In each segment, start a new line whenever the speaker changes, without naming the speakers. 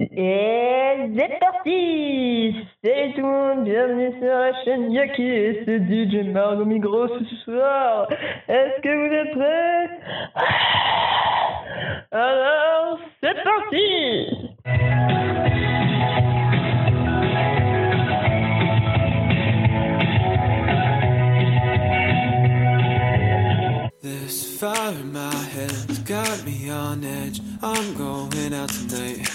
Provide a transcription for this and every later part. Et c'est parti Salut tout le monde, bienvenue sur la chaîne Yaki et c'est DJ Margot Migros ce soir. Est-ce que vous êtes prêts Alors, c'est parti
This fire in my head's got me on edge. I'm going out tonight.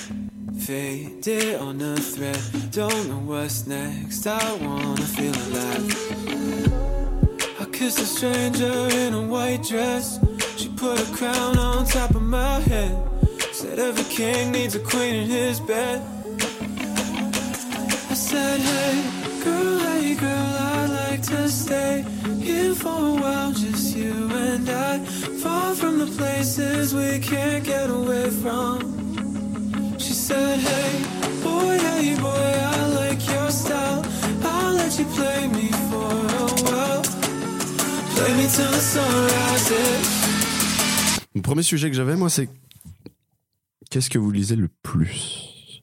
Faded on a thread. Don't know what's next. I wanna feel alive. I kissed a stranger in a white dress. She put a crown on top of my head. Said every king needs a queen in his bed. I said, hey, girl, hey, girl, I'd like to stay here for a while, just you and I. Far from the places we can't get away from. She said, hey, boy, hey, boy, I like your style. I'll let you play me for a while. Play me till the sun rises.
Le premier sujet que j'avais, moi, c'est qu'est-ce que vous lisez le plus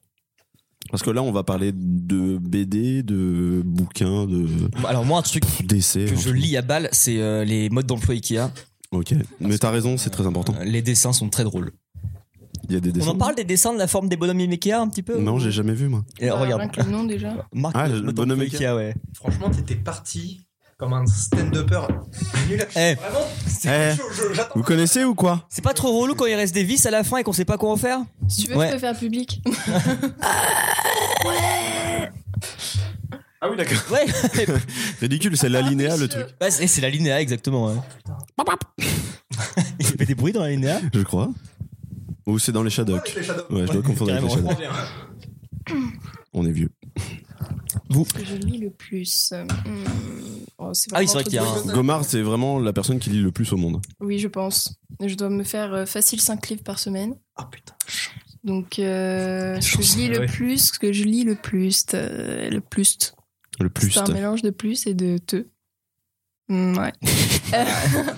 Parce que là, on va parler de BD, de bouquins, de
Bah, Alors moi un truc
d'essais.
que
un
je
truc.
lis à balle, c'est euh, les modes d'emploi Ikea.
Ok, mais t'as raison, c'est très important.
Euh, Les dessins sont très drôles.
Il y a des dessins.
On en parle des dessins de la forme des bonhommes Ikea un petit peu
Non, j'ai jamais vu, moi.
Et, euh, regarde.
Rien que Ah, le nom déjà.
Marc,
Ah,
le
le
mode
bonhomme
d'emploi Ikea, ouais.
Franchement, t'étais parti comme un stand-upper nul à
Eh.
Vraiment,
Eh.
c'est chaud, je- j'attends.
Vous connaissez ou quoi
C'est pas trop relou quand il reste des vis à la fin et qu'on sait pas quoi en faire
Si tu veux,
Ouais.
je peux faire public.
Ah oui, d'accord.
Ouais,
Ridicule, c'est l'alinéa,
Ah,
le truc.
Ouais, c'est c'est la linéa exactement. ouais. il fait des bruits dans la linéa
Je crois. Ou c'est dans les Shadocks.
Les Shadows.
Ouais, je dois confondre avec les
carrément.
Shadocks. On est vieux.
Ce que je lis le plus. Hmm. Oh,
Ah oui, c'est
vraiment
vrai
entre
qu'il y a
deux.
un...
Gomard, c'est vraiment la personne qui lit le plus au monde.
Oui, je pense. Je dois me faire euh, facile 5 livres par semaine.
Ah putain.
Donc, euh, ce que je lis
Ouais.
le plus, ce que je lis le plus, euh, le plus.
Le plus.
C'est un mélange de plus et de te. Hmm, ouais.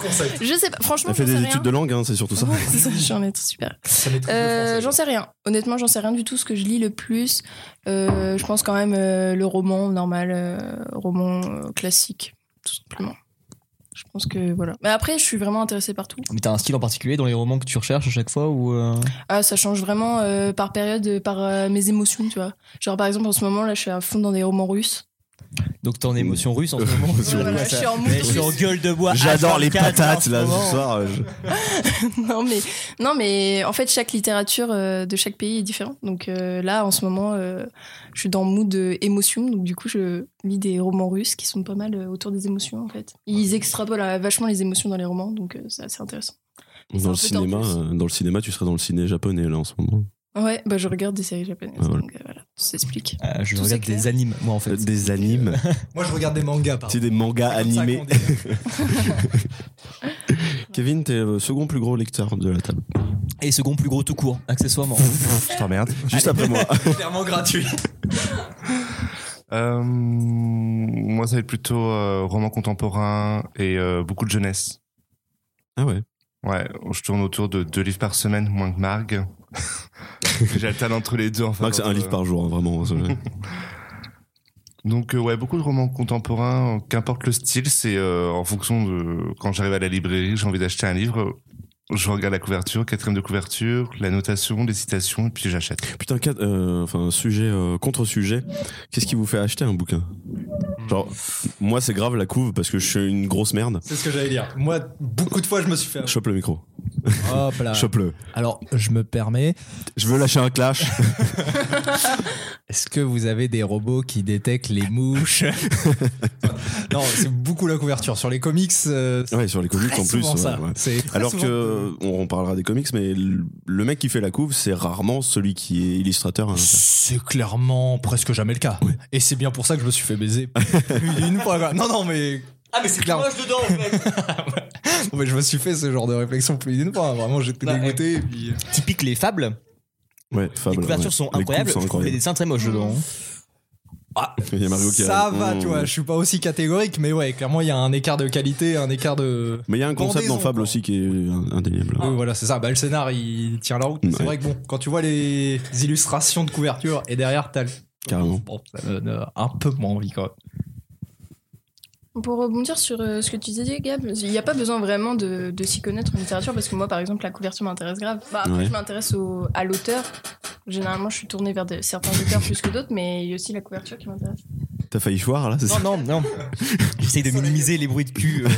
Concept.
Je sais pas. Franchement,
Elle fait
j'en sais
des
rien.
études de langue, hein, c'est surtout ça.
Ouais, c'est ça, je suis un être super.
Ça m'étonne
Euh,
le français.
j'en sais rien. Honnêtement, j'en sais rien du tout. Ce que je lis le plus, euh, je pense quand même euh, le roman normal, euh, roman euh, classique, tout simplement. Je pense que voilà. Mais après, je suis vraiment intéressée par tout.
Mais t'as un style en particulier dans les romans que tu recherches à chaque fois ou euh,
Ah, ça change vraiment euh, par période, euh, par euh, mes émotions, tu vois. Genre par exemple, en ce moment là, je suis à fond dans des romans russes.
Donc t'es en émotion russe en ce moment
Émotion
Voilà, russe. je suis en mood
Mais je suis
russe.
en gueule de bois. hein.
J'adore les
H24 en
patates,
ce
là,
moment.
ce soir. euh, je-
non mais non mais en fait, chaque littérature euh, de chaque pays est différente. Donc euh, là, en ce moment, euh, je suis dans mood euh, émotion. Donc du coup, je lis des romans russes qui sont pas mal euh, autour des émotions en fait. Ils extrapolent euh, vachement les émotions dans les romans, donc euh, c'est assez intéressant.
Dans le,
C'est un peu
cinéma,
tordu
euh, dans le cinéma, tu serais dans le ciné japonais là en ce moment.
Ouais, bah je regarde des séries japonaises,
Ah, voilà.
donc euh, voilà, ça s'explique.
Euh, je
Tout
regarde
c'est clair.
des animes, moi en fait. Euh,
des animes,
Moi, je regarde des mangas, par
c'est des mangas animés. Kevin, t'es le second plus gros lecteur de la table.
Et second plus gros tout court, accessoirement.
Je t'emmerde.
Juste après moi.
Clairement gratuit.
Euh, moi, ça va être plutôt euh, roman contemporain et euh, beaucoup de jeunesse.
Ah ouais.
Ouais, je tourne autour de deux livres par semaine, moins que Marg. J'alterne entre les deux. Enfin,
Max, c'est un
entre-
livre par jour, hein, vraiment.
Donc, euh, ouais, beaucoup de romans contemporains, euh, qu'importe le style, c'est euh, en fonction de. Quand j'arrive à la librairie, j'ai envie d'acheter un livre. Je regarde la couverture, quatrième de couverture, la notation, les citations, et puis j'achète.
Putain, quatre- euh, enfin, sujet euh, contre sujet. Qu'est-ce qui vous fait acheter un bouquin
Hmm.
Genre, moi, c'est grave la couve parce que je suis une grosse merde.
C'est ce que j'allais dire. Moi, beaucoup de fois, je me suis fait.
Chope le micro.
Hop là.
Chope-le.
Alors, je me permets,
Je veux lâcher un clash.
est-ce que vous avez des robots qui détectent les mouches Non, c'est beaucoup la couverture. Sur les comics, euh, c'est
Ouais, sur les comics en
très
plus.
souvent
ouais,
ça.
ouais.
C'est très
Alors
souvent-
que, on on parlera des comics, mais le le mec qui fait la couve, c'est rarement celui qui est illustrateur. hein.
C'est clairement presque jamais le cas. Et c'est bien pour ça que je me suis fait baiser plus d'une fois. quoi. Non, non, mais
Ah mais c'est
Clairement.
dommage dedans en fait.
Non, mais je me suis fait ce genre de réflexion plus d'une fois. Vraiment, j'étais
Bah,
dégoûté. et puis- euh,
Typique les fables,
Ouais, fable,
les couvertures
ouais.
sont
Les
incroyables,
couves sont
je trouve les
incroyables.
dessins très moches dedans.
Ah,
Il y a Mario qui
ça
arrive.
va,
Mmh.
tu vois, je suis pas aussi catégorique, mais ouais, clairement, il y a un écart de qualité, un écart de.
Mais il y a un concept
Pendaison,
dans Fable
quoi.
aussi qui est indéniable.
Oui, voilà, c'est ça. Bah, le scénar, il tient la route. mais C'est
Ouais.
vrai que bon, quand tu vois les illustrations de couverture et derrière, t'as le.
Carrément.
Bon, ça donne euh, un peu moins envie quand même.
Pour rebondir sur euh, ce que tu disais, Gab, il n'y a pas besoin vraiment de, de s'y connaître en littérature parce que moi, par exemple, la couverture m'intéresse grave. Bah, après,
Ouais.
je m'intéresse au- à l'auteur. Généralement, je suis tournée vers de- certains auteurs plus que d'autres, mais il y a aussi la couverture qui m'intéresse.
T'as failli choir là c'est ça
Non, non, non. J'essaye de minimiser les bruits de cul euh,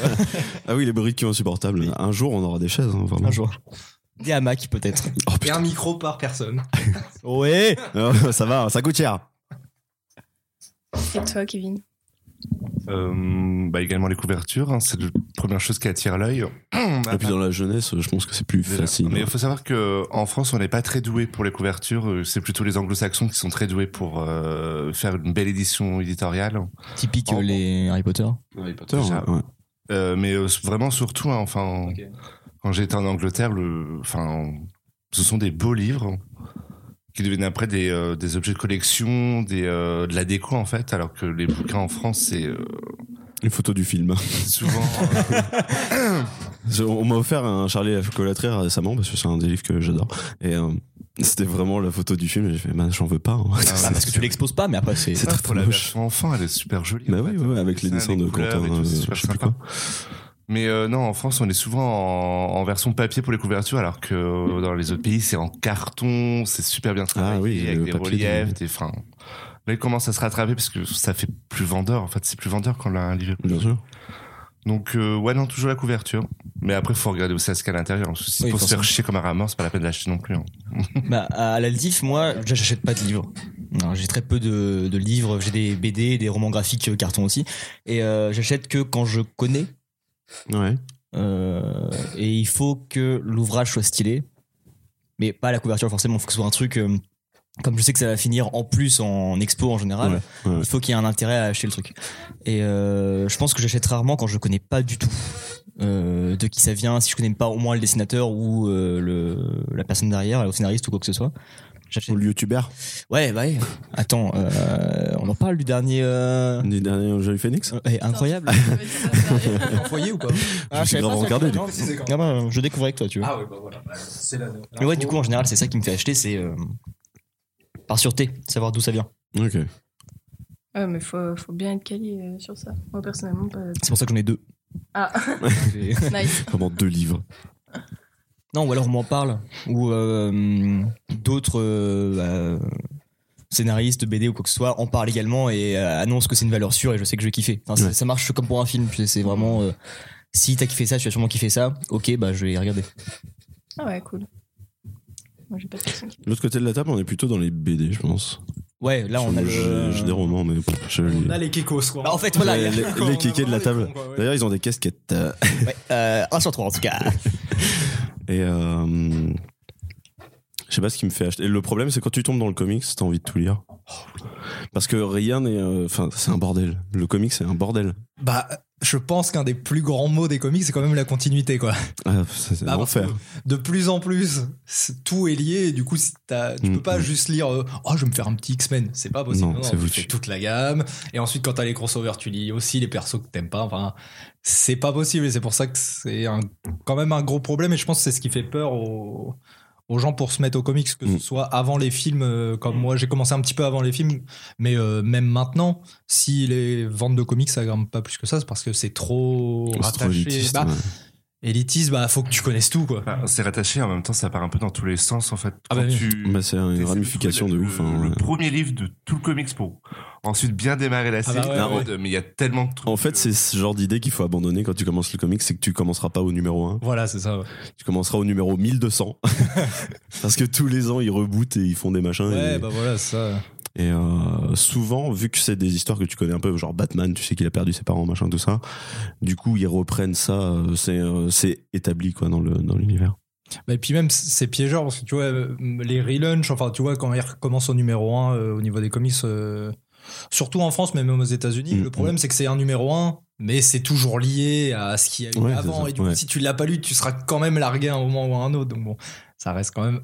Ah oui, les bruits qui sont insupportables. Un jour, on aura des chaises, hein, vraiment.
un jour. Des hamacs peut-être.
Oh,
Et
putain.
un micro par personne.
Ouais.
Ah, ça va, ça coûte cher.
Et toi, Kevin
Euh, bah également les couvertures, hein, c'est la première chose qui attire l'œil.
Et puis dans la jeunesse, je pense que c'est plus
Déjà.
facile.
Mais il faut savoir que en France, on n'est pas très doué pour les couvertures. euh, C'est plutôt les Anglo-Saxons qui sont très doués pour euh, faire une belle édition éditoriale.
Typique
euh,
les Harry Potter.
Déjà.
Ouais.
Euh, mais euh, vraiment surtout, hein, enfin,
Ok.
quand j'étais en Angleterre, le, enfin, ce sont des beaux livres qui deviennent après des, euh, des objets de collection, des, euh, de la déco en fait, alors que les bouquins en France, c'est euh,
Une photo du film.
souvent.
Je- On m'a offert un Charlie à chocolat très récemment parce que c'est un des livres que j'adore. Et euh, c'était vraiment la photo du film. Et j'ai fait, bah, j'en veux pas. hein.
Ah, parce que tu l'exposes pas, mais après c'est.
C'est très,
pour
très
la
moche.
version enfant, elle est super jolie.
Bah
en
oui,
fait.
ouais, ouais, avec les
dessins,
dessins de
couleurs
Quentin,
et tout, c'est
euh,
super
je sais plus
sympa. Mais euh, non, en France, on est souvent en, en version papier pour les couvertures, alors que euh, dans les autres pays, c'est en carton, c'est super bien travaillé,
Ah oui,
avec
le
des
papier
reliefs,
de-
des freins. Là, ils commencent à se rattraper parce que ça fait plus vendeur. En fait, c'est plus vendeur quand on a un livre.
Bien sûr.
Donc, euh, ouais, non, toujours la couverture. Mais après, faut regarder aussi à ce qu'il y a à l'intérieur. Parce que si
Oui,
pour se
forcément.
faire chier comme un rameur, c'est pas la peine de l'acheter non plus. hein.
Bah, à l'Altif, moi, déjà, j'achète pas de livres. Non, j'ai très peu de, de livres. J'ai des BD, des romans graphiques euh, carton aussi. Et euh, j'achète que quand je connais.
Ouais.
Euh, et il faut que l'ouvrage soit stylé. Mais pas la couverture, forcément. Il faut que ce soit un truc. euh, comme je sais que ça va finir en plus en expo en général,
ouais.
il faut qu'il y ait un intérêt à acheter le truc. Et euh, je pense que j'achète rarement quand je connais pas du tout euh, de qui ça vient, si je connais pas au moins le dessinateur ou euh, le, la personne derrière, le scénariste ou quoi que ce soit. J'achète
Ou le youtubeur.
Ouais, bah ouais. Attends, euh, on en parle du dernier. euh,
L'année dernière, Johnny Phoenix.
eh, incroyable.
En foyer ou pas
Ah,
me suis
savais
grave
pas ça,
regardé,
tu
du
vois,
coup. C'est quand
non, Ah bah, je découvrais avec toi, tu vois.
Ah oui, bah voilà. Bah, C'est la.
Mais ouais, du coup, en général, c'est ça qui me fait acheter, c'est euh, par sûreté, savoir d'où ça vient.
Ok.
Ouais, mais faut, faut bien être calé euh, sur ça. Moi, personnellement, pas.
C'est pour ça que j'en ai deux.
Ah,
J'ai-
nice.
Vraiment deux livres.
non, ou alors on m'en parle, ou euh, d'autres euh, bah, scénaristes, BD ou quoi que ce soit en parlent également et euh, annoncent que c'est une valeur sûre et je sais que je vais kiffer. Enfin, c'est-
Ouais.
Ça marche comme pour un film, c'est c'est vraiment. euh, si t'as kiffé ça, tu as sûrement kiffé ça, ok, bah je vais y regarder.
Ah ouais, cool. Moi, j'ai pas de questions.
De l'autre côté de la table, on est plutôt dans les BD, je pense.
Ouais, là on a
J'ai-
le.
J'ai des romans, mais pff, je-
On a les kekos, quoi.
Bah, en fait, voilà.
Les-
il y a-
les, les kékés de la table. D'ailleurs, ils ont des casquettes. euh,
Ouais, euh, un sur trois en tout cas.
Et euh, je sais pas ce qui me fait acheter. Et le problème, c'est quand tu tombes dans le comics, t'as envie de tout lire.
Oh,
Parce que rien n'est. euh, Enfin, c'est un bordel. Le comics, c'est un bordel.
Bah, je pense qu'un des plus grands mots des comics, c'est quand même la continuité, quoi.
Ah, c'est c'est
Bah,
un
parce que
enfer.
De plus en plus, c'est- tout est lié. Et du coup, si t'as- tu
Mm,
peux pas
mm.
juste lire euh, Oh, je vais me faire un petit X-Men. C'est pas possible.
Non, c'est
tu
foutu.
fais toute la gamme. Et ensuite, quand t'as les crossovers, tu lis aussi les persos que t'aimes pas. Enfin, c'est pas possible. Et c'est pour ça que c'est un- quand même un gros problème. Et je pense que c'est ce qui fait peur aux, aux gens pour se mettre aux comics, que ce
Mm.
soit avant les films, euh, comme moi. J'ai commencé un petit peu avant les films. Mais euh, même maintenant, si les ventes de comics, ça grimpe pas plus que ça, c'est parce que c'est trop
C'est trop
rattaché.
élitiste,
Bah,
ouais.
Élitiste, bah, faut que tu connaisses tout, quoi.
Enfin, Bah, c'est rattaché, en même temps, ça part un peu dans tous les sens, en fait.
Ah
Quand
bah oui.
tu-
Bah, c'est
C'est
une
le
ramification de
truc,
ouf.
Le,
hein,
le
ouais.
premier livre de tout le Comics Pro. Ensuite, bien démarrer la série.
bah ouais,
en
euh,
ouais.
mode, Mais il y a tellement de trucs.
En fait, c'est ce genre d'idée qu'il faut abandonner quand tu commences le comics, c'est que tu commenceras pas au numéro 1,
Voilà, c'est ça. ouais.
tu commenceras au numéro 1200. Parce que tous les ans, ils rebootent et ils font des machins.
Ouais,
et-
bah voilà, ça.
Et euh, souvent, vu que c'est des histoires que tu connais un peu, genre Batman, tu sais qu'il a perdu ses parents, machin, tout ça. Du coup, ils reprennent ça. euh, C'est euh, c'est établi quoi dans le dans l'univers.
Bah, et puis même, c'est piégeur parce que tu vois, euh, les relaunchs, enfin, tu vois, quand ils recommencent au numéro 1 euh, au niveau des comics, euh, surtout en France, mais même aux États-Unis,
Mm,
le problème c'est que c'est un numéro 1, mais c'est toujours lié à ce qu'il y a eu
Ouais, c'est
avant.
ça,
Et du
ouais.
coup, si tu l'as pas lu, tu seras quand même largué à un moment ou à un autre. Donc bon, ça reste quand même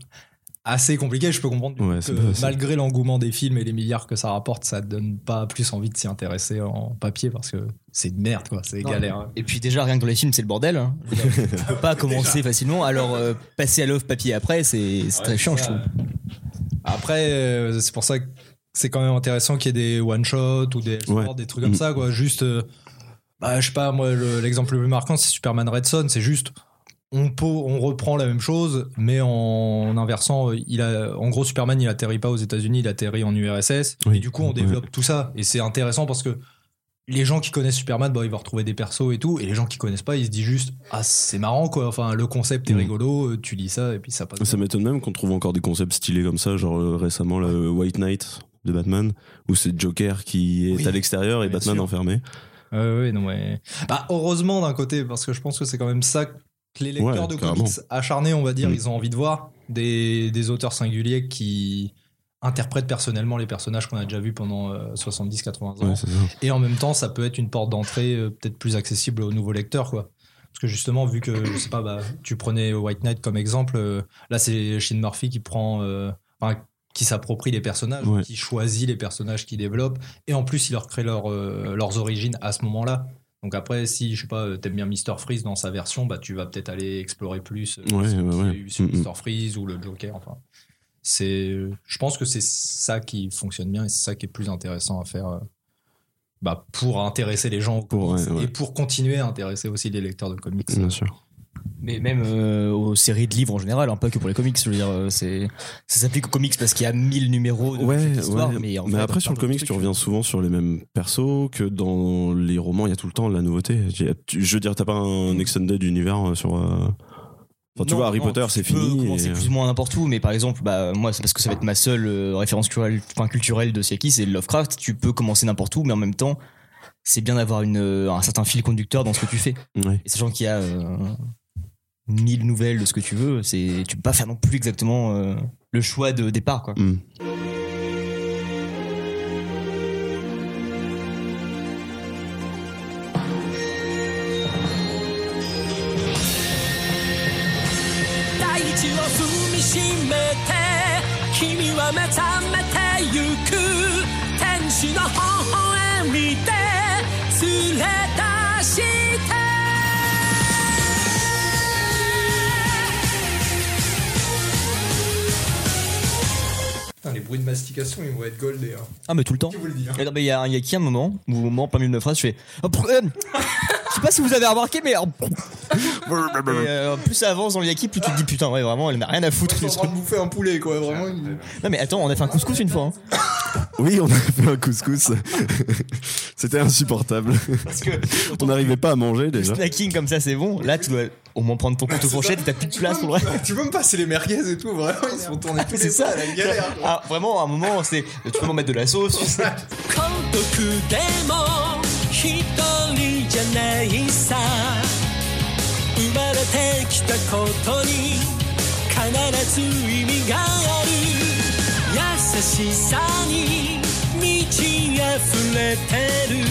assez compliqué. Je peux comprendre du coup,
Ouais, c'est pas
que
facile.
malgré l'engouement des films et les milliards que ça rapporte, ça donne pas plus envie de s'y intéresser en papier parce que c'est de merde, quoi. C'est
Non,
galère. hein.
Et puis déjà, rien que dans les films, c'est le bordel. hein. Je veux dire, tu peux pas commencer facilement. Alors, euh, passer à l'œuvre papier après, c'est c'est très
Ouais,
chiant,
ça,
je trouve.
euh, Après, euh, c'est pour ça que c'est quand même intéressant qu'il y ait des one-shots ou des,
Ouais.
des trucs comme
Mm.
ça, quoi. Juste, euh, bah, je sais pas, moi, le- l'exemple le plus marquant, c'est Superman Red Son. C'est juste, on, po- on reprend la même chose, mais en, inversant, euh, il a, en gros, Superman, il atterrit pas aux États-Unis, il atterrit en URSS.
Oui.
Et du coup, on développe tout ça. Et c'est intéressant parce que les gens qui connaissent Superman, bon, ils vont retrouver des persos et tout. Et les gens qui connaissent pas, ils se disent juste, ah, c'est marrant, quoi. Enfin, le concept est
Mm.
rigolo, euh, tu lis ça, et puis ça passe.
Ça m'étonne même qu'on trouve encore des concepts stylés comme ça, genre euh, récemment la White Knight de Batman, où c'est Joker qui est
Oui.
à l'extérieur et
Bien
Batman
sûr.
enfermé.
Ouais, ouais, non, mais. Bah, heureusement d'un côté, parce que je pense que c'est quand même ça que les lecteurs
Ouais,
de
carrément.
comics acharnés, on va dire,
Mm.
ils ont envie de voir des, des auteurs singuliers qui interprètent personnellement les personnages qu'on a déjà vus pendant euh, 70-80 ans.
Ouais, c'est ça.
Et en même temps, ça peut être une porte d'entrée euh, peut-être plus accessible aux nouveaux lecteurs, quoi. Parce que justement, vu que, je sais pas, bah, tu prenais White Knight comme exemple, euh, là, c'est Shin Murphy qui prend. euh, enfin, qui s'approprie les personnages,
Ouais.
qui choisit les personnages qu'il développe, et en plus, il leur crée leur, euh, leurs origines à ce moment-là. Donc après, si, je sais pas, euh, t'aimes bien Mr. Freeze dans sa version, bah, tu vas peut-être aller explorer plus euh,
Ouais,
ce
ouais,
qu'il y a
ouais.
eu sur
Mm,
Mr. Freeze ou le Joker, enfin. C'est, je pense que c'est ça qui fonctionne bien et c'est ça qui est plus intéressant à faire euh, bah, pour intéresser les gens aux
Pour,
comics
ouais, ouais.
et pour continuer à intéresser aussi les lecteurs de comics.
Bien sûr.
Mais même euh, aux séries de livres en général, hein, pas que pour les comics. Je veux dire, euh, c'est ça s'applique aux comics parce qu'il y a 1000 numéros de
Ouais,
cette histoire,
ouais.
mais, en
Mais
fait, on
après, sur le
parle de
comics, tu
trucs. euh.
reviens souvent sur les mêmes persos que dans les romans, il y a tout le temps de la nouveauté. Je veux dire, t'as pas un extended univers euh, sur. euh, Enfin, tu
Non,
vois, Harry
non,
Potter,
tu
c'est
peux
fini.
commencer
et, euh,
plus ou moins n'importe où, mais par exemple, bah, moi, c'est parce que ça va être ma seule euh, référence culturelle, enfin, culturelle de Siaki, c'est Lovecraft. Tu peux commencer n'importe où, mais en même temps, c'est bien d'avoir une, euh, un certain fil conducteur dans ce que tu fais.
ouais.
Et sachant qu'il y a euh, mille nouvelles de ce que tu veux, c'est tu peux pas faire non plus exactement euh, le choix de départ, quoi.
Mm.
Putain, les bruits de mastication, ils vont être goldés. Hein.
Ah, mais tout le temps.
Je vous le dis. hein.
Et non, mais il y a, il y a qui un moment où, au moment, parmi une phrase, je fais. Oh, pr- euh, je sais pas si vous avez remarqué, mais. oh, Et, euh, plus ça avance dans le yaki, plus tu te dis putain, ouais, vraiment, elle n'a rien à foutre.
Ils sont
le
en train
truc.
de bouffer un poulet, quoi. Vraiment. ils-
Non, mais attends, on a fait un couscous une fois. hein.
Oui, on a fait un couscous. C'était insupportable.
Parce que
On n'arrivait pas à manger
le
déjà.
snacking comme ça, c'est bon. Là, tu dois au moins prendre ton compte aux fourchettes et t'as plus de place pour le reste.
Tu peux me passer les merguez et tout,
Ah,
vraiment, ils se sont tournés tous
C'est
les
ça.
ça, la galère. quoi.
Ah, vraiment, à un moment, c'est. Tu peux m'en mettre de la sauce, tu sais.
孤独でも一人じゃないさ生まれてきたことに必ず意味がある優しさに満ち溢れてる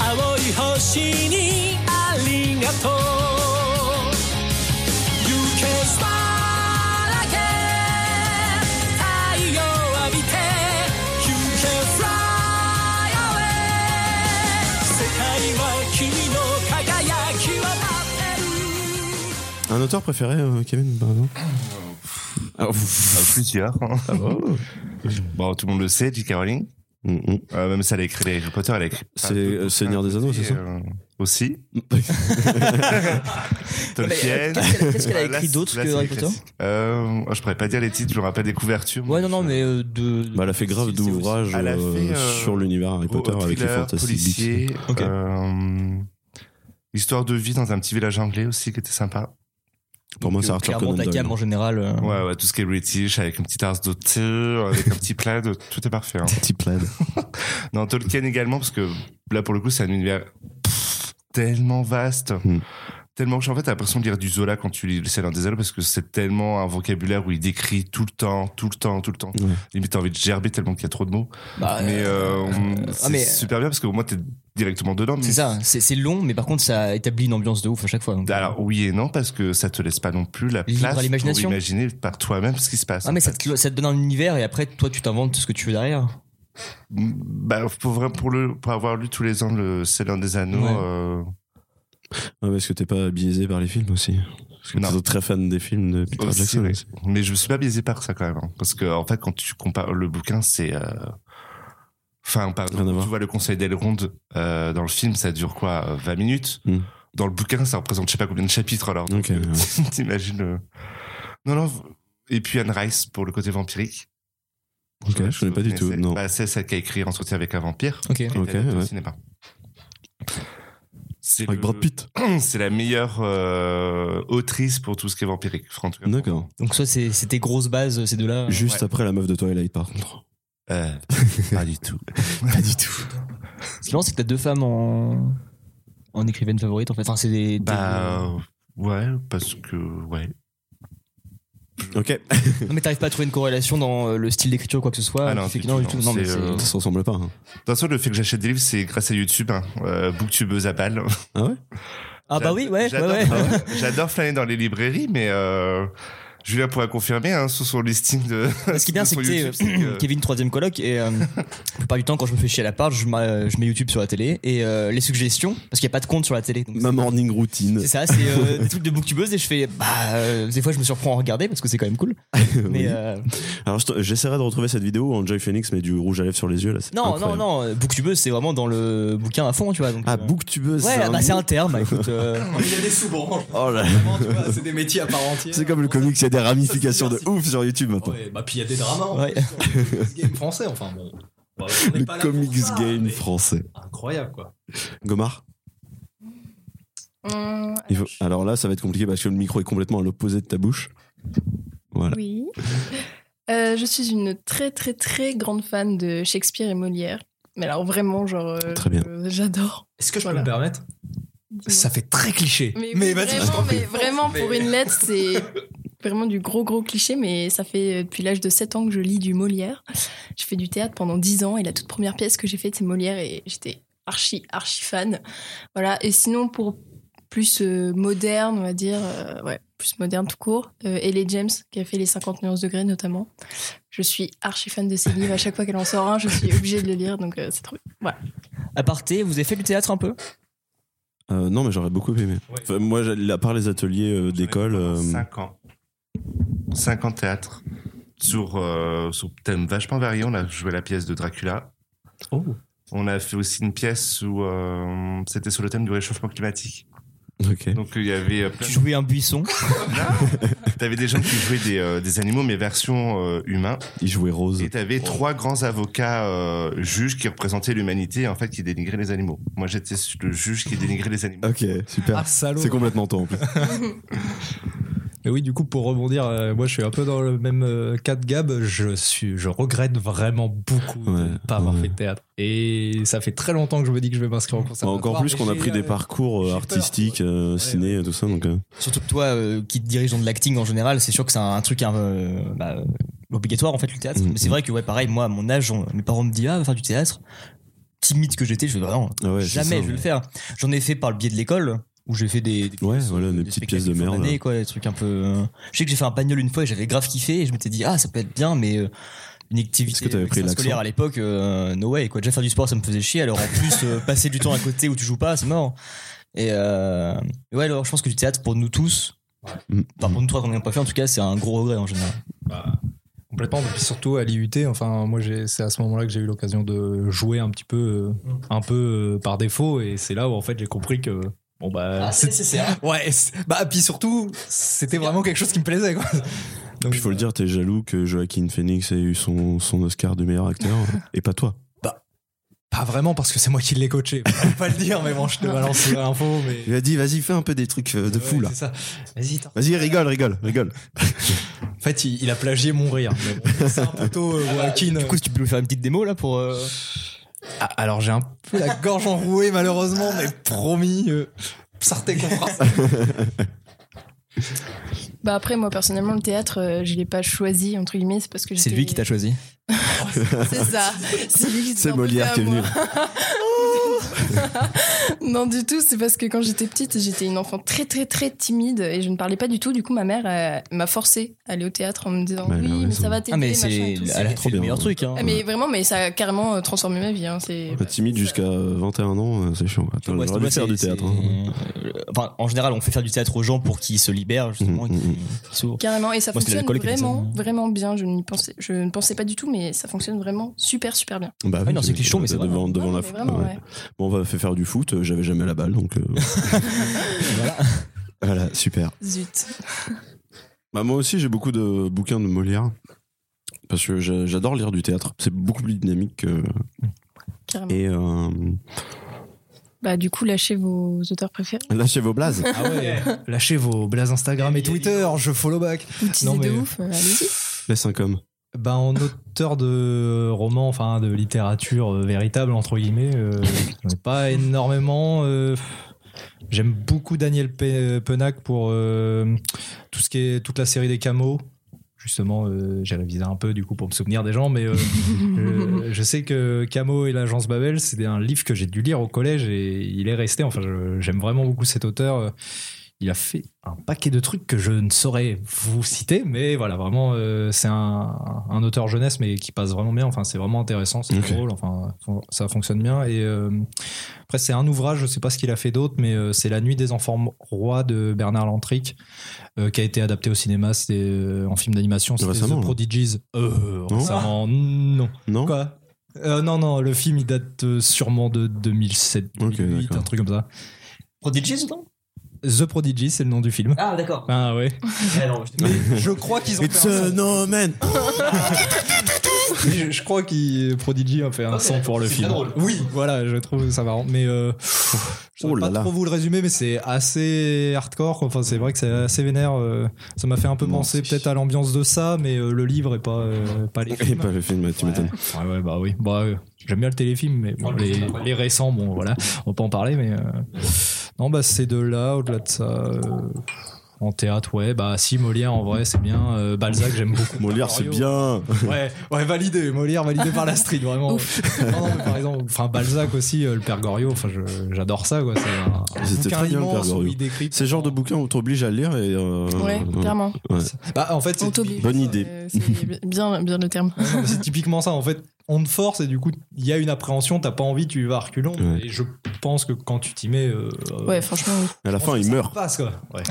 青い星にありがとう You can smile again 太陽浴びて You can fly away 世界は君の輝きを待ってる
Un auteur préféré, euh, Kevin par exemple Ah, pff. bah
Ah, Plusieurs. hein. Bon, tout le monde le sait, J.K. Rowling.
Mm, mm.
Euh, même si elle a écrit les Harry Potter, elle a écrit.
C'est, euh, Seigneur des Anneaux, c'est ça
Euh, Aussi.
Mais, euh,
Tolkien.
qu'est-ce qu'elle- Qu'est-ce qu'elle a
Voilà,
écrit d'autre
là,
que
c'est
Harry
les
Potter
classiques. euh, oh, Je pourrais pas dire les titres, j'aurais pas des couvertures.
Ouais, non, non, mais euh, de.
Bah, elle a fait grave
c'est- c'est aussi-
d'ouvrages
Elle a fait,
euh,
euh,
sur l'univers Harry Potter avec les
thriller,
Fantastic Beasts.
policier.
Ok.
euh, histoire de vie dans un petit village anglais aussi qui était sympa.
Pour moi, c'est Arthur
Clairement,
Conan
ta
Doyle.
gamme en général. euh,
Ouais, ouais, tout ce qui est british, avec une petite arse d'auteur, avec un petit plaid, tout est parfait. hein.
Petit plaid.
Non, Tolkien également, parce que là, pour le coup, c'est un univers pff, tellement vaste.
Mm.
tellement que en fait, t'as l'impression de lire du Zola quand tu lis Le Seigneur des Anneaux parce que c'est tellement un vocabulaire où il décrit tout le temps, tout le temps, tout le temps.
Ouais.
Limite, t'as envie de gerber tellement qu'il y a trop de mots.
Bah,
mais euh, on-
ah,
c'est
mais-
super bien parce que au moins, t'es directement dedans. mais
C'est ça, c'est c'est long, mais par contre, ça établit une ambiance de ouf à chaque fois. donc.
Alors oui et non parce que ça te laisse pas non plus la
Libre à
place pour
l'imagination.
imaginer par toi-même ce qui se passe.
ah, mais ça te, ça te donne un univers et après, toi, tu t'inventes ce que tu veux derrière.
Bah, pour, vrai- pour, le, pour avoir lu tous les ans le Seigneur des Anneaux,
Ouais.
euh,
Ouais, parce que t'es pas biaisé par les films aussi. Parce que
Non.
t'es très fan des films de Peter
Aussi,
Jackson.
ouais.
aussi.
mais je me suis pas biaisé par ça quand même, hein. parce que en fait quand tu compares le bouquin, c'est, euh, enfin par-
Rien à voir.
tu vois le Conseil d'Elrond euh, dans le film, ça dure quoi, euh, 20 minutes.
Hmm.
Dans le bouquin, ça représente je sais pas combien de chapitres alors. donc,
Ok, ouais.
euh, T'imagines le- Non non. Et puis Anne Rice pour le côté vampirique.
Ok, je connais pas du tout,
C'est-
non.
bah, c'est celle qui a écrit Entretien avec un vampire.
Ok.
qui a été
Ok,
adaptée au
ouais.
cinéma. C'est
Avec
le-
Brad Pitt.
c'est la meilleure euh, autrice pour tout ce qui est vampirique, en tout cas.
D'accord.
Donc, soit c'est c'est tes grosses bases, euh, ces deux-là.
Juste
ouais.
après la meuf de Twilight, par contre.
Euh, pas du tout.
Pas du tout.
Ce qui est marrant, c'est que t'as deux femmes en, en écrivaine favorite, en fait. Enfin, c'est des. des-
Bah ouais, parce que Euh, ouais.
Ok.
Non, mais t'arrives pas à trouver une corrélation dans euh, le style d'écriture ou quoi que ce soit.
Ah non,
qui fait
du
que- non, du tout.
tout, non,
Non, mais
c'est,
c'est-
euh,
Ça se ressemble pas. hein.
De toute façon, le fait que j'achète des livres, c'est grâce à YouTube, hein. Euh, booktubeuse à balles.
Ah ouais
Ah, bah oui, ouais, ouais,
J'adore-
ouais.
J'adore flâner dans les librairies, mais euh, Julien pourra confirmer hein, sur son listing de.
Ce qui est bien,
de
c'est
son
que euh, tu sais,
YouTube, c'est que-
Kevin, troisième coloc, et euh, la plupart du temps, quand je me fais chier à l'appart, je, m'a- je mets YouTube sur la télé et euh, les suggestions, parce qu'il n'y a pas de compte sur la télé. donc
Ma morning routine.
C'est ça, c'est euh, des trucs de booktubeuse et je fais bah euh, des fois je me surprends à regarder parce que c'est quand même cool.
Oui.
Mais euh,
Alors je te- j'essaierai de retrouver cette vidéo où Joy Phoenix met du rouge à lèvres sur les yeux là. c'est
non
incroyable.
non non, euh, booktubeuse c'est vraiment dans le bouquin à fond, tu vois. Donc,
Ah
euh,
booktubeuse.
Ouais, bah, c'est
mot-
un terme. Écoute, euh,
Il y a des sous-branches,
Oh là.
vraiment, tu vois, c'est des métiers à part entière.
C'est comme le comics, il y a des ramifications de ouf sur YouTube maintenant.
Ouais, bah puis il y a des dramas en
Ouais.
plus, sur le comics game français, enfin bon. Bah, on est
Le
pas là pour
comics
ça,
game
mais
français.
Incroyable quoi.
Gomard
Hum,
il faut- Alors là, ça va être compliqué parce que le micro est complètement à l'opposé de ta bouche. Voilà.
Oui. Euh, je suis une très très très grande fan de Shakespeare et Molière. Mais alors vraiment, genre, euh,
Très bien.
euh, j'adore.
Est-ce que je
Voilà.
peux me permettre
Dis-moi.
Ça fait très cliché.
Mais, oui,
Mais vas-y, je
Ah,
vraiment,
t'en prie.
mais vraiment, pour une lettre, c'est vraiment du gros gros cliché. Mais ça fait euh, depuis l'âge de 7 ans que je lis du Molière. Je fais du théâtre pendant 10 ans et la toute première pièce que j'ai faite, c'est Molière et j'étais archi archi fan. Voilà. Et sinon, pour plus euh, moderne, on va dire, euh, ouais, plus moderne tout court, euh, Ellie James, qui a fait les 50 nuances degrés notamment. Je suis archi fan de ses livres. À chaque fois qu'elle en sort un, je suis obligée de le lire. Donc euh, c'est trop bien. Voilà.
aparté, vous avez fait du théâtre un peu
Euh, non, mais j'aurais beaucoup aimé. Enfin, moi, j'ai- à part les ateliers euh, d'école, euh,
5 ans. 5 ans de théâtre. Sur, euh, sur thème vachement varié, on a joué la pièce de Dracula.
euh,
Oh.
On a fait aussi une pièce où euh, c'était sur le thème du réchauffement climatique.
ok.
Donc il y avait euh, plein
Tu jouais un buisson.
de- T'avais des gens qui jouaient des, euh, des animaux, mais version euh, humain.
Ils jouaient rose.
Et t'avais trois grands avocats euh, juges qui représentaient l'humanité, et en fait, qui dénigraient les animaux. Moi, j'étais le juge qui dénigrait les animaux.
Ok, super.
Ah salaud.
c'est complètement toi en plus.
Mais oui, du coup, pour rebondir, euh, moi je suis un peu dans le même euh, cas de Gab. Je, suis, je regrette vraiment beaucoup de
Ouais,
ne pas avoir
ouais.
fait de théâtre. Et ça fait très longtemps que je me dis que je vais m'inscrire en concert.
bah, Encore plus qu'on a pris des parcours
j'ai
euh,
peur.
artistiques, euh, ciné, tout ça. Donc, euh,
Surtout que toi euh, qui te dirige dans de l'acting en général, c'est sûr que c'est un, un truc euh, bah, euh, obligatoire en fait le théâtre.
Mhm.
Mais c'est vrai que ouais pareil, moi à mon âge, on- mes parents me disent ah va faire du théâtre. Timide que j'étais, je vais vraiment
ah ouais, c'est
jamais
ça.
je vais le faire. J'en ai fait par le biais de l'école où j'ai fait des, des
Ouais, voilà, des petites
spectacles
pièces de
fin
merde.
d'année, quoi, des trucs un peu. euh, Je sais que j'ai fait un bagnole une fois et j'avais grave kiffé et je m'étais dit ah ça peut être bien mais euh, une activité
Est-ce que t'avais pris
scolaire
l'accent
à l'époque euh, no way quoi. Déjà faire du sport ça me faisait chier alors en plus euh, passer du temps à côté où tu joues pas c'est mort. Et euh, ouais alors je pense que du théâtre pour nous tous,
Mm.
enfin pour nous trois qu'on n'a pas fait en tout cas c'est un gros regret en général.
Bah. Complètement. Et puis surtout à l'IUT, enfin, moi j'ai- c'est à ce moment-là que j'ai eu l'occasion de jouer un petit peu, euh, un peu euh, par défaut. Et c'est là où en fait j'ai compris que. Bon bah. c'est- ouais, c'est- bah, puis surtout, c'était vraiment quelque chose qui me plaisait quoi. Donc,
Puis faut
euh.
le dire, t'es jaloux que Joaquin Phoenix ait eu son, son Oscar de meilleur acteur et pas toi.
Pas vraiment parce que c'est moi qui l'ai coaché. Faut pas le dire, mais bon, je te balance l'info. Mais...
Il a dit, vas-y, fais un peu des trucs euh, de fou
Ouais,
là.
c'est ça. Vas-y, t'en-
Vas-y, rigole, rigole, rigole.
En fait, il, il a plagié mon rire. Mais bon, c'est un poteau euh, Joaquin.
Du coup si tu peux nous faire une petite démo là pour. euh,
Ah, alors j'ai un peu la gorge enrouée malheureusement, mais promis. euh, Sarté qu'on fera.
Bah après, moi personnellement, le théâtre, euh, je l'ai pas choisi entre guillemets, c'est parce que
C'est
j'étais-
lui qui t'a choisi.
C'est ça. C'est lui qui
C'est
s'est imposé
Molière
à
qui est venu.
moi. non du tout, c'est parce que quand j'étais petite, j'étais une enfant très très très timide et je ne parlais pas du tout. Du coup, ma mère euh, m'a forcée à aller au théâtre en me disant
Bah, elle a
oui, mais
raison.
ça va t'aider.
Ah, mais
machin
c'est.
et tout.
Elle a
trop
fait le
bien.
meilleur truc. Hein.
Ah, mais vraiment, mais ça a carrément euh, transformé ma vie. Hein, c'est
Être Timide jusqu'à 21 ans, euh, c'est chiant. quoi. T'as le
Ouais,
droit
c'est-
de faire du
c'est-
théâtre. hein.
euh, enfin, en général, on fait faire du théâtre aux gens pour qu'ils se libèrent, justement,
Mhm,
et qu'ils-
mhm.
qu'ils s'ouvrent.
Carrément, et ça
Moi, c'était
fonctionne
l'alcool qui était
vraiment,
ça.
vraiment bien. Je, n'y pensais, je ne pensais pas du tout, mais ça fonctionne vraiment super, super bien.
Bah
Ah, non, c'est
t'es-
cliché, mais
t'es
c'est vrai.
devant, devant
Non,
la
mais vraiment,
ouais.
ouais.
Bon, on va faire faire du foot. euh, J'avais jamais la balle, donc euh,
Voilà.
voilà, super.
Zut.
Bah, moi aussi, j'ai beaucoup de bouquins de Molière. Parce que j'a- j'adore lire du théâtre. C'est beaucoup plus dynamique. que-
Carrément.
Et euh,
Bah, du coup, lâchez vos auteurs préférés.
lâchez vos blazes.
Ah ouais, lâchez vos blazes Instagram et Twitter, je follow back.
Vous teasez
Non,
de
mais-
ouf, euh, allez-y.
Laisse un com.
Ben, en auteur de romans, enfin de littérature euh, véritable, entre guillemets, euh, j'en ai pas énormément. euh, J'aime beaucoup Daniel Pe- Penac pour euh, tout ce qui est toute la série des camos. Justement, euh, j'ai révisé un peu du coup pour me souvenir des gens, mais euh, euh, je sais que Camo et l'agence Babel, c'était un livre que j'ai dû lire au collège et il est resté. Enfin, je- j'aime vraiment beaucoup cet auteur. Il a fait un paquet de trucs que je ne saurais vous citer, mais voilà, vraiment, euh, c'est un, un auteur jeunesse, mais qui passe vraiment bien. Enfin, c'est vraiment intéressant, c'est
Ok.
drôle. Enfin, fon- ça fonctionne bien. Et euh, après, c'est un ouvrage, je sais pas ce qu'il a fait d'autre, mais euh, c'est La Nuit des Enfants Rois de Bernard Lantric, euh, qui a été adapté au cinéma, c'était euh, en film d'animation. C'était
Récemment,
The
là.
Prodigies. Euh,
Non.
récemment, non.
Non
Quoi Euh, Non, non, le film il date euh, sûrement de 2007,
Ok,
2008,
d'accord.
un truc comme ça.
Prodigies ou non
The Prodigy, c'est le nom du film.
Ah, d'accord.
Ah ouais.
Ah, non, je te-
Je crois qu'ils ont
It's
fait un
a
son.
no man.
Mais Je, je crois que Prodigy a fait un
Ok,
son pour le
c'est
film.
très drôle.
Oui, voilà, je trouve ça marrant. Mais euh, je ne
Oh là
pas
là.
trop vous le résumer, mais c'est assez hardcore. quoi. Enfin, c'est vrai que c'est assez vénère. euh, Ça m'a fait un peu
Bon,
penser
c'est-
peut-être à l'ambiance de ça, mais euh, le livre et pas, euh, pas les
Et
films.
pas le film, tu m'étonnes.
Ouais, ouais, bah oui. Bah, euh, j'aime bien le téléfilm, mais bon, les, les récents, bon, voilà, on peut en parler, mais. euh, Non, bah, ces deux-là, au-delà de ça. euh, En théâtre, ouais, bah si Molière en vrai c'est bien, Euh, Balzac j'aime beaucoup.
Molière, c'est
Mario,
bien.
Ouais, ouais, validé, Molière validé par la street vraiment. Non, non, mais par exemple, enfin Balzac aussi, euh, le Père Goriot, enfin je- j'adore ça quoi, c'est un- un
C'était
bouquin
très bien, le Père
immense où
Goriot.
il décrit-
C'est le genre de bouquin où t'obliges à lire et. euh,
Ouais,
euh,
clairement.
Bah en fait,
On
c'est
t'oblige.
bonne idée.
Euh, c'est bien, bien le terme.
Ouais, non, mais c'est typiquement ça en fait on te force et du coup il y a une appréhension t'as pas envie tu y vas à reculons
Ouais.
et je pense que quand tu t'y mets euh,
Ouais, franchement, oui.
à la fin, il meurt.
passe quoi ouais.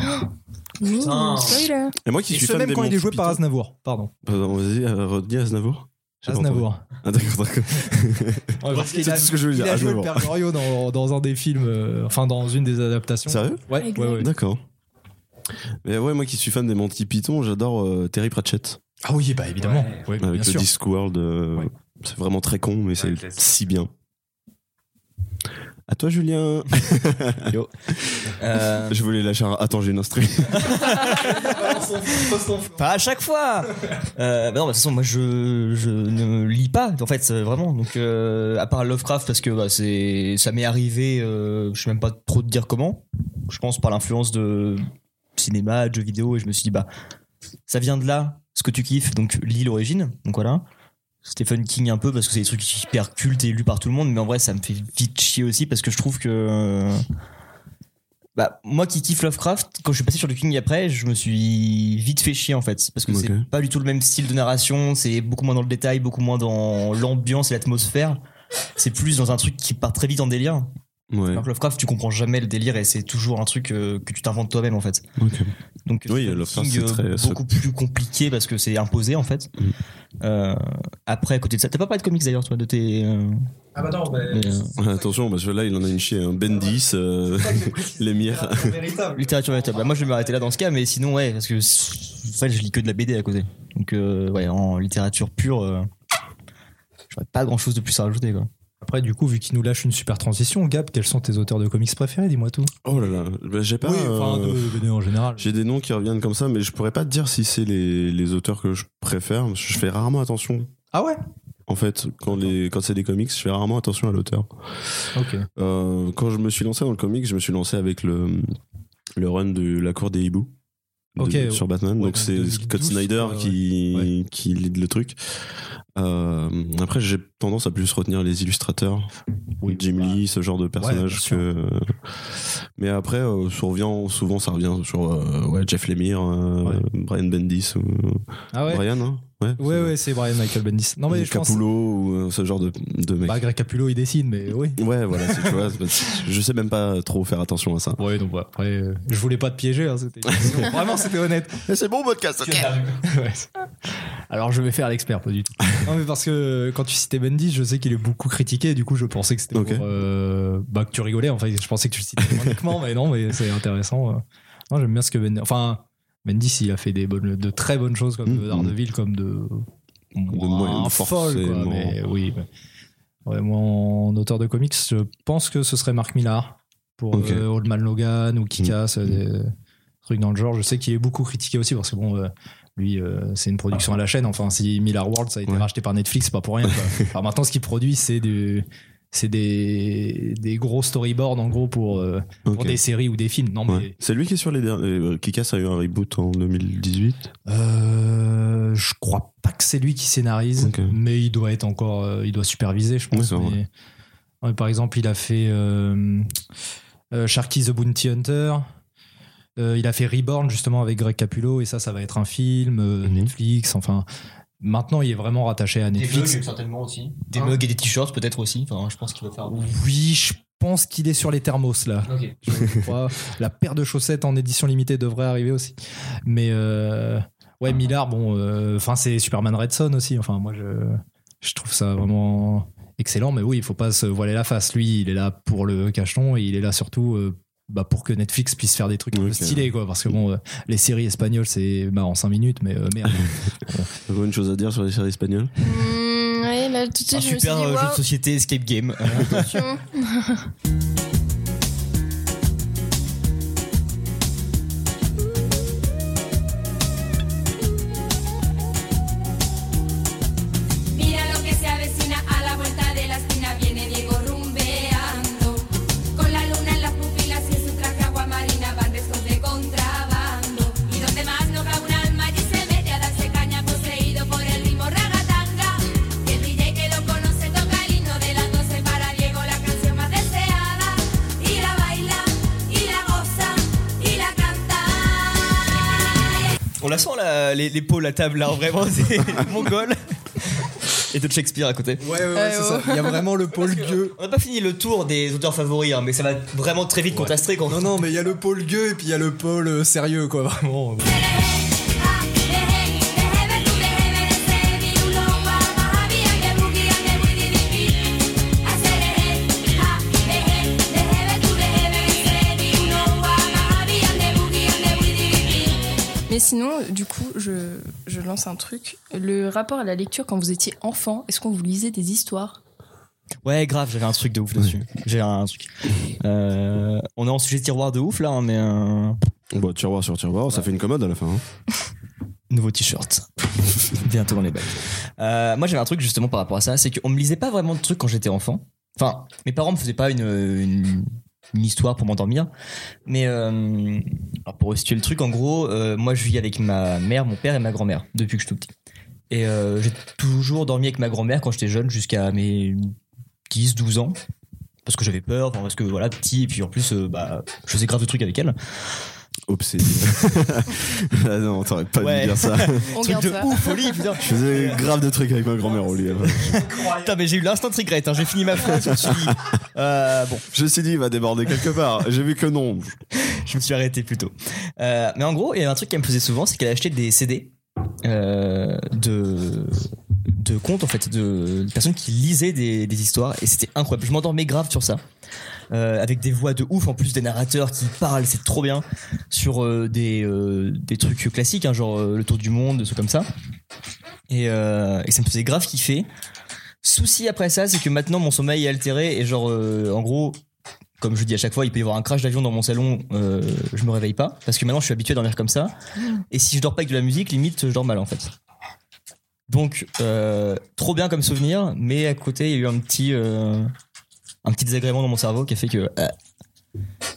Ouh, spoiler.
Et moi qui
et
suis
ce
fan
même
des
quand il est
Monty
joué par
Python-
Aznavour pardon
Pardon, vas-y, euh, redis Aznavour. J'ai pas
Aznavour
entendu. Ah, d'accord, d'accord.
Ouais, parce
C'est
qu'il a-
tout ce que je voulais
il
dire.
a joué le
Aznavour.
Père Goriot dans, dans un des films euh, enfin dans une des adaptations
Sérieux
ouais ouais, ouais.
D'accord. Mais ouais, moi qui suis fan des Monty Python, j'adore euh, Terry Pratchett.
ah oui bah évidemment ouais,
Avec
bien
le
sûr
Discworld. euh,
Ouais.
C'est vraiment très con, mais c'est
classique.
si bien. À toi, Julien.
Euh,
je voulais lâcher un. Attends, j'ai une instru.
Pas à chaque fois. Euh, bah non, bah, de toute façon, moi je, je ne lis pas en fait euh, vraiment. Donc euh, à part Lovecraft parce que bah, c'est ça m'est arrivé, euh, je sais même pas trop te dire comment. Je pense par l'influence de cinéma, de jeux vidéo et je me suis dit bah ça vient de là, ce que tu kiffes, donc lis l'origine. Donc voilà. Stephen King un peu parce que c'est des trucs hyper cultes et lus par tout le monde, mais en vrai ça me fait vite chier aussi parce que je trouve que euh, bah, moi qui kiffe Lovecraft, quand je suis passé sur du King après, je me suis vite fait chier en fait. Parce que
Ok.
c'est pas du tout le même style de narration, c'est beaucoup moins dans le détail, beaucoup moins dans l'ambiance et l'atmosphère. C'est plus dans un truc qui part très vite en délire.
Ouais.
Alors que Lovecraft, tu comprends jamais le délire et c'est toujours un truc euh, que tu t'inventes toi-même en fait.
ok.
Donc
Oui,
Stephen
Lovecraft,
King,
c'est très-
euh,
ça-
beaucoup plus compliqué parce que c'est imposé en fait.
Mm.
Euh, après, à côté de ça, t'as pas parlé de comics d'ailleurs, toi, de tes. euh,
Ah bah non, mais.
Mais, euh,
Ouais, Attention, parce que là, il en a une chier. Hein. Bendis, euh, Lemire.
littérature véritable. Bah, moi, je vais m'arrêter là dans ce cas, mais sinon, ouais, parce que en fait, je lis que de la BD à côté. Donc, euh, ouais, en littérature pure, euh, j'aurais pas grand chose de plus à rajouter, quoi.
après du coup vu qu'il nous lâche une super transition Gab quels sont tes auteurs de comics préférés dis-moi tout
Oh là là, bah, j'ai pas.
oui enfin
euh,
de BD en général
J'ai des noms qui reviennent comme ça, mais je pourrais pas te dire si c'est les, les auteurs que je préfère. parce que Je fais rarement attention.
ah ouais
en fait. Quand, les, quand c'est des comics, je fais rarement attention à l'auteur.
Ok.
Euh, quand je me suis lancé dans le comics, je me suis lancé avec le, le run de La Cour des Hiboux. de-
Ok, ouais.
sur Batman,
Ouais,
donc c'est
2012,
Scott Snyder
ouais, ouais.
qui, qui lead le truc. Euh, après, j'ai tendance à plus retenir les illustrateurs, Jim Lee, ce genre de
bien
personnages
sûr.
que. Mais après, euh, ça revient- souvent, ça revient sur euh, ouais, Jeff Lemire, euh,
Ouais.
Brian Bendis, ou...
Ah ouais.
Brian, hein
Ouais, ouais, c'est Brian Michael Bendis. Non, mais je pense.
Capullo ou euh, ce genre de, de mec.
Bah, Greg Capullo, il dessine, mais oui.
Ouais, voilà, c'est- tu vois, c'est parce que je sais même pas trop faire attention à ça.
Ouais, donc bah, après, euh, je voulais pas te piéger, hein, c'était vraiment c'était honnête.
c'est bon, podcast,
Ouais. Alors je vais faire l'expert, pas du tout. Non mais parce que quand tu citais Bendis, je sais qu'il est beaucoup critiqué, du coup je pensais que c'était
Ok.
pour, euh, bah que tu rigolais. En fait, je pensais que tu le citais ironiquement, mais non, mais c'est intéressant. euh. Non, j'aime bien ce que Bendis. Enfin, Bendis, il a fait des bonnes, de très bonnes choses comme
Mhm.
de Daredevil, comme de
moyenne,
moins folle, quoi.
forcément.
Mais oui. mais- Ouais, moi, en auteur de comics, je pense que ce serait Mark Millar pour
Ok. Mm-hmm.
euh, Old Man Logan ou Kikas, des trucs dans le genre. Je sais qu'il est beaucoup critiqué aussi parce que bon, euh, lui, euh, c'est une production à la chaîne. Enfin, si Millar World, ça a été
Ah. Ouais.
racheté par Netflix, c'est pas pour rien. quoi. Alors maintenant, ce qu'il produit, c'est du- c'est des, des gros storyboards en gros pour, euh, pour
Ok.
des séries ou des films. Non,
Ouais.
mais
C'est lui qui est sur les derniers. euh, Kikas a eu un reboot en 2018.
Euh, je crois pas que c'est lui qui scénarise,
Ok.
mais il doit être encore, euh, il doit superviser, je pense.
Oui, c'est vrai.
mais- Ouais, par exemple, il a fait euh, euh, Sharky the Bounty Hunter. Euh, il a fait Reborn justement avec Greg Capullo et ça, ça va être un film euh,
Mhm.
Netflix. Enfin, maintenant, il est vraiment rattaché à
Des
Netflix.
mugs, certainement aussi. Des
Hein
mugs et des t-shirts, peut-être aussi. Enfin, je pense qu'il va faire.
Oui, je pense qu'il est sur les thermos là.
Ok.
Je crois. La paire de chaussettes en édition limitée devrait arriver aussi. Mais euh, ouais, Millard, bon, euh, enfin c'est Superman Red Son aussi. Enfin moi je, je trouve ça vraiment excellent. Mais oui, il faut pas se voiler la face. Lui, il est là pour le cacheton et il est là surtout. euh, bah, pour que Netflix puisse faire des trucs un peu
Ok.
stylés quoi parce que bon euh, les séries espagnoles c'est bah, en 5 minutes mais euh, merde
Vous avez une chose à dire sur les séries espagnoles
Mmh, ouais, là, tout de suite,
Un
je me suis dit,
super euh, jeu de
waouh,
société, escape game. Euh,
attention.
Mira lo que se avecina a la vuelta de la esquina, viene Diego rumbeando. Con la luna en las pupilas y en su traje aguamarina van restos de contrabando. Y donde más no va un alma y se mete a darse caña poseído por el ritmo ragatanga. Y el DJ que lo conoce toca el himno de las 12 para Diego, la canción más deseada. Y la baila, y la goza, y la canta.
On la sent, la, les, les pôles à table, là, vraiment, c'est mongol. Et de Shakespeare à côté.
ouais ouais,
ouais, c'est ça.
il y a vraiment le pôle gueux
On n'a pas fini le tour des auteurs favoris, hein, mais ça va vraiment très vite contrastrer quand
non mais il y a le pôle gueux et puis il y a le pôle euh, sérieux quoi vraiment euh,
Mais sinon, euh, du coup, je, je lance un truc. Le rapport à la lecture quand vous étiez enfant, est-ce qu'on vous lisait des histoires
Ouais, grave, j'avais un truc de ouf dessus. J'ai un truc. Euh, on est en sujet tiroir de ouf là, hein, mais un
Bon, tiroir sur tiroir, ça fait une commode à la fin. hein.
nouveau t-shirt. Bientôt dans les bacs. Euh, moi, j'avais un truc justement par rapport à ça, c'est qu'on me lisait pas vraiment de trucs quand j'étais enfant. Enfin, mes parents me faisaient pas une, une, une histoire pour m'endormir. Mais euh, alors pour restituer le truc, en gros, euh, moi, je vis avec ma mère, mon père et ma grand-mère depuis que je suis tout petit. Et euh, j'ai toujours dormi avec ma grand-mère quand j'étais jeune, jusqu'à mes 10-12 ans. Parce que j'avais peur, enfin, parce que voilà, petit, et puis en plus, euh, bah, je faisais grave de trucs avec elle.
Obsédé. ah non, t'aurais pas
Ouais.
dû dire ça.
On
Truc
garde
de
ça.
ouf, folie, putain.
Je faisais grave de trucs avec ma grand-mère au lit.
Putain, mais j'ai eu l'instant regret, hein, j'ai fini ma phrase, je me suis dit, euh, bon,
Je me suis dit, il va déborder quelque part. J'ai vu que non.
je me suis arrêté plus tôt. Euh, mais en gros, il y a un truc qu'elle me faisait souvent, c'est qu'elle achetait des CD euh, de de comptes en fait de, de personnes qui lisaient des, des histoires et c'était incroyable je m'endormais grave sur ça Euh, avec des voix de ouf en plus des narrateurs qui parlent c'est trop bien sur euh, des euh, des trucs classiques hein, genre euh, le tour du monde des trucs comme ça et, euh, et ça me faisait grave kiffer souci après ça c'est que maintenant mon sommeil est altéré et genre euh, en gros comme je dis à chaque fois, il peut y avoir un crash d'avion dans mon salon, euh, je me réveille pas parce que maintenant je suis habitué à dormir comme ça. Et si je dors pas avec de la musique, limite je dors mal en fait. Donc, euh, trop bien comme souvenir, mais à côté, il y a eu un petit, euh, un petit désagrément dans mon cerveau qui a fait que. euh,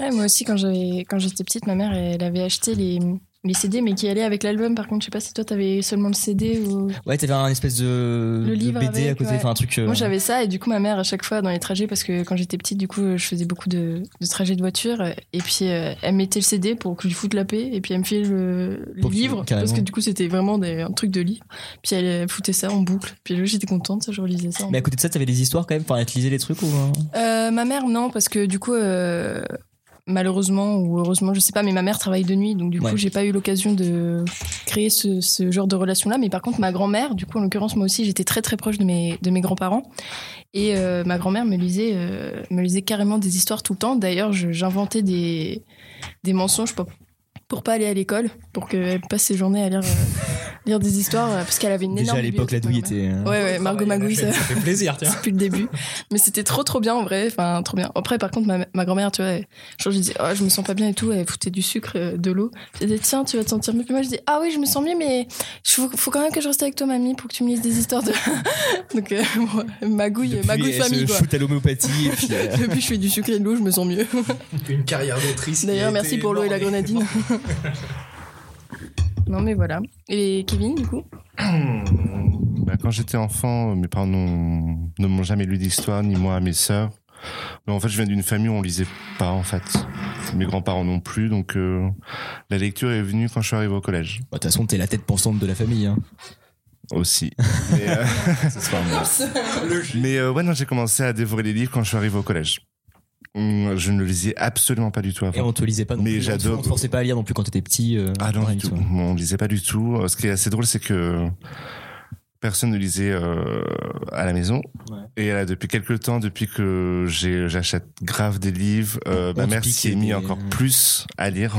Ouais, moi aussi, quand j'avais, quand j'étais petite, ma mère, elle avait acheté les, les CD, mais qui allaient avec l'album. Par contre, je sais pas si toi, t'avais seulement le CD ou.
ouais, t'avais un espèce de,
Le
de
livre
BD à
avec,
côté,
ouais.
enfin un truc. euh,
Moi, j'avais ça, et du coup, ma mère, à chaque fois, dans les trajets, parce que quand j'étais petite, du coup, je faisais beaucoup de, de trajets de voiture, et puis euh, elle mettait le CD pour que je lui foute la paix, et puis elle me filait le, le
Pour que-
livre,
carrément.
parce que du coup, c'était vraiment des, un truc de livre. Puis elle foutait ça en boucle. Puis là, j'étais contente, ça, je relisais ça en
Mais à côté de ça, t'avais des histoires quand même, enfin, elle te lisait les trucs ou. hein
Euh, ma mère, non, parce que du coup, euh, malheureusement ou heureusement, je sais pas, mais ma mère travaille de nuit, donc du
Ouais.
coup, j'ai pas eu l'occasion de créer ce, ce genre de relation-là. Mais par contre, ma grand-mère, du coup, en l'occurrence, moi aussi, j'étais très très proche de mes, de mes grands-parents. Et euh, ma grand-mère me lisait, euh, me lisait carrément des histoires tout le temps. D'ailleurs, je- j'inventais des, des mensonges pour, pour pas aller à l'école, pour qu'elle passe ses journées à lire, euh, lire des histoires, euh, parce qu'elle avait une
Déjà
énorme
à l'époque, la douille était. euh,
Ouais, ouais, Margot Magouille, ça.
Ça fait plaisir, tiens.
depuis le début. Mais c'était trop, trop bien en vrai. Enfin, trop bien. Après, par contre, ma, ma grand-mère, tu vois, elle- genre, je disais, oh, je me sens pas bien et tout. Elle foutait du sucre, euh, de l'eau. Elle disait, tiens, tu vas te sentir mieux. Puis moi, je dis, ah oui, je me sens mieux, mais je- faut, faut quand même que je reste avec toi, mamie, pour que tu me lises des histoires de. Donc, euh, bon, magouille,
Depuis,
magouille
elle se
famille, quoi.
fout à l'homéopathie et puis. euh,
Depuis, je fais du sucre et de l'eau, je me sens mieux.
Une carrière d'autrice. qui a
D'ailleurs, merci
été
pour l'eau et la
énorme.
grenadine. non, mais voilà. Et Kevin, du coup
Bah, quand j'étais enfant, mes parents n'ont- ne m'ont jamais lu d'histoire, ni moi, mes sœurs. Mais en fait, je viens d'une famille où on lisait pas, en fait. Mes grands-parents non plus, donc euh, la lecture est venue quand je suis arrivé au collège
bah, De toute façon, t'es la tête pensante de la famille. hein.
aussi. Mais, euh, mais, euh, ouais, non, j'ai commencé à dévorer les livres quand je suis arrivé au collège. Hum, Je ne le lisais absolument pas du tout
Et
avant.
on te lisait pas non
Mais
plus. on te-
j'adore.
On te forçait pas à lire non plus quand t'étais petit. euh,
Ah non,
rien
du
du
tout.
tout.
On lisait pas du tout. Euh, Ce qui est assez drôle, c'est que personne ne lisait euh, à la maison.
Ouais.
Et là, depuis quelques temps, depuis que j'ai- j'achète grave des livres, euh,
On
ma
te
mère
pique
s'y est
des-
mis encore plus à lire.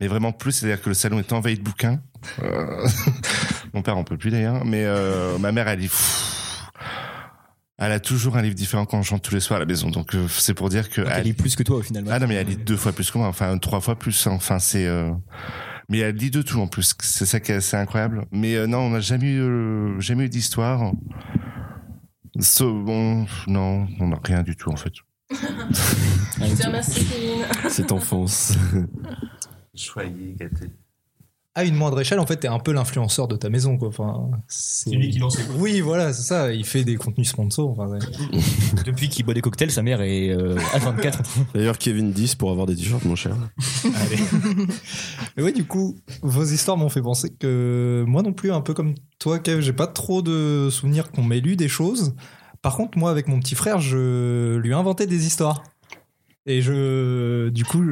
Mais vraiment plus, c'est-à-dire que le salon est envahi de bouquins. Euh, Mon père en peut plus d'ailleurs. Mais euh, ma mère, elle lit. pff, Elle a toujours un livre différent quand on chante tous les soirs à la maison. Donc euh, c'est pour dire que
Donc, Elle lit plus que toi au final.
ah non, mais elle lit deux fois plus que moi, enfin trois fois plus, hein. enfin c'est... euh, Mais elle lit de tout en plus, c'est ça qui est assez incroyable. Mais euh, non, on n'a jamais eu, euh, jamais eu d'histoire. So- bon, non, on n'a rien du tout en fait.
Rien du tout.
merci, Kevin.
Cette enfance.
Choyé, gâté.
à une moindre échelle, en fait, t'es un peu l'influenceur de ta maison, quoi. Enfin, c'est
lui qui lance les
Oui, voilà, c'est ça. Il fait des contenus sponsors. Enfin, ouais.
Depuis qu'il boit des cocktails, sa mère est euh, à 24.
D'ailleurs, Kevin 10 pour avoir des t-shirts, mon cher.
Mais ouais, du coup, vos histoires m'ont fait penser que moi non plus, un peu comme toi, Kev, j'ai pas trop de souvenirs qu'on m'ait lu des choses. Par contre, moi, avec mon petit frère, je lui inventais des histoires. Et je, du coup,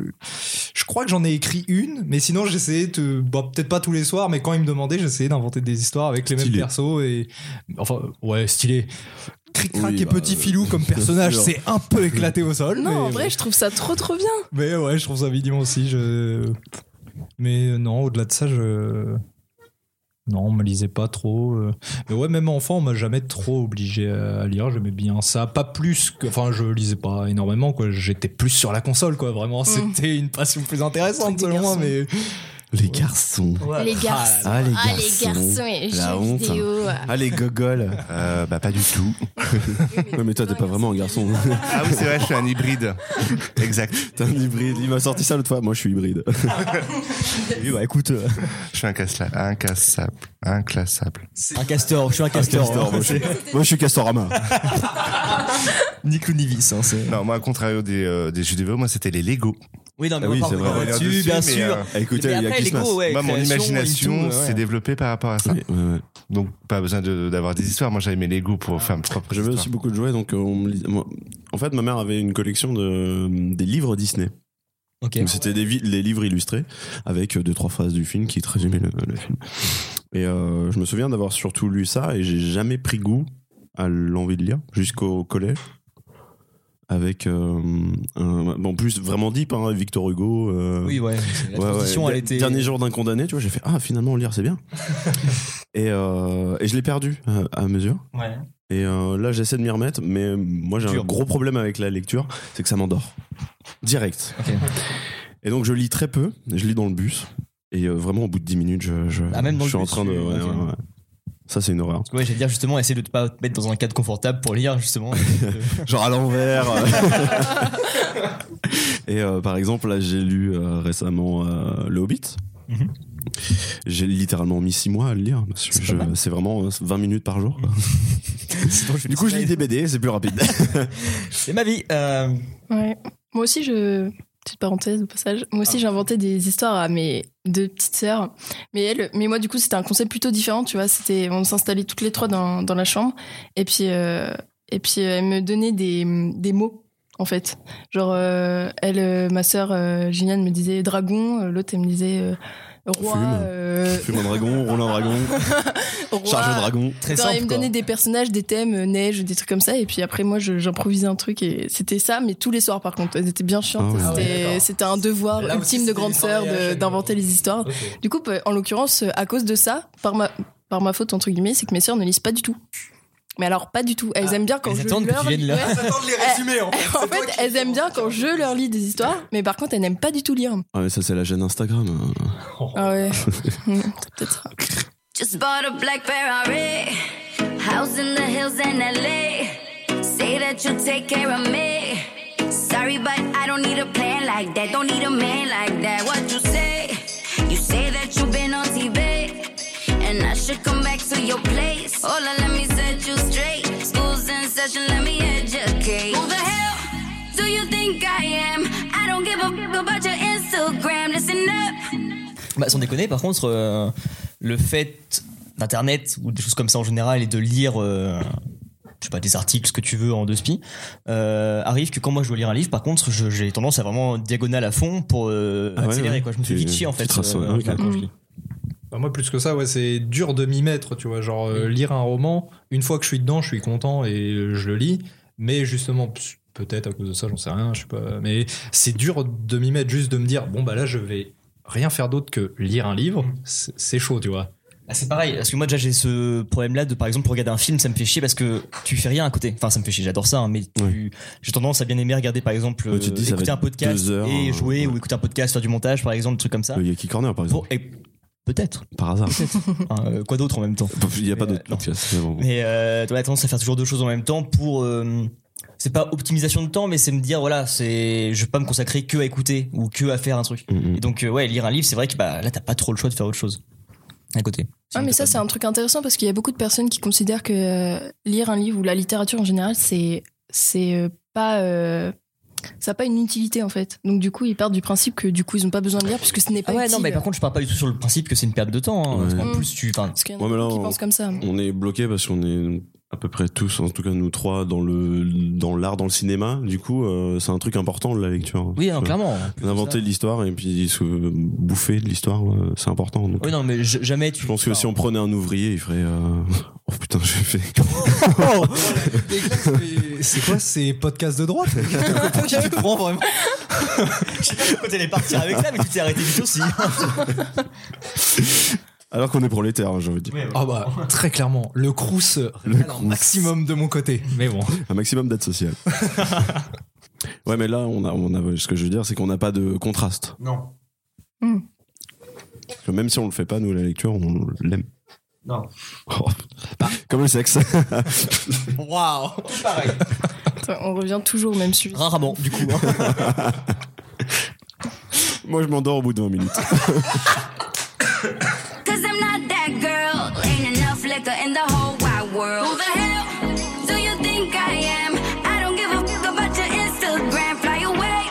je crois que j'en ai écrit une, mais sinon j'essayais de, bah, peut-être pas tous les soirs, mais quand il me demandait, j'essayais d'inventer des histoires avec les mêmes
Stylé.
persos et, enfin, ouais, stylé. Cric-crac
Oui,
et
bah,
petit
euh,
filou comme personnage,
sûr.
c'est un peu éclaté au sol.
Non,
mais
en
ouais.
vrai, je trouve ça trop, trop bien.
Mais ouais, je trouve ça mignon aussi. Je... Mais euh, non, au-delà de ça, je. Non, on me lisait pas trop. euh. Mais ouais, même enfant, on m'a jamais trop obligé à lire. J'aimais bien ça. Pas plus que. Enfin, je lisais pas énormément, quoi. J'étais plus sur la console, quoi. Vraiment, c'était une passion plus intéressante,
Truc Mm. des
selon moi,
garçons.
mais.
Les garçons.
Les garçons.
Ah, les garçons.
Ah les garçons et
La
jeux
honte.
vidéo.
Ah, les gogoles.
Euh, bah pas du tout.
Ouais, mais toi, t'es pas vraiment un garçon. hein.
Ah oui, c'est vrai, je suis un hybride. Exact.
T'es un hybride. Il m'a sorti ça l'autre fois. Moi, je suis hybride.
Ah. Oui, bah écoute, euh,
Je suis incasla- incassable. Inclassable.
un castor, je
Ah,
suis un castor. hein.
hein.
Castor, bah, moi, je suis- moi, je suis Castorama.
Ni clou ni vis, hein, c'est-
Non, moi, à contrario des, euh, des jeux vidéo, moi, c'était les Lego.
Oui, non, mais
Ah
on
oui,
parle
c'est
de
vrai.
là-dessus,
On revient dessus,
bien
mais,
sûr.
euh,
Ah, Écoutez,
Mais
il y a
après,
Christmas.
Lego, ouais,
moi, mon
création,
imagination
et tout, ouais.
s'est développée par rapport à ça.
Ouais, ouais, ouais.
Donc pas besoin de- d'avoir des histoires. Moi j'avais mes Lego pour faire mes propres
J'avais aussi
histoires.
beaucoup de jouets, donc euh, on me lis- moi- en fait, ma mère avait une collection de des livres Disney.
Ok.
Donc c'était des, vi- des livres illustrés avec euh, deux trois phrases du film qui te résumaient le, le film. Et euh, je me souviens d'avoir surtout lu ça et j'ai jamais pris goût à l'envie de lire jusqu'au collège. Avec euh, un- bon, en plus vraiment deep, hein, Victor Hugo. euh,
Oui, ouais. c'est- La
Ouais, ouais.
transition, elle
Der-
était.
Dernier jour d'un condamné, tu vois, j'ai fait ah finalement lire c'est bien. et, euh, et je l'ai perdu euh, à mesure.
Ouais.
Et euh, là, j'essaie de m'y remettre, mais moi, j'ai un
Dur.
gros problème avec la lecture, c'est que ça m'endort. Direct.
Ok.
Et donc, je lis très peu, je lis dans le bus, et euh, vraiment, au bout de 10 minutes, je, je,
Ah, même dans
je
le
suis en
bus,
train de.
tu-
ouais,
ok.
ouais, ouais. Ça, c'est une horreur.
Ouais, j'allais dire justement, essayer de ne pas te mettre dans un cadre confortable pour lire, justement.
Genre à l'envers. Et euh, par exemple, là, j'ai lu euh, récemment euh, Le Hobbit.
Mhm.
J'ai littéralement mis 6 mois à le lire. parce que je-
pas mal.
C'est vraiment euh, 20 minutes par jour. quoi.
Sinon, je vais
Du coup, je
me
lis des BD, c'est plus rapide.
C'est ma vie. euh,
Ouais. Moi aussi, je. Petite parenthèse au passage. Moi
Ah.
aussi, j'ai inventé des histoires à mes deux petites sœurs. Mais elles, mais moi, du coup, c'était un concept plutôt différent, tu vois. C'était, on s'installait toutes les trois dans, dans la chambre. Et puis, euh, et puis, euh, elle me donnait des, des mots, en fait. Genre, euh, elle, euh, ma sœur euh, Gilliane me disait dragon. euh, L'autre, elle me disait euh, roi.
Fume.
euh,
Fume un dragon, roule un dragon,
roi.
charge un dragon.
Très
Genre,
simple.
elle me
quoi.
donnait des personnages, des thèmes, euh, neige, des trucs comme ça. Et puis après, moi, je- j'improvisais un truc et c'était ça, mais tous les soirs, par contre. Elles étaient bien chiantes.
Ah ouais.
C'était-
Ah ouais,
d'accord.
C'était un devoir
Là aussi,
ultime de
c'était
grande
des
sœur
soirées à
de-
chaque
d'inventer
jour.
les histoires.
Ok.
Du coup, euh, en l'occurrence, euh, à cause de ça, par ma, par ma faute, entre guillemets, c'est que mes sœurs ne lisent pas du tout. Mais alors, pas du tout. Elles aiment bien quand
elles
je
attendent que
leur
tu viennes là.
Ouais.
J'attends de les hein. résumer en fait.
En
C'est toi
fait,
qui-
elles aiment bien quand je leur lis des histoires, mais par contre, elles n'aiment pas du tout lire.
Ah, mais ça, c'est la chaîne Instagram. hein.
Ah ouais. C'est peut-être ça.
Just bought a black Ferrari, house in the hills in LA. Say that you'll take care of me. Sorry, but I don't need a plan like that. Don't need a man like that. What you say? You say that you've been on TV, and I should come back to your place. Hola, let me set you straight. School's in session, let me educate. Who the hell? Do you think I am? I don't give a f- about your Instagram. Listen up.
Bah, sans déconner, par contre, euh, le fait d'internet ou des choses comme ça en général et de lire, euh, je sais pas, des articles, ce que tu veux en deux spi, euh, arrive que quand moi je dois lire un livre, par contre, je- j'ai tendance à vraiment diagonale à fond pour euh,
Ah ouais,
accélérer.
ouais.
quoi. Je me fais
Tu-
vite chier en
tu Ah
fait.
traces,
euh,
ouais,
en
ok.
général, quand je lis.
Bah, moi, plus que ça, ouais, c'est dur de m'y mettre, tu vois. Genre,
Mm.
euh, lire un roman, une fois que je suis dedans, je suis content et euh, je le lis. Mais justement, pss, peut-être à cause de ça, j'en sais rien, je sais pas. Mais c'est dur de m'y mettre, juste de me dire, bon, bah là, je vais rien faire d'autre que lire un livre. C'est c'est chaud, tu vois.
Ah, Mm. c'est pareil, parce que moi déjà j'ai ce problème-là de par exemple pour regarder un film, ça me fait chier parce que tu fais rien à côté. Enfin, ça me fait chier, j'adore ça, hein, mais tu- j'ai tendance à bien aimer regarder par exemple
Ouais, tu te dis,
euh,
ça va
écouter un
être
podcast
deux heures,
et
euh,
jouer
ouais.
ou écouter un podcast, faire du montage par exemple, des trucs comme ça.
Le Yaki Corner, par
Pour-
exemple.
et- Peut-être.
Par hasard.
Hein, euh, quoi d'autre en même temps
Il n'y a pas d'autre
Euh, non.
podcast. mais bon.
Mais euh, t'as tendance à faire toujours deux choses en même temps pour. euh, c'est pas optimisation de temps, mais c'est me dire voilà, c'est je vais pas me consacrer que à écouter ou que à faire un truc.
Mm, mm.
Et donc euh, ouais, lire un livre, c'est vrai que bah là t'as pas trop le choix de faire autre chose à côté.
Ah, mais ça, c'est un truc intéressant parce qu'il y a beaucoup de personnes qui considèrent que euh, lire un livre ou la littérature en général, c'est c'est euh, pas. euh, ça n'a pas une utilité en fait. Donc, du coup, ils partent du principe que du coup, ils n'ont pas besoin de lire puisque ce n'est pas
Ah ouais,
utile.
non, mais par contre, je parle pas du tout sur le principe que c'est une perte de temps. hein,
Ouais.
parce qu'en
Mm.
plus, tu. enfin,
Parce qu'il y en a
Ouais, mais là,
beaucoup qui
on-
pensent comme ça.
On est bloqué parce qu'on est à peu près tous, en tout cas nous trois, dans le dans l'art, dans le cinéma. Du coup, euh, c'est un truc important la lecture.
Oui,
Parce
non,
que
clairement.
Inventer de l'histoire et puis se bouffer de l'histoire, ouais, c'est important. donc.
Oui, non, mais j- jamais tu.
Je pense que si on prenait un ouvrier, il ferait. euh, Oh putain, j'ai fait.
c'est quoi ces podcasts de droite Tu prends vraiment
Je sais pas pourquoi t'allais partir Ah, avec ça, mais tu t'es arrêté du tout aussi.
Alors qu'on est prolétaire, hein, j'ai envie de dire.
Ah bah, très clairement, le crous
Le
un
crous.
maximum de mon côté. Mais bon.
Un maximum d'aide sociale. ouais, mais là, on a, on a, ce que je veux dire, c'est qu'on n'a pas de contraste.
Non.
Parce que même si on le fait pas, nous, la lecture, on l'aime.
Non.
Oh. Comme le sexe.
Waouh Pareil.
Attends, On revient toujours au même sujet.
Rarement, du coup. hein.
Moi, je m'endors au bout de 20 minutes.
Cause I'm not that girl. Ain't enough liquor in the whole wide world. Who the hell do you think I am? I don't give a fuck about your Instagram. Fly away,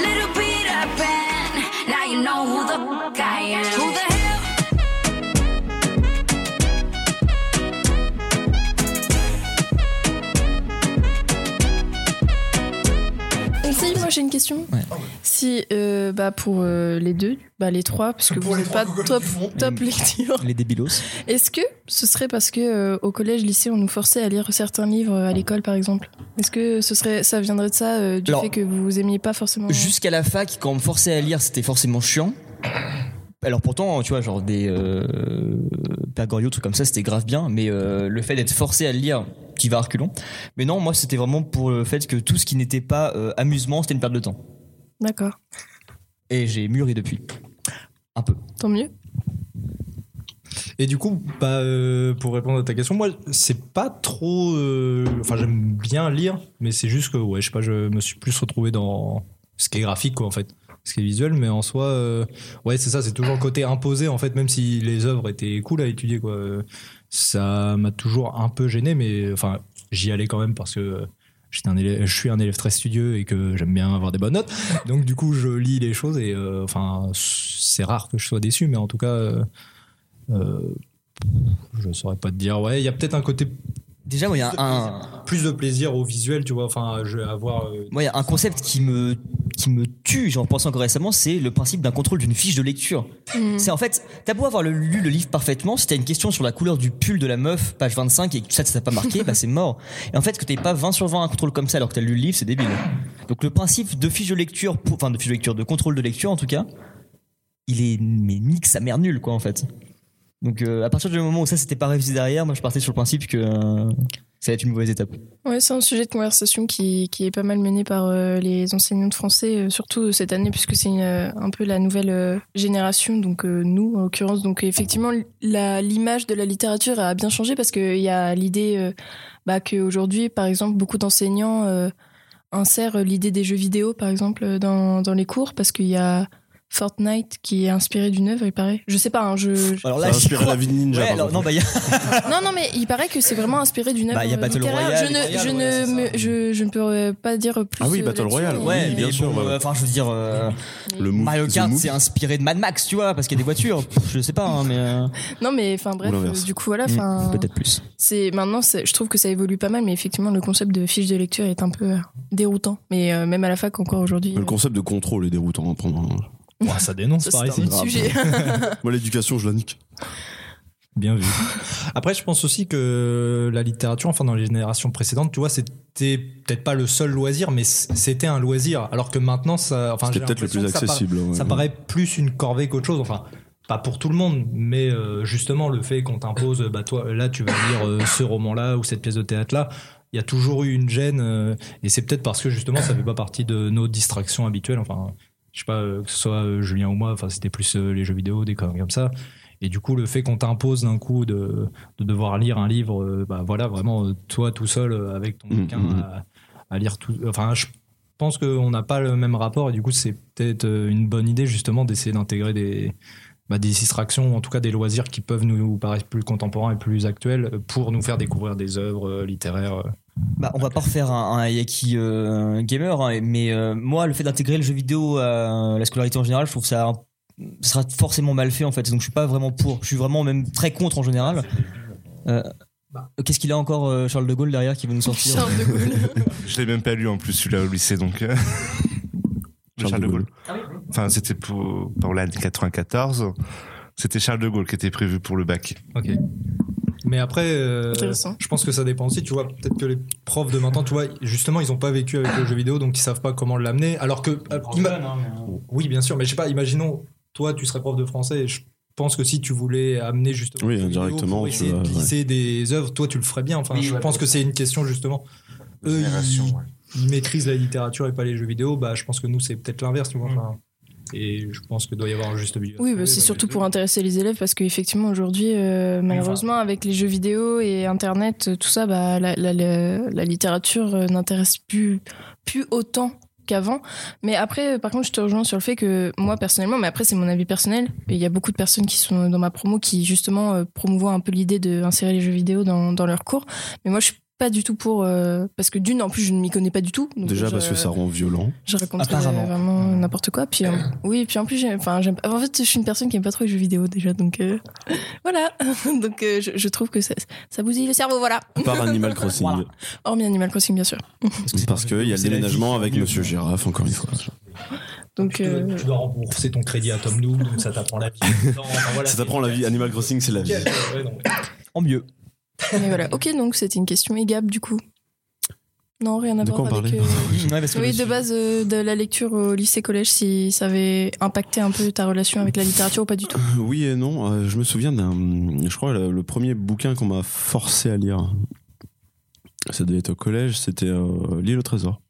little Peter Pan. Now you know who the fuck I am. Who the hell?
Donc, Si, moi j'ai une question.
Ouais.
Si, euh, bah, pour euh, les deux, bah, les trois, parce que vous n'êtes pas top, top lecture.
Les débilos.
Est-ce que ce serait parce que euh, au collège, lycée, on nous forçait à lire certains livres euh, à l'école, par exemple Est-ce que ce serait, ça viendrait de ça, euh, du
Alors,
fait que vous aimiez pas forcément
Jusqu'à la fac, quand on me forçait à lire, c'était forcément chiant. Alors pourtant, tu vois, genre des euh, Père Goriot, trucs comme ça, c'était grave bien, mais euh, le fait d'être forcé à lire, qui va à reculons. Mais non, moi, c'était vraiment pour le fait que tout ce qui n'était pas euh, amusement, c'était une perte de temps.
D'accord.
Et j'ai mûri depuis. Un peu.
Tant mieux.
Et du coup, bah, euh, pour répondre à ta question, moi, c'est pas trop. euh, Enfin, j'aime bien lire, mais c'est juste que, ouais, je sais pas, je me suis plus retrouvé dans ce qui est graphique, quoi, en fait. Ce qui est visuel, mais en soi, euh, ouais, c'est ça, c'est toujours le côté imposé, en fait, même si les œuvres étaient cool à étudier, quoi. euh, Ça m'a toujours un peu gêné, mais enfin, j'y allais quand même parce que. euh, J'étais un élève, je suis un élève très studieux et que j'aime bien avoir des bonnes notes. Donc du coup, je lis les choses et euh, enfin, c'est rare que je sois déçu, mais en tout cas, euh, euh, je saurais pas te dire. Ouais, il y a peut-être un côté
Déjà, moi, il y a un,
plus de plaisir au visuel, tu vois. Enfin, je vais avoir. euh,
Moi, il y a un concept qui me, qui me tue, j'en pensais encore récemment, c'est le principe d'un contrôle d'une fiche de lecture.
Mm.
C'est en fait, t'as beau avoir le- lu le livre parfaitement, si t'as une question sur la couleur du pull de la meuf, page 25, et que ça, ça t'a pas marqué, bah c'est mort. Et en fait, que t'aies pas 20 sur 20 un contrôle comme ça alors que t'as lu le livre, c'est débile. Donc le principe de fiche de lecture, pour- enfin de fiche de lecture, de contrôle de lecture en tout cas, il est, mais nique sa mère nulle, quoi, en fait. Donc euh, à partir du moment où ça, c'était pas révisé derrière, moi je partais sur le principe que euh, ça va être une mauvaise étape.
Ouais, c'est un sujet de conversation qui, qui est pas mal mené par euh, les enseignants de français, euh, surtout cette année, puisque c'est une, euh, un peu la nouvelle euh, génération, donc euh, nous en l'occurrence. Donc effectivement, la- l'image de la littérature a bien changé parce qu'il y a l'idée euh, bah, qu'aujourd'hui, par exemple, beaucoup d'enseignants euh, insèrent l'idée des jeux vidéo, par exemple, euh, dans, dans les cours, parce qu'il y a Fortnite qui est inspiré d'une œuvre, il paraît. Je sais pas, hein, je... je-
Alors
Ça a
j'y
inspiré
crois-
la vie de Ninja.
Ouais,
par
alors,
contre.
non, bah, il y a-
Non, non, mais il paraît que c'est vraiment inspiré d'une œuvre
Bah, il y a Battle
littéraire.
Royale,
je ne,
Royale,
je,
ouais,
ne
c'est ça.
me- je, je ne peux euh, pas dire plus.
Ah oui,
euh,
Battle
là-dessus,
Royale,
mais-
Ouais,
Oui, bien
mais
sûr, bah
bon,
ouais.
euh, Enfin, je veux dire, euh,
Le move-
Mario
the
Kart,
move.
c'est inspiré de Mad Max, tu vois, parce qu'il y a des voitures. Pff, Je sais pas, hein, mais euh,
Non, mais enfin bref,
Ou l'inverse.
euh, du coup voilà, enfin,
Mm, peut-être plus.
c'est maintenant, c'est- je trouve que ça évolue pas mal, mais effectivement le concept de fiche de lecture est un peu euh, déroutant. Mais euh, même à la fac encore aujourd'hui. euh,
Le concept de contrôle est déroutant à prendre. hein.
ouah, ça dénonce
ça,
par ici.
c'est un autre sujet.
Moi, l'éducation, je la nique.
Bien vu. Après, je pense aussi que la littérature, enfin dans les générations précédentes, tu vois, c'était peut-être pas le seul loisir, mais c- c'était un loisir. Alors que maintenant, ça, enfin,
C'était
j'ai
peut-être le plus
l'impression que ça paraît-
accessible. ouais.
Ça paraît plus une corvée qu'autre chose. Enfin, pas pour tout le monde, mais euh, justement, le fait qu'on t'impose, bah, toi, là, tu vas lire euh, ce roman-là ou cette pièce de théâtre-là, il y a toujours eu une gêne. euh, et c'est peut-être parce que justement, ça fait pas partie de nos distractions habituelles. Enfin, je sais pas, euh, que ce soit euh, Julien ou moi, enfin, c'était plus euh, les jeux vidéo, des conneries comme ça. Et du coup, le fait qu'on t'impose d'un coup de, de devoir lire un livre, euh, bah voilà, vraiment, euh, toi tout seul, euh, avec ton
Mm,
bouquin,
mm,
à, à lire tout. Enfin, je pense qu'on n'a pas le même rapport, et du coup, c'est peut-être euh, une bonne idée, justement, d'essayer d'intégrer des, bah, des distractions, ou en tout cas des loisirs qui peuvent nous paraître plus contemporains et plus actuels, euh, pour nous faire découvrir des œuvres euh, littéraires. euh.
Bah, on va pas refaire un, un Yaki euh, gamer, hein, mais euh, moi, le fait d'intégrer le jeu vidéo à la scolarité en général, je trouve ça un- ça sera forcément mal fait en fait. Donc, je suis pas vraiment pour. Je suis vraiment même très contre en général. Euh, Qu'est-ce qu'il a encore euh, Charles de Gaulle derrière qui veut nous sortir
Charles de Gaulle.
Je l'ai même pas lu en plus celui-là au lycée donc. euh, de Charles de Gaulle. Enfin, c'était pour, pour l'année 94. C'était Charles de Gaulle qui était prévu pour le bac.
Mais après, euh,
Intéressant.
je pense que ça dépend aussi. Tu vois, peut-être que les profs de maintenant, tu vois, justement, ils n'ont pas vécu avec le jeu vidéo, donc ils savent pas comment l'amener. Alors que, euh, ima- oui, bien sûr, mais je sais pas. Imaginons, toi, tu serais prof de français. et je pense que si tu voulais amener justement,
Oui,
le jeu vidéo
indirectement,
pour
tu
essayer
vois,
de
ouais.
glisser des œuvres, toi, tu le ferais bien. Enfin,
Oui,
je
ouais,
pense
ouais.
que c'est une question justement.
De
Eux,
génération,
ils,
ouais.
ils maîtrisent la littérature et pas les jeux vidéo. Bah, je pense que nous, c'est peut-être l'inverse, tu vois. Enfin, et je pense que doit y avoir un juste milieu. à
Oui,
trouver,
bah, c'est
bah,
surtout
les
pour
deux.
intéresser les élèves parce qu'effectivement aujourd'hui, euh, malheureusement, avec les jeux vidéo et Internet, euh, tout ça, bah, la, la- la- la littérature euh, n'intéresse plus, plus autant qu'avant. Mais après, euh, par contre, je te rejoins sur le fait que moi personnellement, mais après c'est mon avis personnel, et il y a beaucoup de personnes qui sont dans ma promo qui justement euh, promouvoient un peu l'idée d'insérer les jeux vidéo dans, dans leurs cours. Mais moi, je suis pas du tout pour euh, parce que d'une en plus je ne m'y connais pas du tout donc
Déjà
je-
parce que ça rend violent.
je raconte
Apparemment.
vraiment n'importe quoi. Puis, euh, oui, et puis en plus, j'ai- enfin, j'aime- en fait, je suis une personne qui aime pas trop les jeux vidéo déjà, donc euh, voilà. donc euh, je, je trouve que ça, ça bousille le cerveau, voilà.
Par Animal Crossing.
Voilà.
Hormis Animal Crossing, bien sûr.
Parce qu'il y a le
C'est la vie,
déménagement avec
mieux.
Monsieur Girafe, encore une fois.
Donc,
Tu
euh,
dois- tu dois rembourser ton crédit à Tom Nook, donc ça t'apprend la vie. Non, euh, enfin, voilà,
Ça
c'est-
t'apprend la vie. Animal Crossing, c'est la vie.
Ouais, non.
En mieux.
mais voilà. Ok, donc c'était une question égable du coup. Non, rien à
De quoi
voir
on
avec.
parlait
euh,
Ouais, parce que le
Oui, de
sujet-
base, euh, de la lecture au lycée-collège, si ça avait impacté un peu ta relation avec la littérature ou pas du tout.
Oui et non. euh, je me souviens d'un. Je crois le, le premier bouquin qu'on m'a forcé à lire. Ça devait être au collège. C'était euh, L'île au trésor.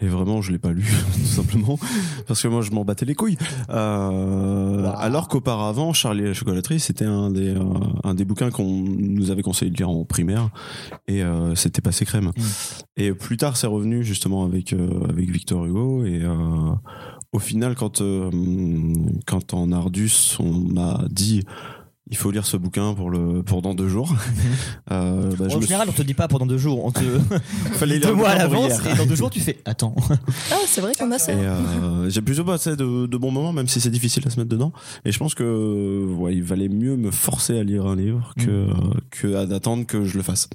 Et vraiment, je l'ai pas lu, tout simplement, parce que moi, je m'en battais les couilles. Euh, Alors qu'auparavant, Charlie et la chocolaterie, c'était un des euh, un des bouquins qu'on nous avait conseillé de lire en primaire, et euh, c'était passé crème. Et plus tard, c'est revenu justement avec euh, avec Victor Hugo, et euh, au final, quand euh, quand en Ardus, on m'a dit. Il faut lire ce bouquin pour le pour dans deux jours. Euh, bah, je
en
me suis-
général, on te dit pas pendant deux jours. On te.
Fallait
deux
lire
mois à
le plan pour
l'avance
hier.
et dans deux jours, tu fais. Attends.
Ah, c'est vrai qu'on a ça.
Et euh, j'ai plutôt passé de, de bons moments, même si c'est difficile à se mettre dedans. Et je pense que ouais, il valait mieux me forcer à lire un livre que, que à- d'attendre que je le fasse.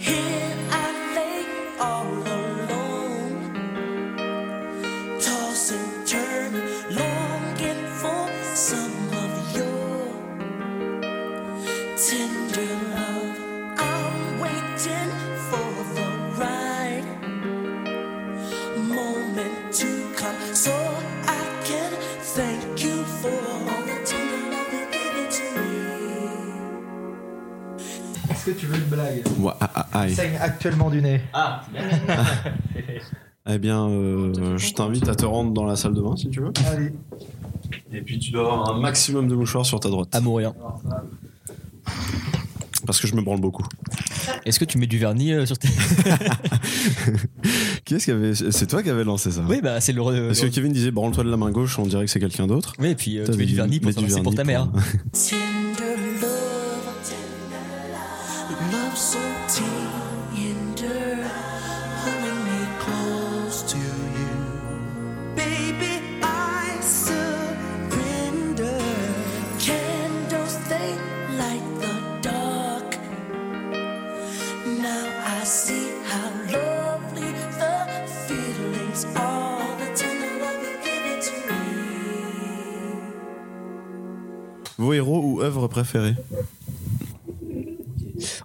Here I lay all alone, toss and turn, longing for some of your tender love. I'm waiting for the right moment to come, so I can thank you for all the tender love you've given to me.
Est-ce que tu veux une blague
Ouais, ah, ah,
Il
aïe.
saigne actuellement du nez.
Ah.
Eh bien, euh, je t'invite à te rendre dans la salle de bain si tu veux.
Allez.
Et puis tu dois avoir un maximum de mouchoirs sur ta droite.
À mourir.
Parce que je me branle beaucoup.
Est-ce que tu mets du vernis euh, sur tes.
Qui est-ce qui avait C'est toi qui avais lancé ça. hein
Oui, bah c'est le. re-
Parce que Kevin disait branle-toi de la main gauche, on dirait que c'est quelqu'un d'autre.
Oui, et puis euh, tu
T'avais
mets du
dit,
vernis pour,
mets du
t'avancer pour ta
vernis
mère.
pour-
Tender love, love so tender, pulling me close to you. Baby, I surrender. Candles, they light the dark. Now I see how lovely the feelings are. All the tender love you give it to me.
Vos héros ou œuvres préférées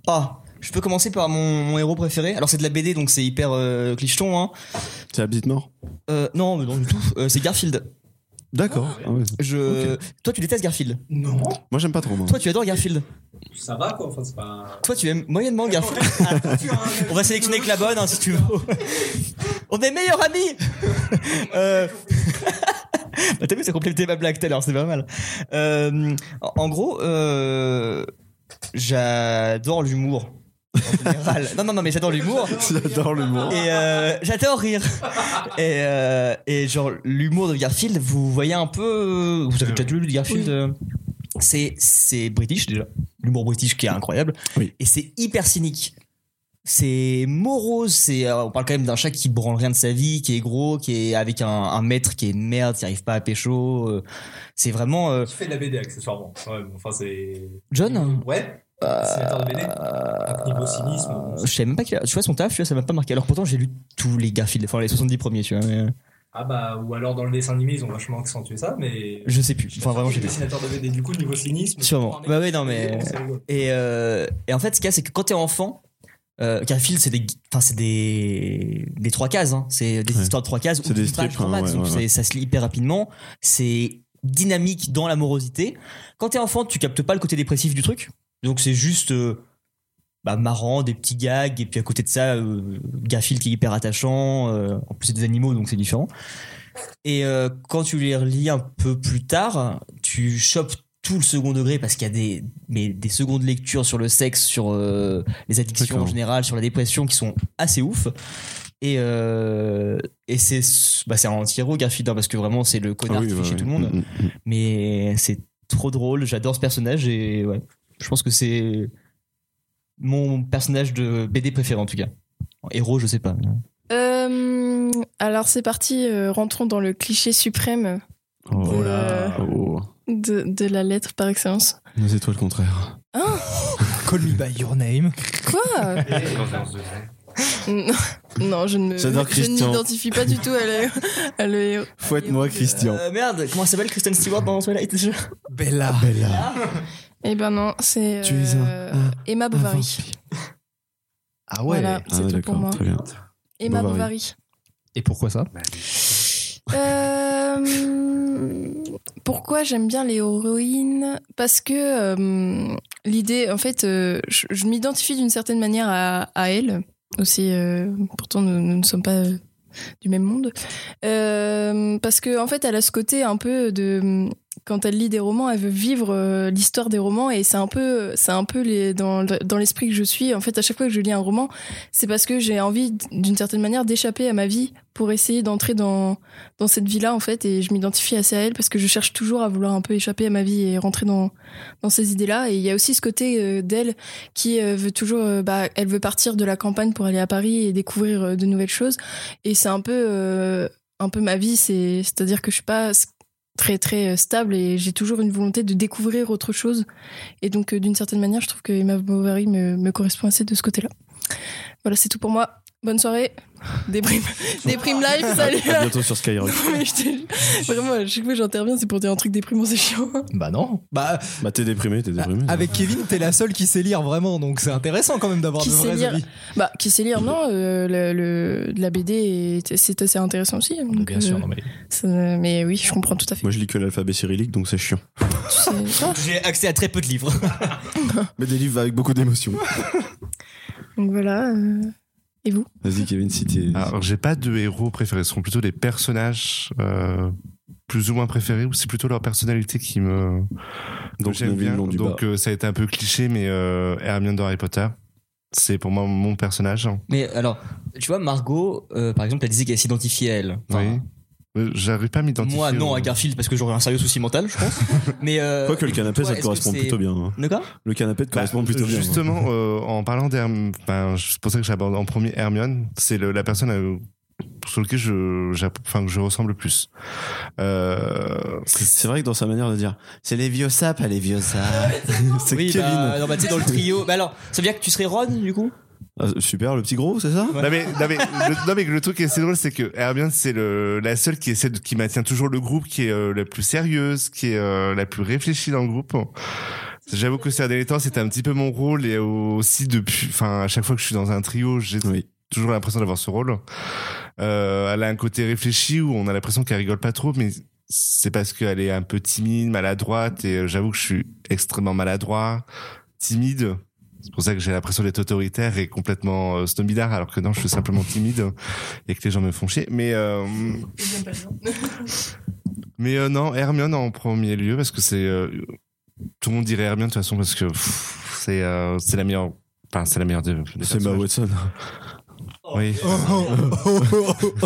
Ah, je peux commencer par mon, mon héros préféré. Alors c'est de la BD, donc c'est hyper euh, clicheton. Hein.
C'est la petite mort
Euh, non, mais non du tout. Euh, c'est Garfield.
D'accord. Ah ouais.
Je. Toi, tu détestes Garfield.
Non.
Moi j'aime pas trop. moi.
Toi, tu adores Garfield.
Ça va quoi, enfin c'est pas.
Toi, tu aimes moyennement Garfield. On va sélectionner que la bonne, hein, si tu veux. On est meilleurs amis. Euh, bah, T'as vu, ça complétait ma blague tout à l'heure, c'est pas mal. Euh, en- en gros, euh, j'adore l'humour. En général. Non, non, non, mais j'adore l'humour.
J'adore l'humour.
Et euh, j'adore rire. Et, euh, et genre, l'humour de Garfield, vous voyez un peu. euh, Vous avez peut-être lu le Garfield euh, c'est, c'est british déjà. L'humour british qui est incroyable.
Oui.
Et c'est hyper cynique. C'est morose. C'est, euh, on parle quand même d'un chat qui branle rien de sa vie, qui est gros, qui est avec un, un maître qui est une merde, qui arrive pas à pécho. euh, C'est vraiment. euh,
Tu fais de la BD accessoirement. Ouais, bon, enfin c'est.
John
Ouais. C'est l'auteur Euh, de BD. Donc, Niveau cynisme.
Je savais même pas qu'il a- Tu vois, son taf, tu vois, ça m'a pas marqué. Alors pourtant, j'ai lu tous les Garfield, enfin les 70 premiers, tu vois. Mais... euh,
Ah bah, ou alors dans le dessin animé, ils ont vachement accentué ça, mais.
Je sais plus. Enfin, vraiment, j'ai
Les
plus.
dessinateurs de BD, du coup, niveau cynisme.
Sûrement. Bah ouais, non, mais-
C'est rigolo.
Et, euh, et en fait, ce qu'il y a, c'est que quand t'es enfant, euh, Garfield, c'est des, enfin, c'est des, des trois cases, hein. C'est des
Ouais.
histoires de trois cases. ou
C'est des
d'une page
strips,
grand
hein,
max.
ouais,
Donc,
ouais,
c'est-
ouais.
ça se lit hyper rapidement. C'est dynamique dans l'amorosité. Quand t'es enfant, tu captes pas le côté dépressif du truc. Donc, c'est juste, euh, bah, marrant, des petits gags, et puis à côté de ça, euh, Garfield qui est hyper attachant, euh, en plus c'est des animaux donc c'est différent. Et euh, quand tu les relis un peu plus tard, tu chopes tout le second degré parce qu'il y a des, mais des secondes lectures sur le sexe, sur euh, les addictions en
D'accord.
général, sur la dépression qui sont assez ouf. Et, euh, et c'est bah, c'est un anti-héros Garfield hein, parce que vraiment c'est le connard
Ah oui,
qui fait
ouais,
chier
ouais.
tout le monde.
Mm, mm.
Mais c'est trop drôle, j'adore ce personnage et ouais, je pense que c'est mon personnage de BD préféré en tout cas. Héros, je sais pas.
Euh, alors c'est parti, euh, rentrons dans le cliché suprême
Oh
là.
Oh.
de, de la lettre par excellence.
Mais c'est toi le contraire.
Hein
Call me by your name.
Quoi Non, non, je ne me-
J'adore
je
Christian.
n'identifie pas du tout à le, à le héros.
Fouette-moi, Christian.
Euh, merde, comment s'appelle Kristen Stewart dans Twilight déjà
Bella.
Eh ben non, c'est
Tu es un-
euh,
un-
Emma Bovary.
Ah
Voilà,
Ah,
c'est tout pour
Ah
d'accord,
moi.
très bien.
Emma
Bovary.
Bovary.
Et pourquoi ça
Euh, pourquoi j'aime bien les héroïnes Parce que euh, l'idée, en fait, euh, je, je m'identifie d'une certaine manière à, à elle aussi. euh, pourtant, nous, nous ne sommes pas euh, du même monde. Euh, parce que, en fait, elle a ce côté un peu de quand elle lit des romans, elle veut vivre euh, l'histoire des romans et c'est un peu, c'est un peu les, dans, dans l'esprit que je suis. En fait, à chaque fois que je lis un roman, c'est parce que j'ai envie d'une certaine manière d'échapper à ma vie pour essayer d'entrer dans dans cette vie-là en fait et je m'identifie assez à elle parce que je cherche toujours à vouloir un peu échapper à ma vie et rentrer dans dans ces idées-là et il y a aussi ce côté euh, d'elle qui euh, veut toujours euh, bah elle veut partir de la campagne pour aller à Paris et découvrir euh, de nouvelles choses et c'est un peu euh, un peu ma vie c'est c'est-à-dire que je suis pas s- très très euh, stable et j'ai toujours une volonté de découvrir autre chose et donc euh, d'une certaine manière je trouve que Emma Bovary me, me correspond assez de ce côté-là. Voilà, c'est tout pour moi. Bonne soirée. Déprime. Déprime live, salut.
À bientôt sur Skyrock.
Non, mais je te- Vraiment, à chaque fois que j'interviens, c'est pour dire un truc déprimant, c'est chiant.
Bah non. Bah
Bah, t'es déprimé, t'es déprimé.
avec Kevin, t'es la seule qui sait lire vraiment, donc c'est intéressant quand même d'avoir
Qui
de
sait
vrais
lire
avis.
Bah, qui sait lire, non euh, le, le- de La BD, est- c'est assez intéressant aussi. donc,
Bien sûr,
euh,
non mais.
ça- mais oui, je comprends tout à fait.
Moi, je lis que l'alphabet cyrillique, donc c'est chiant.
Tu sais-
Hein
Ah,
J'ai accès à très peu de livres.
Mais des livres avec beaucoup d'émotion.
donc voilà. euh, Et vous
Vas-y, Kevin, si t'es.
Alors, j'ai pas de héros préférés. Ce seront plutôt des personnages euh, plus ou moins préférés, ou c'est plutôt leur personnalité qui me. que
Donc,
j'aime
Neville
bien.
Londubat.
Donc, euh, ça a été un peu cliché, mais euh, Hermione dans Harry Potter, c'est pour moi mon personnage.
Mais alors, tu vois, Margot, euh, par exemple, elle disait qu'elle s'identifiait à elle. Enfin,
oui. Mais J'arrive pas à m'identifier.
Moi, non,
au-
à Garfield, parce que j'aurais un sérieux souci mental, je pense. Mais. euh,
Quoique le
toi,
canapé, ça te
est-ce que
correspond
c'est-
plutôt bien. hein.
De quoi
Le canapé te
Bah,
correspond plutôt bien. hein.
Justement, euh, en parlant d'Hermione, enfin, c'est pour ça que j'aborde en premier Hermione, c'est le- la personne euh, sur laquelle je, j'a- enfin, que je ressemble le plus. Euh,
C'est c'est vrai que dans sa manière de dire, c'est les vieux sapes, hein, les vieux sapes. c'est
Oui,
Kevin.
bah, non, bah, t'es dans le trio. Bah alors, ça veut dire que tu serais Ron, du coup
Ah, super, le petit gros, c'est ça
Non mais, non, mais, le, non mais le truc qui est assez drôle, c'est que Hermione, c'est le, la seule qui essaie de, qui maintient toujours le groupe, qui est euh, la plus sérieuse, qui est euh, la plus réfléchie dans le groupe. J'avoue que ces derniers temps, c'était un petit peu mon rôle et aussi depuis, enfin, à chaque fois que je suis dans un trio, j'ai
Oui.
toujours l'impression d'avoir ce rôle. Euh, elle a un côté réfléchi où on a l'impression qu'elle rigole pas trop, mais c'est parce qu'elle est un peu timide, maladroite, et euh, j'avoue que je suis extrêmement maladroit, timide. C'est pour ça que j'ai l'impression d'être autoritaire et complètement euh, snobidard, alors que non, je suis simplement timide et que les gens me font chier. Mais, euh, mais euh, non, Hermione en premier lieu, parce que c'est... euh, tout le monde dirait Hermione de toute façon, parce que pff, c'est euh, c'est la meilleure... Enfin, c'est la meilleure des... des
C'est
personnages.
Ma Watson.
Oh. Oui.
Oh.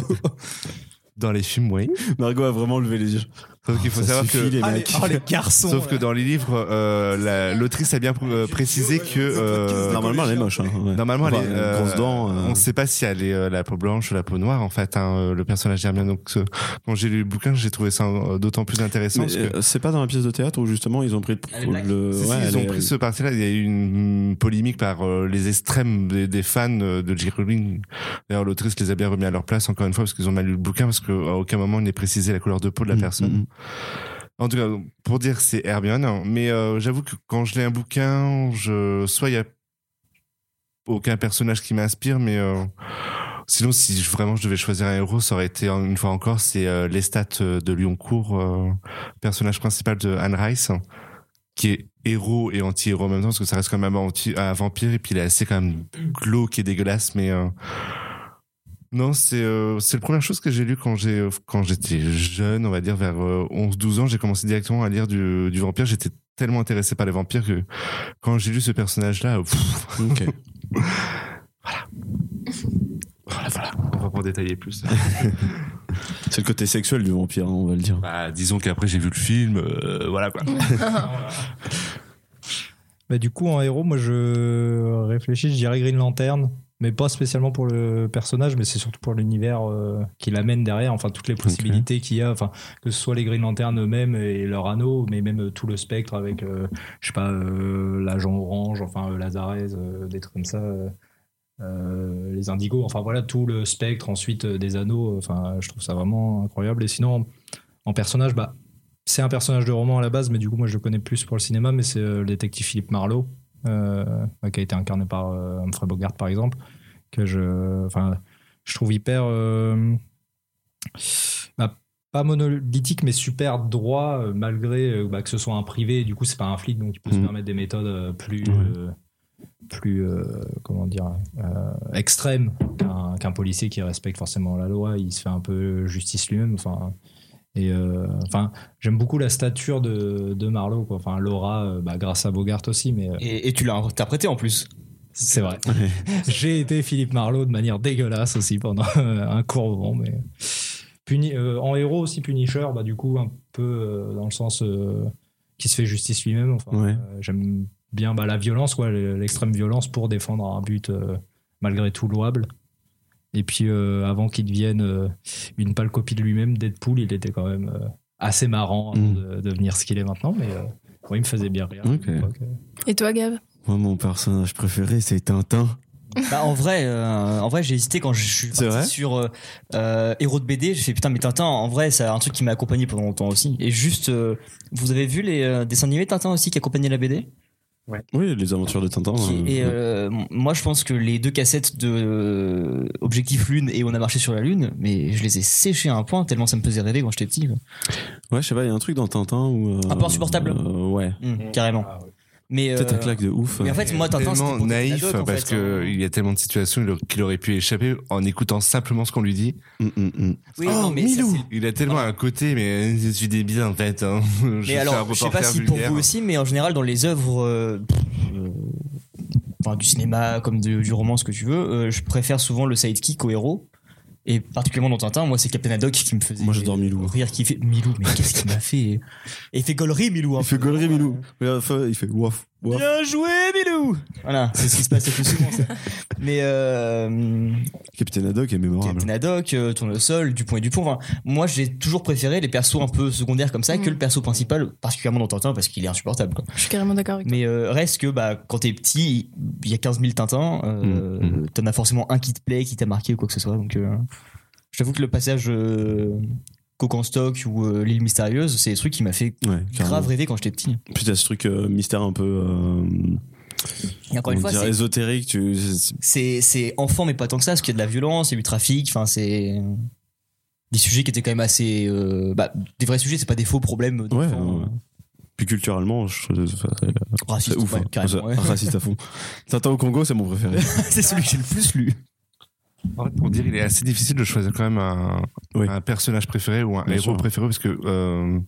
Dans les films, oui.
Margot a vraiment levé les yeux.
Sauf qu'il faut
Ça
savoir
suffit,
que.
les
Ah, les,
mecs.
oh, les garçons
Sauf que
là.
dans les livres, euh, la- l'autrice a bien pr- euh, précisé que euh,
Normalement, elle est moche. Hein, ouais.
normalement, elle est,
Enfin, une
euh,
grosse dent, euh,
on ne sait pas si elle est euh, la peau blanche ou la peau noire en fait. hein, euh, le personnage d'Hermione. Donc ce- quand j'ai lu le bouquin, j'ai trouvé ça euh, d'autant plus intéressant.
mais,
parce que-
euh, c'est pas dans la pièce de théâtre où justement ils ont pris
Elle est
le.
black.
le-
Si, si,
ouais, elle
ils ont
est-
pris ce parti-là. Il y a eu une polémique par euh, les extrêmes des, des fans euh, de J. Rowling. D'ailleurs, l'autrice les a bien remis à leur place, encore une fois, parce qu'ils ont mal lu le bouquin, parce qu'à aucun moment il n'est précisé la couleur de peau de la
Mm,
personne.
mm, mm.
En tout cas, pour dire, c'est Hermione. hein. Mais euh, j'avoue que quand je lis un bouquin, je... soit il n'y a aucun personnage qui m'inspire, mais euh, sinon, si je- vraiment je devais choisir un héros, ça aurait été, en- une fois encore, c'est euh, Lestat euh, de Lyoncourt, euh, personnage principal de Anne Rice, hein, qui est héros et anti-héros en même temps, parce que ça reste quand même un, anti- un vampire, et puis il est assez quand même glauque et dégueulasse, mais... euh, non, c'est euh, c'est la première chose que j'ai lu quand j'ai euh, quand j'étais jeune, on va dire vers 11-12 ans, j'ai commencé directement à lire du, du vampire. J'étais tellement intéressé par les vampires que quand j'ai lu ce personnage-là, euh, pff,
Ok.
voilà, voilà, on va pas en détailler plus.
C'est le côté sexuel du vampire, hein, on va le dire.
bah, disons qu'après j'ai vu le film, euh, voilà quoi.
Bah, du coup, en héros, moi je réfléchis, je dirais Green Lantern, mais pas spécialement pour le personnage, mais c'est surtout pour l'univers euh, qui l'amène derrière, enfin toutes les possibilités qu'il y a, enfin que ce soit les Green Lantern eux-mêmes et leur anneau, mais même euh, tout le spectre avec, euh, je sais pas, euh, l'agent orange, enfin euh, Lazarez, euh, des trucs comme ça. euh, euh, les indigos, enfin voilà tout le spectre ensuite euh, des anneaux, euh, enfin je trouve ça vraiment incroyable. Et sinon, en personnage, bah, c'est un personnage de roman à la base, mais du coup, moi, je le connais plus pour le cinéma, mais c'est euh, le détective Philippe Marlowe, euh, bah, qui a été incarné par euh, Humphrey Bogart, par exemple, que je, enfin, je trouve hyper euh, bah, pas monolithique, mais super droit, euh, malgré euh, bah, que ce soit un privé. Du coup, c'est pas un flic, donc il peut se
Mhm.
permettre des méthodes euh, plus,
Ouais.
euh, plus euh, comment dire, euh, extrêmes qu'un qu'un policier qui respecte forcément la loi. Il se fait un peu justice lui-même. Enfin, et euh, enfin, j'aime beaucoup la stature de, de Marlowe, quoi. Enfin, Laura, euh, bah, grâce à Bogart aussi, mais euh,
Et, et tu l'as interprété en plus.
c'est vrai. J'ai été Philippe Marlowe de manière dégueulasse aussi pendant euh, un court moment, mais Puni- euh, en héros aussi Punisher, bah du coup un peu euh, dans le sens euh, qui se fait justice lui-même. Enfin,
Ouais.
euh, j'aime bien bah, la violence, quoi, le- l'extrême violence pour défendre un but euh, malgré tout louable. Et puis euh, avant qu'il devienne euh, une pâle copie de lui-même, Deadpool, il était quand même euh, assez marrant avant
Mm.
de devenir ce qu'il est maintenant, mais euh, ouais, il me faisait bien rire.
Ok.
Je crois que-
Et toi, Gab
Moi, mon personnage préféré, c'est Tintin.
Bah, en vrai, euh, en vrai, j'ai hésité quand je suis
C'est vrai
parti sur euh, euh, héros de BD. J'ai fait putain, mais Tintin. En vrai, c'est un truc qui m'a accompagné pendant longtemps aussi. Et juste, euh, vous avez vu les euh, dessins animés Tintin aussi qui accompagnaient la BD
Oui, les aventures de Tintin.
Qui-
euh,
Et
ouais.
euh, m- moi, je pense que les deux cassettes de euh, Objectif Lune et On a marché sur la Lune, mais je les ai séchées à un point tellement ça me faisait rêver quand j'étais petit. quoi.
Ouais, je sais pas, il y a un truc dans Tintin où. euh,
Un peu insupportable.
euh, ouais.
Hum, carrément. Mais
Peut-être un
euh,
claque de ouf.
mais en fait, moi, Tintin, c'était
tellement
pour des
naïf
ados, en
parce
fait,
qu'il
hein.
y a tellement de situations il- qu'il aurait pu échapper en écoutant simplement ce qu'on lui dit.
Mm, mm, mm.
Oui,
Oh,
non, mais ça,
Milou
c'est-
Il a tellement un côté, mais euh, je suis débile en fait. hein.
Mais
fais un
alors, je sais pas
reporter
si
vulgaire.
pour vous aussi, mais en général, dans les œuvres euh, pff, euh, enfin, du cinéma, comme de- du roman, ce que tu veux, euh, je préfère souvent le sidekick au héros. Et particulièrement dans Tintin, moi, c'est Captain Haddock qui me faisait
Moi, j'adore Milou.
rire, qui fait Milou, mais qu'est-ce qu'il m'a Bah, fait Et il fait gollerie, Milou. hein.
Il fait gollerie, Milou. Mais à la fin, il fait waf, waf.
Bien joué, Milou Voilà, c'est ce qui se passe le plus souvent, ça. Mais euh,
Capitaine Haddock est mémorable.
Captain Haddock, euh, Tournesol, Dupont et Dupont. Enfin, moi, j'ai toujours préféré les persos un peu secondaires comme ça que
Mm.
le perso principal, particulièrement dans Tintin, parce qu'il est insupportable. quoi.
Je suis carrément d'accord avec toi.
Mais euh, reste que bah, quand t'es petit, il y a 15 000 Tintins, euh,
Mm, mm.
t'en as forcément un qui te plaît, qui t'a marqué ou quoi que ce soit. Donc, euh, je t'avoue que le passage euh, Coq en stock ou euh, L'île mystérieuse, c'est des trucs qui m'a fait
Ouais, carrément.
grave rêver quand j'étais petit.
Puis t'as ce truc euh, mystère un peu. euh,
Et encore
on
une fois,
dirait
c'est-
ésotérique. Tu... c'est-
c'est c'est enfant, mais pas tant que ça, parce qu'il y a de la violence, il y a du trafic, enfin, c'est des sujets qui étaient quand même assez. euh, bah, des vrais sujets, c'est pas des faux problèmes.
Ouais,
d'enfants,
ouais.
euh,
Puis culturellement, je- enfin, c'est-
racistes,
c'est ouf.
ouais,
hein.
carrément, ouais.
C'est Raciste à fond. Tintin au Congo, c'est mon préféré.
c'est celui que j'ai le plus lu.
En fait, pour dire, il est assez difficile de choisir quand même un,
Oui.
un personnage préféré ou un
Bien
héros
sûr.
préféré parce que euh,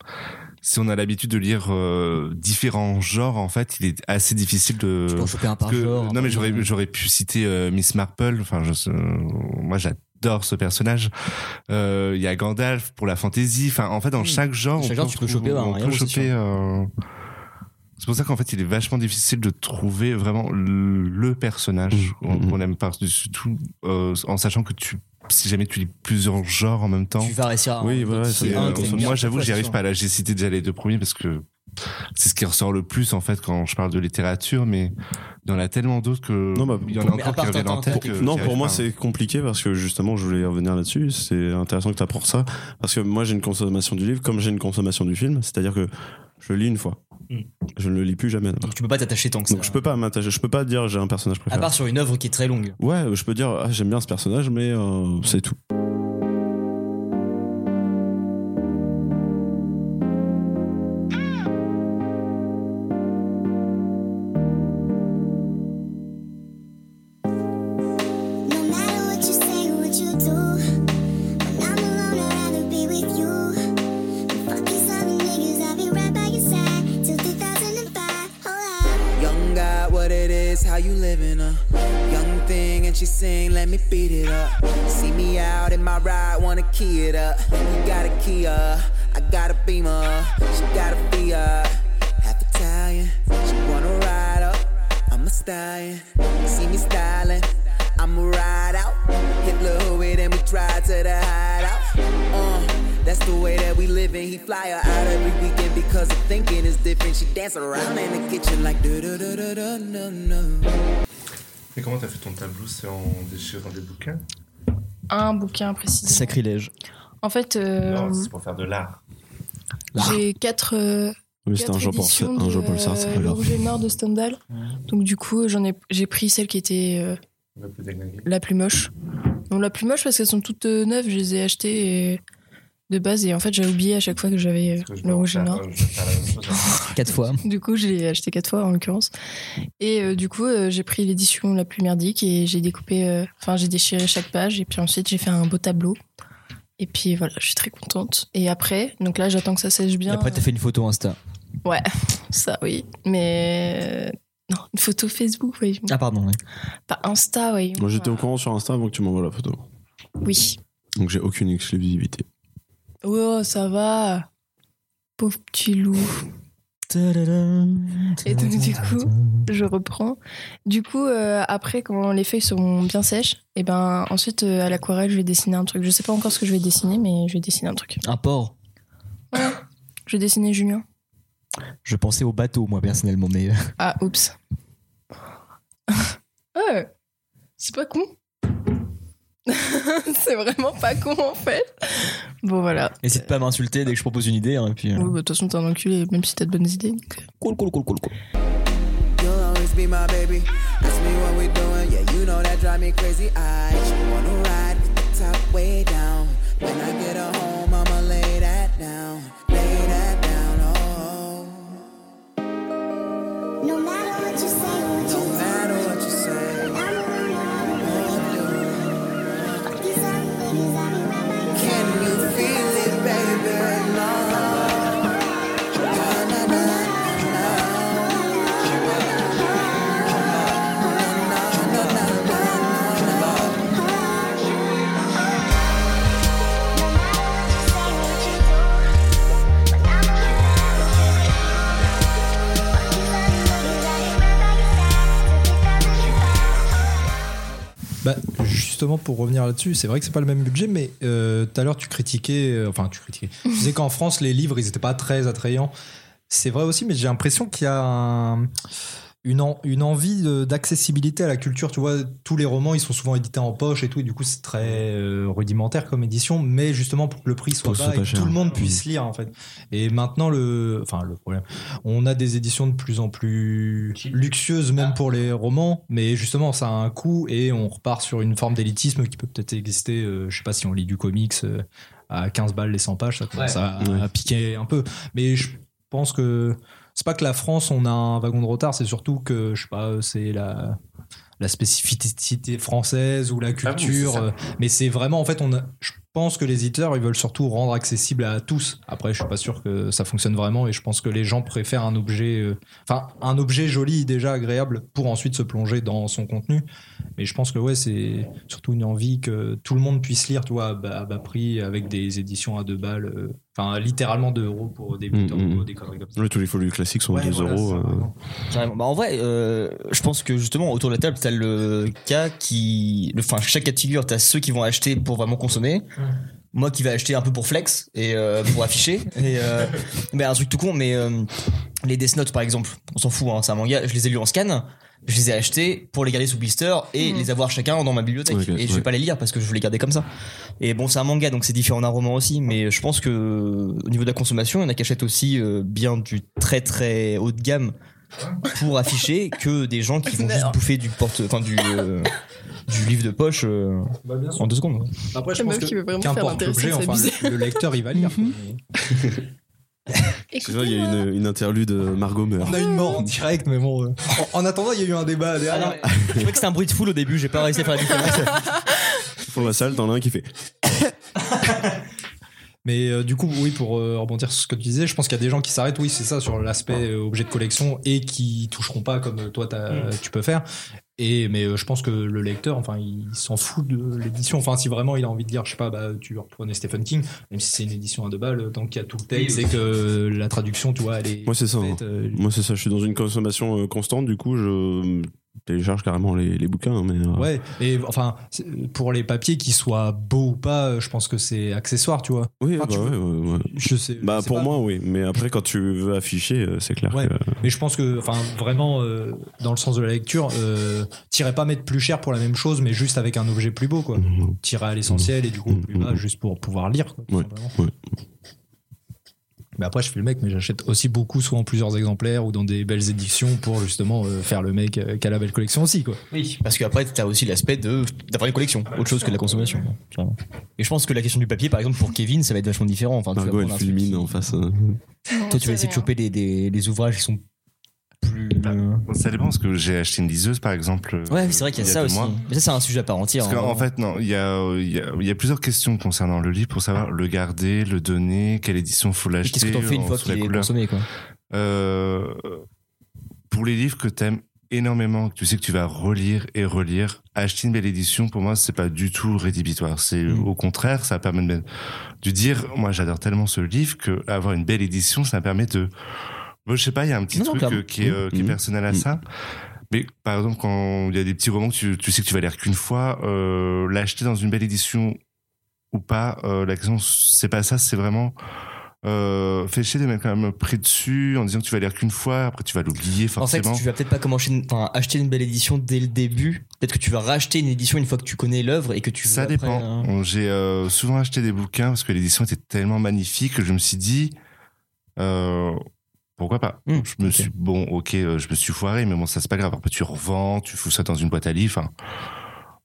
si on a l'habitude de lire euh, différents genres, en fait, il est assez difficile de.
Tu peux en choper un par
que-
genre, un
non
par
mais j'aurais
genre.
j'aurais pu citer euh, Miss Marple. Enfin, je, sais- moi j'adore ce personnage. Euh, Il y a Gandalf pour la fantasy. Enfin, en fait, dans
Mm.
chaque genre,
Dans chaque
on
genre,
peut
tu peux
trouver-
choper un
on peut
héros, c'est
choper,
sûr.
euh, C'est pour ça qu'en fait, il est vachement difficile de trouver vraiment le personnage
Mm.
qu'on-
Mm.
qu'on aime par-dessus tout, euh, en sachant que tu, si jamais tu lis plusieurs genres en même temps.
Tu vas réussir à.
Oui, voilà,
c'est
Et,
un
euh,
truc bien,
moi, j'avoue que j'y
c'est
arrive
sûr.
pas. Là, j'ai cité déjà les deux premiers parce que c'est ce qui ressort le plus en fait quand je parle de littérature, mais il y en a tellement d'autres que
Non, bah,
il y en
pour-
a
mais à
encore qui
part
reviennent en
Tintin,
tête.
t'as
que
quelque
j'y
non,
arrive
pour moi,
pas. hein.
c'est compliqué parce que justement, je voulais revenir là-dessus. C'est intéressant que tu apportes ça. Parce que moi, j'ai une consommation du livre comme j'ai une consommation du film. C'est-à-dire que je le lis une fois.
Mm.
Je ne le lis plus jamais.
Donc tu peux pas t'attacher tant que ça.
Donc je peux pas m'attacher. Je peux pas dire j'ai un personnage
À
préféré.
part sur une œuvre qui est très longue.
Ouais, je peux dire ah, j'aime bien ce personnage, mais euh, c'est tout.
No matter what you say or what you do, when I'm alone, I'd rather be with you. And fuck these other niggas, I'll be right by your side till 2005. Hold up.
Young God, what it is, how you living, uh? Young thing, and she sing, let me beat it up. See me out in my ride, wanna key it up. You got a Kia, I got a Beamer, she got a Fiat, half Italian. She wanna ride up, I'm a stallion. See me styling, I'm a ride out. Hit Lil Hood and we drive to the hideout. Uh, that's the way that we living. He fly her out every weekend because of thinking is different. She dance around in the kitchen like da da da da da no no.
Mais comment t'as fait ton tableau C'est en déchirant des bouquins
Un bouquin précisément.
Sacrilège.
En fait, euh,
Non, c'est pour faire de l'art.
j'ai quatre. euh,
Mais c'était
Quatre
un jour pour ça.
éditions
Un
de,
jour pour ça, c'est
euh,
pas
Le
grave.
Rouge et Noir de Stendhal. Donc du coup, j'en ai, j'ai pris celle qui était euh,
Le plus dégagé.
la plus moche. Non, la plus moche parce qu'elles sont toutes euh, neuves, je les ai achetées et- de base et en fait j'ai oublié à chaque fois que j'avais euh, le rouge et le noir.
Quatre fois.
Du coup, je l'ai acheté quatre fois en l'occurrence. Et euh, du coup, euh, j'ai pris l'édition la plus merdique et j'ai découpé, euh, enfin, j'ai déchiré chaque page et puis ensuite j'ai fait un beau tableau. Et puis voilà, je suis très contente. Et après, donc là, j'attends que ça sèche
Et
bien.
après, t'as fait une photo Insta.
Ouais, ça oui. Mais euh, non, une photo Facebook, oui.
Ah, pardon. ouais.
Pas Insta, oui.
Moi, j'étais au courant sur Insta avant que tu m'envoies la photo.
Oui.
Donc, j'ai aucune exclusivité.
Oh, ça va. Pauvre petit loup. Et donc, du coup, je reprends. Du coup, euh, après, quand les feuilles seront bien sèches, et ben ensuite, euh, à l'aquarelle, je vais dessiner un truc. Je sais pas encore ce que je vais dessiner, mais je vais dessiner un truc.
Un port.
Je vais dessiner Julien.
Je pensais au bateau, moi, personnellement, mais. euh,
Ah, oups. Oh, c'est pas con. c'est vraiment pas con, en fait. Bon, voilà.
N'hésite pas à m'insulter dès que je propose une idée. hein, et puis, euh,
Oui, bah, de toute façon, t'es un enculé, même si t'as de bonnes idées. donc. euh.
Cool, cool, cool, cool, cool.
You'll always be my baby. Ask me what we doing, yeah, you know that drive me crazy. I just wanna ride with the top way down. When I get her home, I'ma lay that down, lay that down. Oh. No matter what you say, what no matter what you say. Can you feel it, baby? No. Na, na, na,
Bah, justement, pour revenir là-dessus, c'est vrai que c'est pas le même budget, mais euh, tout à l'heure, tu critiquais, euh, enfin, tu critiquais. Tu disais qu'en France, les livres, ils étaient pas très attrayants. C'est vrai aussi, mais j'ai l'impression qu'il y a un- une, en- une envie de- d'accessibilité à la culture. Tu vois, tous les romans, ils sont souvent édités en poche et tout, et du coup, c'est très euh, rudimentaire comme édition, mais justement pour que le prix soit
Pour que ce
bas
soit
et
pas
que
cher.
tout le monde puisse lire, en fait. Et maintenant, le, enfin, le problème, on a des éditions de plus en plus luxueuses, même pour les romans, mais justement, ça a un coût et on repart sur une forme d'élitisme qui peut peut-être exister. euh, je sais pas si on lit du comics euh, à 15 balles les 100 pages, ça commence
Ouais.
à, à piquer un peu. Mais je pense que c'est pas que la France, on a un wagon de retard, c'est surtout que, je sais pas, c'est la la spécificité française ou la
Ah oui, c'est
culture.
ça.
euh, mais c'est vraiment, en fait, on a- je pense que les éditeurs, ils veulent surtout rendre accessible à tous. Après, je suis pas sûr que ça fonctionne vraiment et je pense que les gens préfèrent un objet, euh, enfin, un objet joli, déjà agréable, pour ensuite se plonger dans son contenu. Mais je pense que, ouais, c'est surtout une envie que tout le monde puisse lire, tu vois, à bas, à bas prix, avec des éditions à deux balles, euh, enfin, littéralement deux euros pour débutants
Mm, mm,
ou
mm.
des conneries comme ça.
Ouais, tous les folies classiques sont
Ouais,
2
voilà,
euros.
c'est ça,
euh,
Carrément. Bah, en vrai, euh, je pense que justement autour de la table, t'as le cas qui, le- enfin chaque cas de figure, t'as ceux qui vont acheter pour vraiment consommer. Moi qui vais acheter un peu pour flex et euh, pour afficher. Et euh, mais un truc tout con, mais euh, les Death Note par exemple, on s'en fout, hein, c'est un manga. Je les ai lus en scan, je les ai achetés pour les garder sous blister et
Mhm.
les avoir chacun dans ma bibliothèque.
Ok,
et je
ouais.
vais pas les lire parce que je voulais garder comme ça. Et bon, c'est un manga, donc c'est différent d'un roman aussi, mais je pense que euh, au niveau de la consommation, il y en a qui achètent aussi euh, bien du très très haut de gamme pour afficher que des gens qui vont juste bouffer du porte, enfin du euh, du livre de poche euh,
Bah, bien sûr.
en deux secondes. hein.
Après, je
La
pense
meuf
que
qui veut vraiment faire
qu'importe
l'intéressée,
l'objet,
c'est
enfin,
abusé.
le, le lecteur, il va lire. quoi.
Tu vois, il y a une, une interlude euh, Margot meurt.
Ah,
On a une mort en direct, mais bon. euh, En, en attendant, il y a eu un débat derrière.
Ah je croyais que c'était un bruit de foule au début, j'ai pas réussi à faire la différence.
Dans la salle, t'en as un qui fait.
Mais euh, du coup, oui, pour euh, rebondir sur ce que tu disais, je pense qu'il y a des gens qui s'arrêtent, oui, c'est ça, sur l'aspect euh, objet de collection et qui toucheront pas comme euh, toi t'as-
Mm.
tu peux faire. Et mais euh, je pense que le lecteur, enfin, il, s'en fout de l'édition. Enfin, si vraiment il a envie de lire, je sais pas, bah, tu reprenais Stephen King, même si c'est une édition à deux balles, euh, tant qu'il y a tout le texte et que la traduction, tu vois, elle est.
Moi, c'est ça. hein.
faite, euh,
Moi, c'est ça. Je suis dans une consommation euh, constante. Du coup, je télécharge carrément les, les bouquins. hein, Mais, euh,
Ouais, et enfin, c'est- pour les papiers, qu'ils soient beaux ou pas, euh, je pense que c'est accessoire, tu vois.
Oui,
Enfin,
bah,
tu
ouais, ouais, ouais.
Je sais. je
Bah,
sais
pour
pas.
moi, oui. Mais après, quand tu veux afficher, euh, c'est clair
Ouais.
que.
Mais je pense que, enfin, vraiment, euh, dans le sens de la lecture, euh, t'irais pas mettre plus cher pour la même chose, mais juste avec un objet plus beau, quoi.
Mhm. Mmh.
T'irais à l'essentiel et du coup, plus bas, juste pour pouvoir lire, quoi, tout
Ouais.
simplement. Mais après, je fais le mec, mais j'achète aussi beaucoup, soit en plusieurs exemplaires ou dans des belles éditions pour justement euh, faire le mec euh, qui a la belle collection aussi, quoi.
Oui, parce qu'après, t'as aussi l'aspect de- d'avoir une collection, autre chose que de la consommation. quoi, clairement. Et je pense que la question du papier, par exemple, pour Kevin, ça va être vachement différent. Enfin, tu vas
Margot, elle
prendre un truc-
fulmine en face. euh.
Toi, tu vas essayer de choper des, des- des ouvrages qui
Euh,
sont plus.
Bah, Ça dépend, parce que j'ai acheté une liseuse, par exemple.
Ouais,
euh,
c'est vrai qu'il y a
il
ça
deux
aussi.
mois.
Mais ça, c'est un sujet à part entière.
Parce qu'en
hein.
fait, non, il y a, euh, il y, a, il y a plusieurs questions concernant le livre pour savoir le garder, le donner, quelle édition faut
Et
l'acheter.
Qu'est-ce que t'en fais une
en
fois
sous la
qu'il est
couleur.
consommé, quoi
Euh, pour les livres que t'aimes énormément, que tu sais que tu vas relire et relire, acheter une belle édition, pour moi, c'est pas du tout rédhibitoire. C'est
Mm.
au contraire, ça permet de, de dire, moi, j'adore tellement ce livre que avoir une belle édition, ça permet de, moi, je sais pas, il y a un petit
Non, non,
truc
clairement.
euh, qui est, euh, qui est personnel à ça. Mais par exemple, quand il y a des petits romans que tu, tu sais que tu vas lire qu'une fois, euh, l'acheter dans une belle édition ou pas, euh, la question, c'est pas ça, c'est vraiment. Euh, fait chier de mettre quand même pris dessus en disant que tu vas lire qu'une fois, après tu vas l'oublier
En fait,
forcément.
tu vas peut-être pas commencer, une- enfin, acheter une belle édition dès le début. Peut-être que tu vas racheter une édition une fois que tu connais l'œuvre et que tu.
ça
veux après,
dépend.
hein.
On- J'ai euh, souvent acheté des bouquins parce que l'édition était tellement magnifique que je me suis dit euh, pourquoi pas.
Hmm,
je me suis bon, ok, euh, je me suis foiré, mais bon, ça c'est pas grave. Après, tu revends, tu fous ça dans une boîte à livres. Enfin,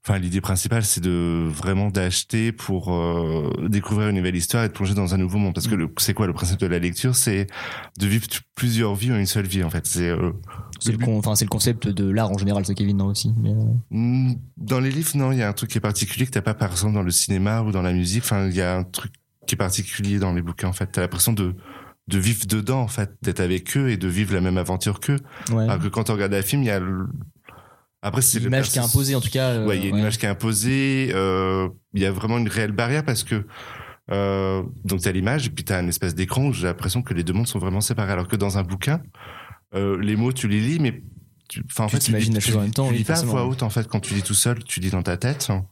enfin, l'idée principale, c'est de vraiment d'acheter pour euh, découvrir une nouvelle histoire et de plonger dans un nouveau monde.
Hmm.
Parce que le- c'est quoi le principe de la lecture C'est de vivre t- plusieurs vies en une seule vie. En fait, c'est euh,
C'est le, con- enfin, c'est le concept de l'art en général, ça, Kevin, non, aussi. mais, euh,
Mm, Dans les livres, non, il y a un truc qui est particulier que t'as pas par exemple dans le cinéma ou dans la musique. Enfin, il y a un truc qui est particulier dans les bouquins. En fait, t'as l'impression de de vivre dedans, en fait, d'être avec eux et de vivre la même aventure qu'eux.
Ouais.
Alors que quand on regarde un film, il y a le- après c'est le
L'image qui est
perso-
imposée, en tout cas. euh,
Ouais, il y a une image qui est imposée. euh, Il y a vraiment une réelle barrière parce que euh, donc t'as l'image et puis t'as un espèce d'écran où j'ai l'impression que les deux mondes sont vraiment séparés. Alors que dans un bouquin, euh, les mots tu les lis, mais tu, enfin, en
Tu
fait, tu
t'imagines
lis-
la
tu
chose en
lis-
même temps,
Tu
oui,
lis pas à voix
forcément.
haute en fait quand tu lis tout seul, tu lis dans ta tête. hein.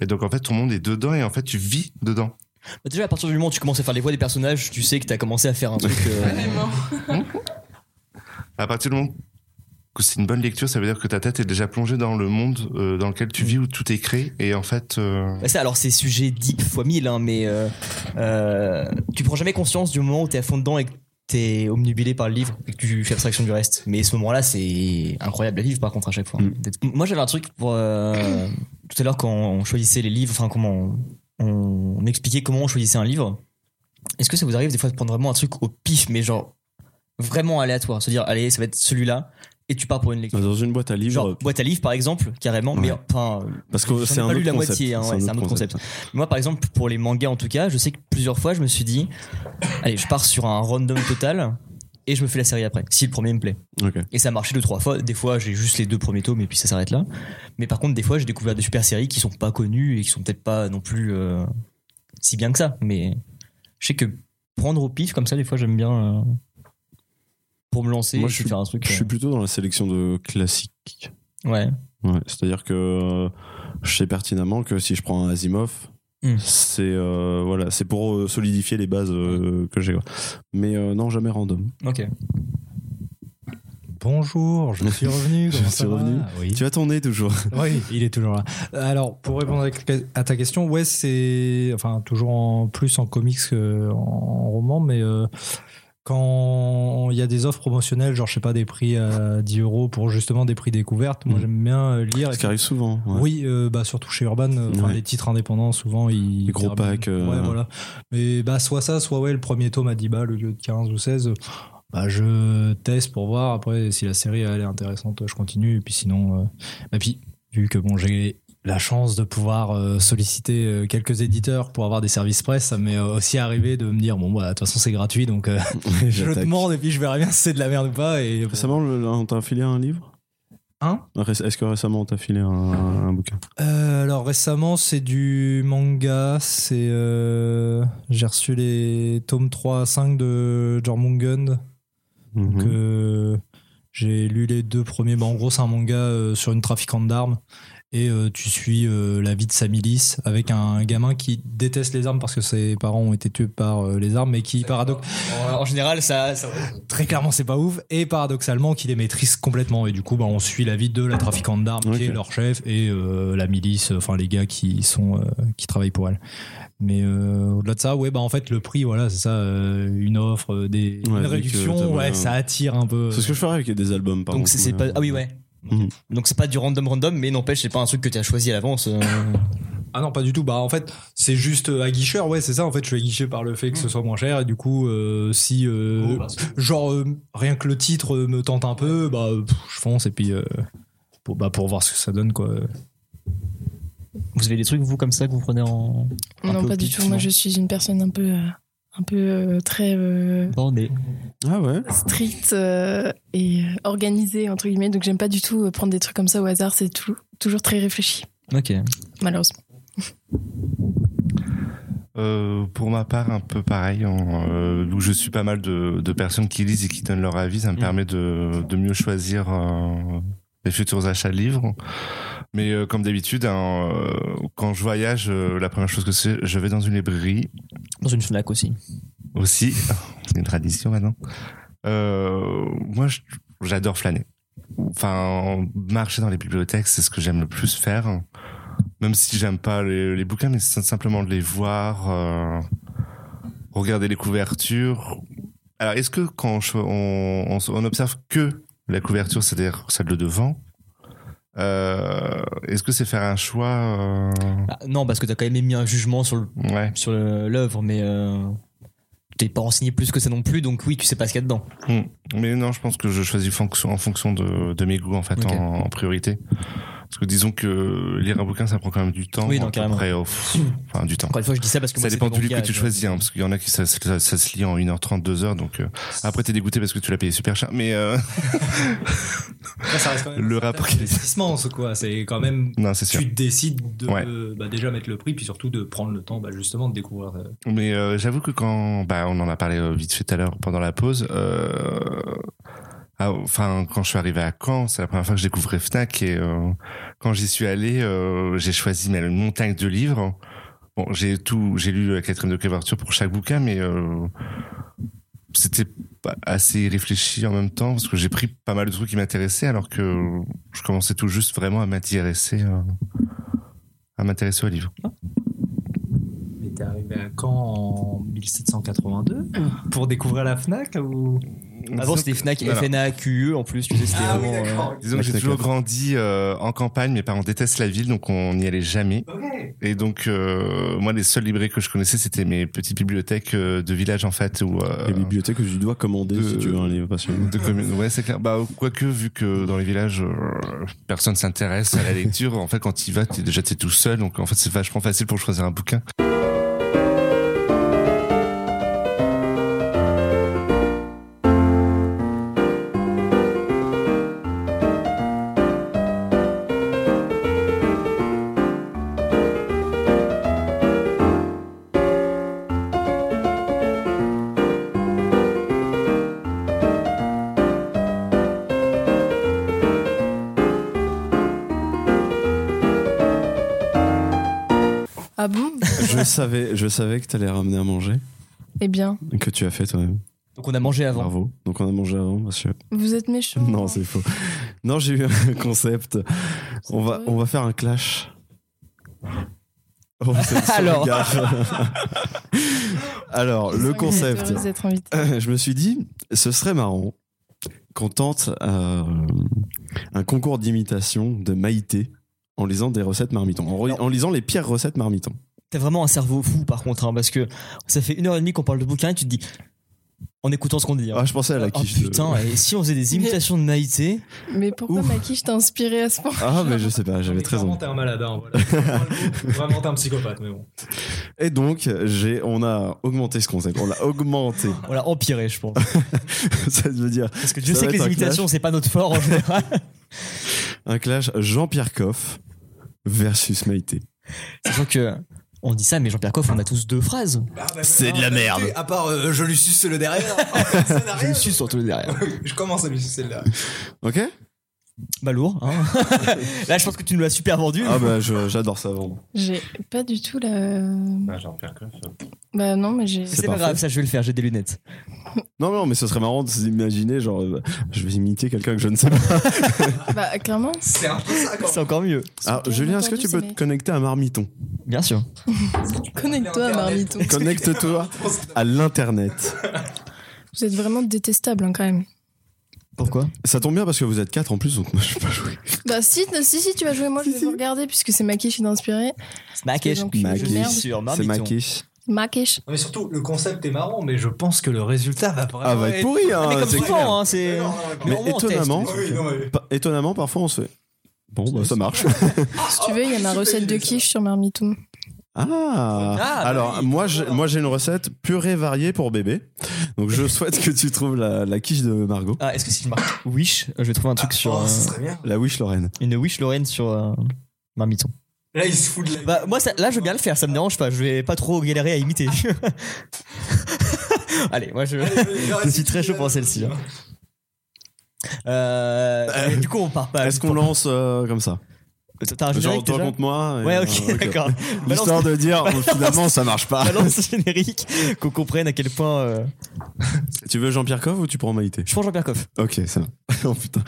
Et donc en fait ton monde est dedans et en fait tu vis dedans.
Bah, Déjà, à partir du moment où tu commences à faire les voix des personnages, tu sais que t'as commencé à faire un truc. euh,
À partir du moment que c'est une bonne lecture, ça veut dire que ta tête est déjà plongée dans le monde euh, dans lequel tu vis où tout est créé et en fait. euh,
Mm. Bah ça, alors c'est sujet deep fois 1000, hein, mais euh, euh, tu prends jamais conscience du moment où t'es à fond dedans et que t'es omnubilé par le livre et que tu fais abstraction du reste. Mais ce moment-là, c'est incroyable à vivre par contre à chaque fois.
Mm.
D'être- Moi j'avais un truc pour... euh, tout à l'heure quand on choisissait les livres, enfin comment on, on- on expliquait comment on choisissait un livre, est-ce que ça vous arrive des fois de prendre vraiment un truc au pif, mais genre vraiment aléatoire, se dire allez ça va être celui-là et tu pars pour une lecture
Dans une boîte à livres. euh,
Genre, boîte à livres par exemple carrément mais
Ouais.
enfin
Parce que
j'en ai
c'est un
pas lu
autre
la
concept.
moitié hein, ouais, c'est un autre concept moi par exemple pour les mangas en tout cas je sais que plusieurs fois je me suis dit allez je pars sur un random total et je me fais la série après si le premier me plaît
Ok.
et ça a marché deux trois fois des fois j'ai juste les deux premiers tomes et puis ça s'arrête là mais par contre des fois j'ai découvert des super séries qui sont pas connues et qui sont peut-être pas non plus euh, si bien que ça mais je sais que prendre au pif comme ça des fois j'aime bien euh, pour me lancer
Moi,
et
je
puis
suis-
faire un truc
Je
euh,
suis plutôt dans la sélection de classiques.
Ouais.
Ouais, C'est-à-dire que euh, je sais pertinemment que si je prends un Asimov,
Hmm.
c'est euh, voilà, c'est pour euh, solidifier les bases euh, que j'ai. quoi. Mais euh, non, jamais random.
ok
Bonjour, je suis revenu.
je
comment
suis
ça va
revenu.
Oui.
Tu vas tourner toujours.
Oui, il est toujours là. Alors, pour répondre à- à ta question, ouais, c'est enfin toujours en plus en comics qu'en roman, mais euh, quand il y a des offres promotionnelles, genre je sais pas des prix à 10 euros pour justement des prix découvertes, moi
Mm.
j'aime bien euh, lire.
Ce qui arrive souvent. ouais.
Oui, euh, bah surtout chez Urban, euh, enfin,
Ouais.
les titres indépendants souvent ils
Les gros
terminent-
packs, euh,
Ouais, voilà. Mais bah soit ça, soit ouais, le premier tome à 10 balles au lieu de 15 ou 16. Bah je teste pour voir après si la série elle est intéressante, je continue et puis sinon euh, et puis vu que bon, j'ai la chance de pouvoir euh, solliciter euh, quelques éditeurs pour avoir des services presse, ça m'est euh, aussi arrivé de me dire bon bah de toute façon c'est gratuit donc euh, je
J'attaque.
demande et puis je verrai bien si c'est de la merde ou pas et
Récemment, le- on t'a filé un livre
Hein
Ré- Est-ce que récemment on t'a filé un, un bouquin
Euh, alors récemment, c'est du manga. C'est euh, j'ai reçu les tomes 3 à 5 de Jormungand. Donc euh, j'ai lu les deux premiers. Bah, en gros, c'est un manga euh, sur une trafiquante d'armes. Et euh, tu suis euh, la vie de sa milice avec un gamin qui déteste les armes parce que ses parents ont été tués par euh, les armes, mais qui paradoxe.
En général, Ah, ça. ça...
Très clairement, c'est pas ouf. Et paradoxalement, qui les maîtrise complètement. Et du coup, bah, on suit la vie de la trafiquante d'armes qui est leur chef et euh, la milice, enfin les gars qui sont euh, qui travaillent pour elle. Mais euh, au-delà de ça, ouais, bah en fait, le prix, voilà, c'est ça, euh, une offre, euh, des, une
Ouais, vu que t'as
réduction,
pas-
ouais, ça attire un peu.
C'est ce que je ferais avec des albums, par euh,
Donc c'est- c'est pas. Ah oui, ouais.
hmm.
Donc c'est pas du random random, mais n'empêche, c'est pas un truc que t'as choisi à l'avance. euh.
Ah non, pas du tout. Bah en fait, c'est juste euh, aguicheur, ouais, c'est ça. En fait, je suis aguiché par le fait que ce soit moins cher et du coup, euh, si euh,
Oh, bah,
genre euh, rien que le titre euh, me tente un peu, bah pff, je fonce et puis euh, pour, bah pour voir ce que ça donne quoi.
Vous avez des trucs vous comme ça que vous prenez en un
non,
peu
pas
au
du
pif,
tout. Moi,
non
je suis une personne un peu, euh, un peu euh, très euh,
Borné.
Ah ouais.
stricte euh, et euh, organisée entre guillemets. Donc, j'aime pas du tout euh, prendre des trucs comme ça au hasard. C'est tout- toujours très réfléchi,
Ok.
malheureusement.
Euh, pour ma part, un peu pareil. en, euh, donc je suis pas mal de, de personnes qui lisent et qui donnent leur avis.
Mm.
Ça me permet de, de mieux choisir euh, les futurs achats de livres. Mais euh, comme d'habitude, hein, euh, quand je voyage, euh, la première chose que c'est, je vais dans une librairie
Dans une Fnac aussi.
aussi. C'est une tradition maintenant. Euh, moi, je- j'adore flâner. Enfin, marcher dans les bibliothèques, c'est ce que j'aime le plus faire. Même si j'aime pas les, les bouquins, mais c'est simplement de les voir, euh, regarder les couvertures. Alors, est-ce que quand je- on, on s- on observe que la couverture, c'est-à-dire celle de devant, euh, est-ce que c'est faire un choix euh,
Ah, non, parce que t'as quand même émis un jugement sur le
Ouais.
sur le- l'œuvre, mais euh, t'es pas renseigné plus que ça non plus, donc oui, tu sais pas ce qu'il y a dedans.
Hmm. Mais non, je pense que je choisis fonction- en fonction de, de mes goûts, en fait,
Ok.
en, en priorité. Parce que disons que lire un bouquin, ça prend quand même du temps.
Oui, non,
à peu
carrément.
près, oh, pff, enfin, du temps.
Encore une fois, je dis ça parce que
ça
moi, c'est
dépend
des
du livre
mangas,
que tu
tu
choisis, hein, parce qu'il y en a qui ça, ça- ça se lit en 1h30, 2h, donc euh, après t'es dégoûté parce que tu l'as payé super cher, mais euh,
Là, ça reste quand même
le
un
rapport.
investissement, ce quoi. C'est quand même.
Non, c'est sûr.
Tu décides de
Ouais.
euh, bah, déjà mettre le prix, puis surtout de prendre le temps, bah, justement, de découvrir. euh,
Mais euh, j'avoue que quand, bah, on en a parlé euh, vite fait tout à l'heure pendant la pause. euh, ah, Enfin, quand je suis arrivé à Caen, c'est la première fois que je découvrais Fnac et euh, quand j'y suis allé, euh, j'ai choisi mais, une montagne de livres. Bon, j'ai tout, j'ai lu la quatrième de couverture pour chaque bouquin, mais euh, c'était pas assez réfléchi en même temps parce que j'ai pris pas mal de trucs qui m'intéressaient alors que je commençais tout juste vraiment à m'intéresser, euh, à m'intéresser aux livres.
Mais t'es arrivé à Caen en 1782 ou pour découvrir la Fnac ou
Avant, c'était Fnac,
Voilà.
FNAQE en plus, tu sais, c'était
Ah oui,
vraiment. euh,
d'accord.
Disons que j'ai toujours grandi euh, en campagne, mes parents détestent la ville, donc on n'y allait jamais. Et donc, euh, moi, les seuls librairies que je connaissais, c'était mes petites bibliothèques euh, de village, en fait. Où, euh,
Les bibliothèques que tu dois commander
De-
si tu veux un livre passionné.
de communes. Ouais, c'est clair. Bah, quoique, vu que dans les villages, euh, personne s'intéresse à la lecture, en fait, quand tu y vas, t'es, déjà, t'es tout seul, donc en fait, c'est vachement facile pour choisir un bouquin.
Ah bon
je savais, je savais que t'allais ramener à manger,
Eh bien,
que tu as fait toi-même.
Donc on a mangé avant.
Bravo. Donc on a mangé avant, monsieur.
vous êtes méchant.
Non, c'est faux. Non, j'ai eu un concept. On va, on va faire un clash. Oh, c'est- c'est
Alors.
gaffe. Alors, le concept.
Vous êtes invité.
Je me suis dit, ce serait marrant qu'on tente euh, un concours d'imitation de Maïté en lisant des recettes marmiton, en, re- en lisant les pires recettes marmiton.
euh, T'as vraiment un cerveau fou par contre, hein, parce que ça fait une heure et demie qu'on parle de bouquin et tu te dis, en écoutant ce qu'on dit. hein,
Ah, je pensais à la
Oh
quiche. de-
putain, et si on faisait des imitations de Maïté
Mais pourquoi Maki, je t'ai inspiré à ce point
Ah, mais je sais pas, j'avais
Mais
très
clairement,
envie.
t'es un malade, hein, voilà. Vraiment, le- Vraiment, t'es un psychopathe, mais bon.
Et donc, j'ai, on a augmenté ce concept. On l'a augmenté.
On l'a empiré, je pense.
Ça veut dire
Parce que Dieu
Ça
sait
va
que les
être un
imitations, c'est pas notre fort en général.
un clash Jean-Pierre Coff versus Maïté.
Sachant que. On dit ça, mais Jean-Pierre Coff, on a tous deux phrases.
Ah, bah,
C'est de la merde.
À part euh, je lui suce le derrière,
Je me suis surtout derrière.
je commence à lui sucer le derrière.
Ok
Bah lourd. hein. Là, je pense que tu nous l'as super vendu.
Ah bah je- j'adore ça vendre.
J'ai pas du tout la. Bah non, mais j'ai.
C'est pas grave, ça je vais le faire, j'ai des lunettes.
Non, non, mais ce serait marrant de s'imaginer, genre, euh, je vais imiter quelqu'un que je ne sais pas.
Bah clairement.
C'est un peu ça,
C'est encore mieux.
Ah, Julien, est-ce que tu peux te connecter à Marmiton
Bien sûr.
Connecte-toi à Marmiton.
Connecte-toi à l'internet.
Vous êtes vraiment détestable hein, quand même.
Pourquoi
Ça tombe bien parce que vous êtes quatre en plus, donc moi je peux pas jouer.
Bah si, si, si, tu vas jouer, moi je vais vous regarder puisque c'est ma quiche d'inspiré.
Makesh,
Donc, je suis merde.
sur
C'est
Marmiton.
Makish.
Ma quiche.
Mais surtout, le concept est marrant, mais je pense que le résultat va vraiment
Ah, va être pourri, hein,
Mais comme
c'est
souvent,
clair.
Bon, hein, c'est.
Mais
Normalement, on teste,
étonnamment,
mais-
pa- étonnamment, parfois on se fait. Bon, bah ça marche.
Si tu veux, il y a
Ah,
ma recette de quiche sur Marmiton.
Ah,
bah
Alors, moi, j'ai, moi, j'ai une recette purée variée pour bébé. Donc, je souhaite que tu trouves la, la quiche de Margot.
Ah, est-ce que si je marque Wish, je vais trouver un truc sur. euh,
La wish Lorraine.
une Wish Lorraine sur euh, Marmiton.
Là, il se fout de la.
Bah, moi, ça, là, je veux bien le faire, ça me dérange pas, je vais pas trop galérer à imiter. Allez, moi, je, je suis très chaud pour celle-ci. hein. Euh, mais du coup, on part pas.
Est-ce qu'on lance euh, comme ça
T'as un
Genre,
générique
toi
Ah, déjà
contre moi. et,
Ouais,
euh,
ok, d'accord. Balance-
Histoire de dire, oh,
Balance-
finalement, ça marche pas.
Balance le générique, qu'on comprenne à quel point. euh,
Tu veux Jean-Pierre Coff ou tu prends Maïté
Je prends Jean-Pierre Coff.
Ok, ça va. oh putain.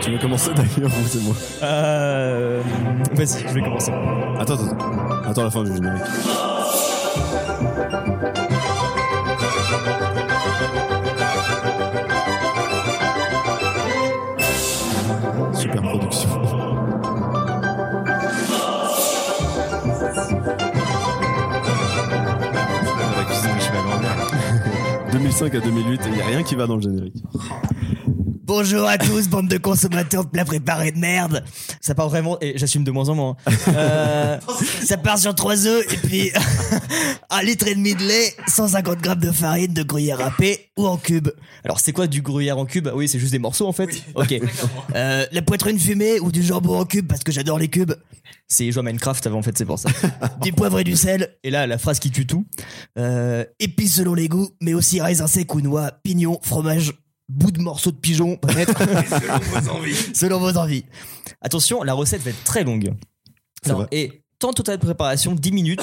Tu veux commencer d'ailleurs ou c'est moi
Euh, Vas-y, je vais commencer.
Attends, attends, attends. Attends la fin du générique. Super production.
Dans la cuisine de chez ma grand-mère.
2005 à 2008, il n'y a rien qui va dans le générique.
Bonjour à tous, bande de consommateurs de plats préparés de merde. Ça part vraiment, et j'assume de moins en moins. hein. Euh, ça part sur trois œufs et puis un litre et demi de lait, 150 grammes de farine de gruyère râpée ou en cube. Alors c'est quoi du gruyère en cube Oui, c'est juste des morceaux en fait. ok. Euh, la poitrine fumée ou du jambon en cube parce que j'adore les cubes. C'est jouer à Minecraft avant en fait, c'est pour ça. du poivre et du sel. Et là, la phrase qui tue tout. Euh, épices selon les goûts, mais aussi raisins secs ou noix, pignons, fromage, bout de morceau de pigeon, peut-être. selon vos envies. Attention, la recette va être très longue.
Ça
Alors,
va.
et temps total de préparation, 10 minutes.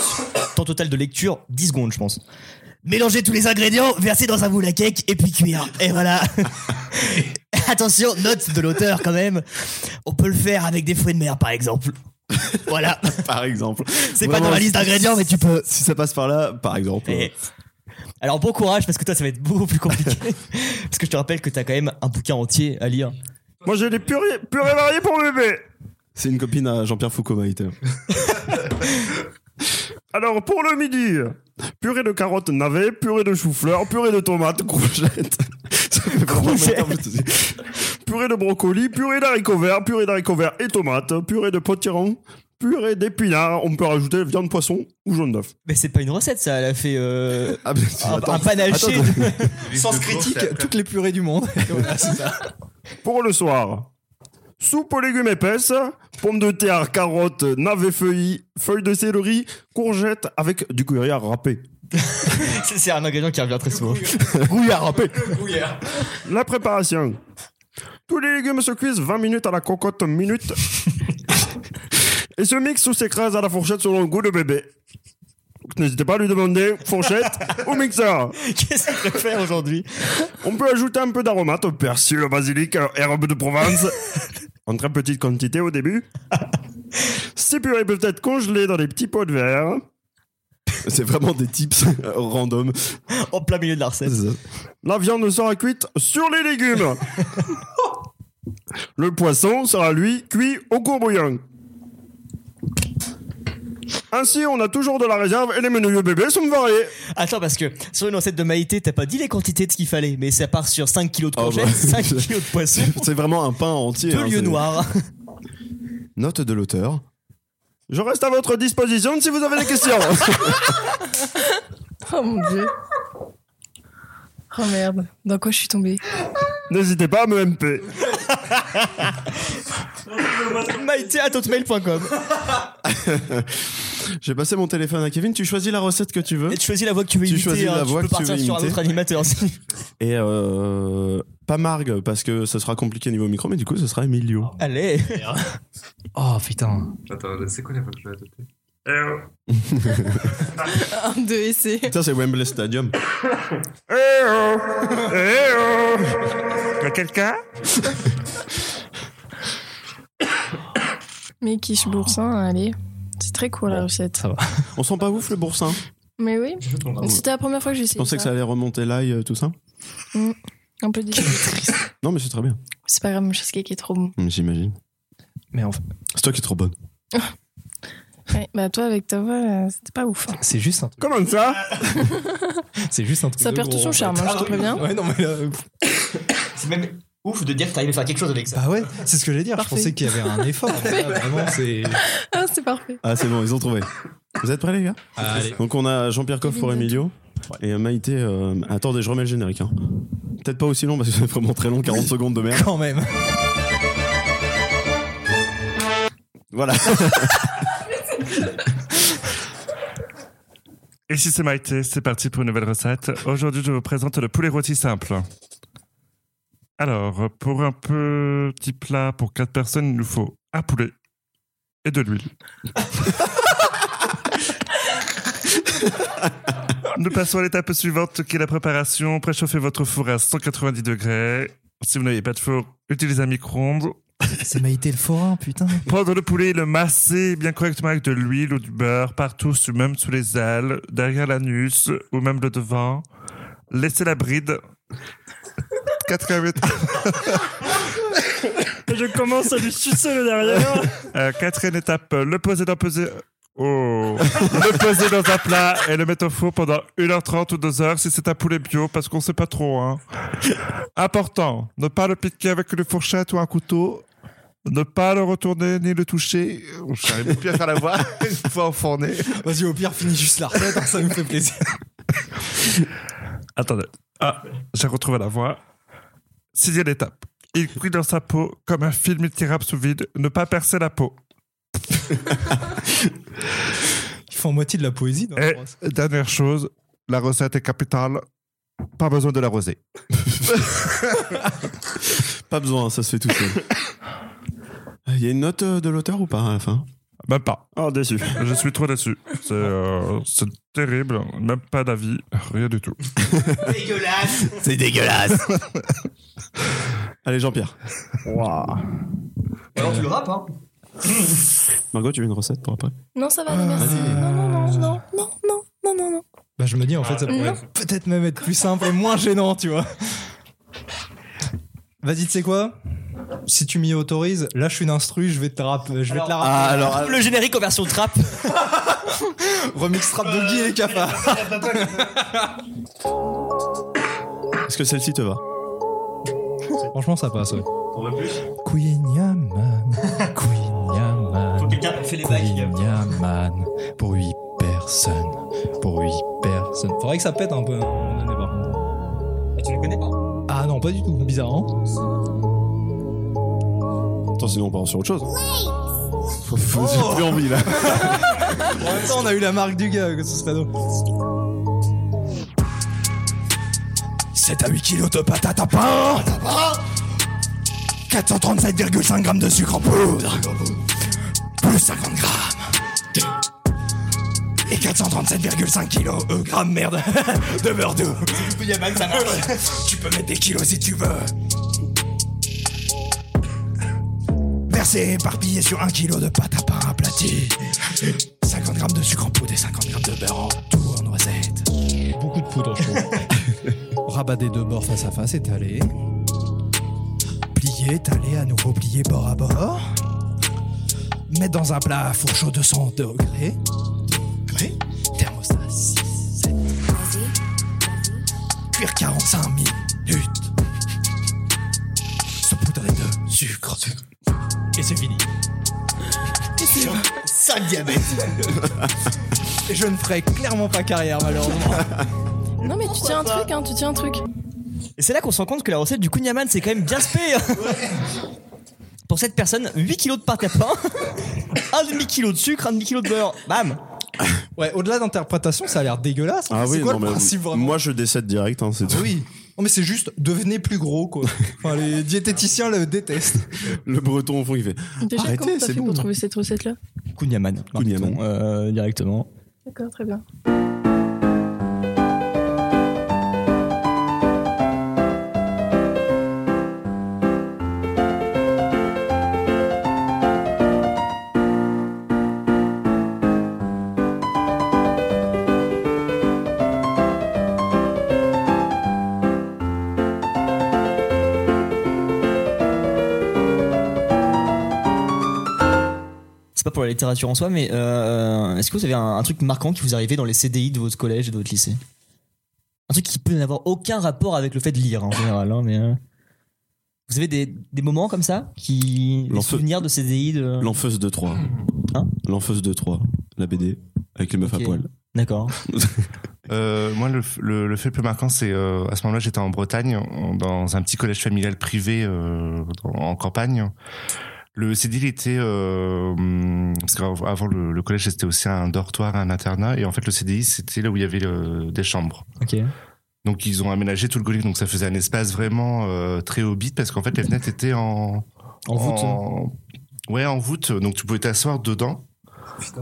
temps total de lecture, 10 secondes, je pense. Mélangez tous les ingrédients, versez dans un moule à cake et puis cuire. Et voilà. Attention, note de l'auteur quand même. On peut le faire avec des fruits de mer, par exemple. Voilà.
Par exemple.
C'est pas dans la liste d'ingrédients, mais tu peux.
Si ça passe par là, par exemple.
Et- Alors bon courage parce que toi ça va être beaucoup plus compliqué. parce que je te rappelle que t'as quand même un bouquin entier à lire.
Moi j'ai des purées, purées variées pour bébé. C'est une copine à Jean-Pierre Foucault Maïté. Alors pour le midi, purée de carottes navets, purée de chou-fleur, purée de tomates, courgettes. Ça fait vraiment
Courgettes.
longtemps que je te dis. purée de brocoli, purée d'haricots verts, purée d'haricots verts et tomates, purée de potiron, purée d'épinards. On peut rajouter viande poisson ou jaune d'œuf.
Mais c'est pas une recette ça, elle a fait euh,
Ah, ben,
un,
attends.
un panaché
Attends,
de-
Liste de courses, et après-
toutes les purées du monde.
Pour le soir, soupe aux légumes épaisses, pommes de terre, carottes, navets feuillis, feuilles de céleri, courgettes avec du gruyère râpé.
c'est c'est un ingrédient qui revient très souvent.
gruyère râpé
Gruyère.
La préparation. Tous les légumes se cuisent 20 minutes à la cocotte minute et se mixent ou s'écrasent à la fourchette selon le goût de bébé. Donc, N'hésitez pas à lui demander fourchette ou mixeur.
Qu'est-ce que tu préfères aujourd'hui
On peut ajouter un peu d'aromate, persil, basilic, herbe de Provence, en très petite quantité au début. Ces purées peuvent être congelées dans des petits pots de verre. C'est vraiment des tips euh, random.
En plein milieu de la recette.
La viande sera cuite sur les légumes. Le poisson sera, lui, cuit au courbouillon. Ainsi, on a toujours de la réserve et les menus bébés sont variés.
Attends parce que sur une recette de Maïté t'as pas dit les quantités de ce qu'il fallait, mais ça part sur 5 kilos de
Ah,
Oh,
courgettes,
bah.
5 kilos de poisson,
C'est vraiment un pain entier. hein,
deux lieux noirs.
Note de l'auteur. Je reste à votre disposition si vous avez des questions.
Oh mon dieu. Oh merde, dans quoi je suis tombée
N'hésitez pas à me MP.
Maïté à hotmail.com.
J'ai passé mon téléphone à Kevin. Tu choisis la recette que tu veux. Et
tu choisis la voix que tu veux imiter,
choisis
hein,
la
tu
voix
peux
que tu
partir
veux
sur un
imiter.
autre animateur.
Et euh, pas Marg parce que ça sera compliqué niveau micro, mais du coup, ce sera Emilio.
Allez.
Oh putain.
Attends, c'est quoi la voix que je vais adopter
Un, deux, et c'est.
Ça, c'est Wembley Stadium.
quelqu'un
Mais quiche boursin, allez. C'est très cool la recette.
Ça va.
On sent pas ouf le boursin.
Mais oui. C'était la première fois que j'ai
Je
essayé.
pensais que ça allait remonter l'ail, euh, tout ça.
Mm. Un peu déçu.
Non, mais c'est très bien.
C'est pas grave, mon cheesecake est trop bon.
Mm, J'imagine.
Mais enfin.
C'est toi qui es trop bonne.
Ouais, bah toi avec ta voix, euh, c'était pas ouf. hein.
C'est juste un truc.
Comment ça
C'est juste un truc.
Ça
de
perd tout
gros,
son
en fait.
charme, hein, je te préviens.
Ouais, non, mais euh, là.
C'est même ouf de dire que t'arrives à faire quelque chose avec ça. Bah
Bah ouais, c'est ce que j'allais dire.
Parfait.
Je pensais qu'il y avait un effort. Là, vraiment, c'est.
Ah, c'est parfait.
Ah, c'est bon, ils ont trouvé. Vous êtes prêts, les gars
Ah, Allez.
Donc, on a Jean-Pierre Coff pour
Kevin
Emilio. Et euh, Maïté. euh, Attendez, je remets le générique. hein. Peut-être pas aussi long parce que c'est vraiment très long, 40 secondes de merde.
Quand même.
Voilà.
Et si c'est Maïté, c'est parti pour une nouvelle recette. Aujourd'hui, je vous présente le poulet rôti simple. Alors, pour un petit plat pour 4 personnes, il nous faut un poulet et de l'huile. nous passons à l'étape suivante qui est la préparation. Préchauffez votre four à 190 degrés. Si vous n'avez pas de four, utilisez un micro-ondes.
C'est Maïté le forain, putain.
Prendre le poulet et le masser bien correctement avec de l'huile ou du beurre, partout, sous- même sous les ailes, derrière l'anus ou même le devant. Laissez la bride. 88.
Je commence à lui sucer le derrière.
Euh, quatrième étape, le poser dans poser. Oh. le poser dans un plat et le mettre au four pendant 1h30 ou 2h si c'est un poulet bio parce qu'on sait pas trop. Hein. Important, ne pas le piquer avec une fourchette ou un couteau. Ne pas le retourner ni le toucher. J'arrive plus à faire la voix une fois enfourné.
Vas-y, au pire, finis juste la recette, hein, ça me fait plaisir.
Attendez. Ah, j'ai retrouvé la voix. Sixième étape. Il cuit dans sa peau comme un film tirable sous vide. Ne pas percer la peau.
Ils font moitié de la poésie dans la
Et
brosse.
dernière chose, la recette est capitale. Pas besoin de l'arroser.
Pas besoin, ça se fait tout seul. Il y a une note euh, de l'auteur ou pas à la fin
Même pas.
Oh, déçu.
Je suis trop déçu. C'est euh, c'est terrible. Même pas d'avis. Rien du tout.
Dégueulasse.
C'est dégueulasse. Allez, Jean-Pierre.
Alors tu le rappes, hein.
Margot, tu veux une recette pour après
Non, ça va, non, merci.
Ah,
Non, non, non, non, non, non, non, non, non.
Bah, je me dis, en fait, ça
Ah.
pourrait
Ah, Non.
peut-être même être plus simple et moins gênant, tu vois. Vas-y, tu sais quoi Si tu m'y autorises, là, je suis une instru, je vais te, rappe- je vais te la rappeler. Ah,
alors.
ah, Le générique en version trap.
Remix rap de Guy et Kappa.
Est-ce que celle-ci te va
Franchement, ça passe, ouais. Queen Yaman, Queen Yaman,
Quelqu'un fait les
Queen Yaman, pour 8 personnes, pour 8 personnes. Faudrait que ça pète un peu, hein, à un moment donné, par contre.
Tu le connais pas
Ah non, pas du tout, bizarre, hein
Attends, sinon on part sur autre chose.
Oh.
J'ai plus envie là.
En même temps, on a eu la marque du gars euh, sur ce cadeau. 7 à 8 kilos de patates à pain 437,5 grammes de sucre en poudre Plus 50 grammes Et 437,5 kilos, euh, grammes merde, de beurre doux Tu peux mettre des kilos si tu veux Versé et éparpillé sur un kilo de pâte à pain aplatie. 50 grammes de sucre en poudre et 50 grammes de beurre en tout en noisette. Beaucoup de poudre, je trouve. Rabat des deux bords face à face, étalé. Plié, étalé, à nouveau plié bord à bord. Mettre dans un plat à four chaud 200 degrés. Degrés. Thermostat 6, 7. Cuire 45 minutes. Saupoudrer de sucre. Et c'est fini.
Sac diabète.
Je ne ferai clairement pas carrière, malheureusement.
Non, mais tu tiens un truc, hein, tu tiens un truc.
Et c'est là qu'on se rend compte que la recette du kunyaman c'est quand même bien spé. hein. Pour cette personne, 8 kilos de pâte à pain, 1 demi kilo de sucre, 1 demi kilo de beurre. Bam
Ouais, au-delà d'interprétation, ça a l'air dégueulasse. en
Ah
fait.
oui,
c'est quoi
non,
le
mais
principe vraiment
Moi, je décède direct, hein, c'est
Ah
tout.
Oui. Non, mais c'est juste devenez plus gros quoi. Enfin, les diététiciens le détestent.
Le breton au fond, il fait.
Déjà, comment t'as fait pour trouver cette recette-là
Kouniaman. Kouniaman. Euh, directement.
D'accord, très bien.
C'est pas pour la littérature en soi, mais euh, est-ce que vous avez un, un truc marquant qui vous arrivait dans les CDI de votre collège et de votre lycée Un truc qui peut n'avoir aucun rapport avec le fait de lire en général, hein, mais. euh, vous avez des, des moments comme ça qui. Des
L'enfeu-
souvenirs de CDI de.
L'enfeuse de 3.
Hein
L'enfeuse de 3, la BD, avec les meufs
Ok.
à poil.
D'accord.
Euh, moi, le, le, le fait le plus marquant, c'est euh, à ce moment-là, j'étais en Bretagne, en- dans un petit collège familial privé euh, dans- en campagne. Le CDI, il était euh, hum, parce qu'avant avant, le, le collège, c'était aussi un dortoir, un internat, et en fait, le CDI, c'était là où il y avait euh, des chambres.
Ok.
Donc, ils ont aménagé tout le golic, donc ça faisait un espace vraiment euh, très hobbit, parce qu'en fait, les fenêtres étaient en
En voûte. hein.
en- Ouais, en voûte, donc tu pouvais t'asseoir dedans.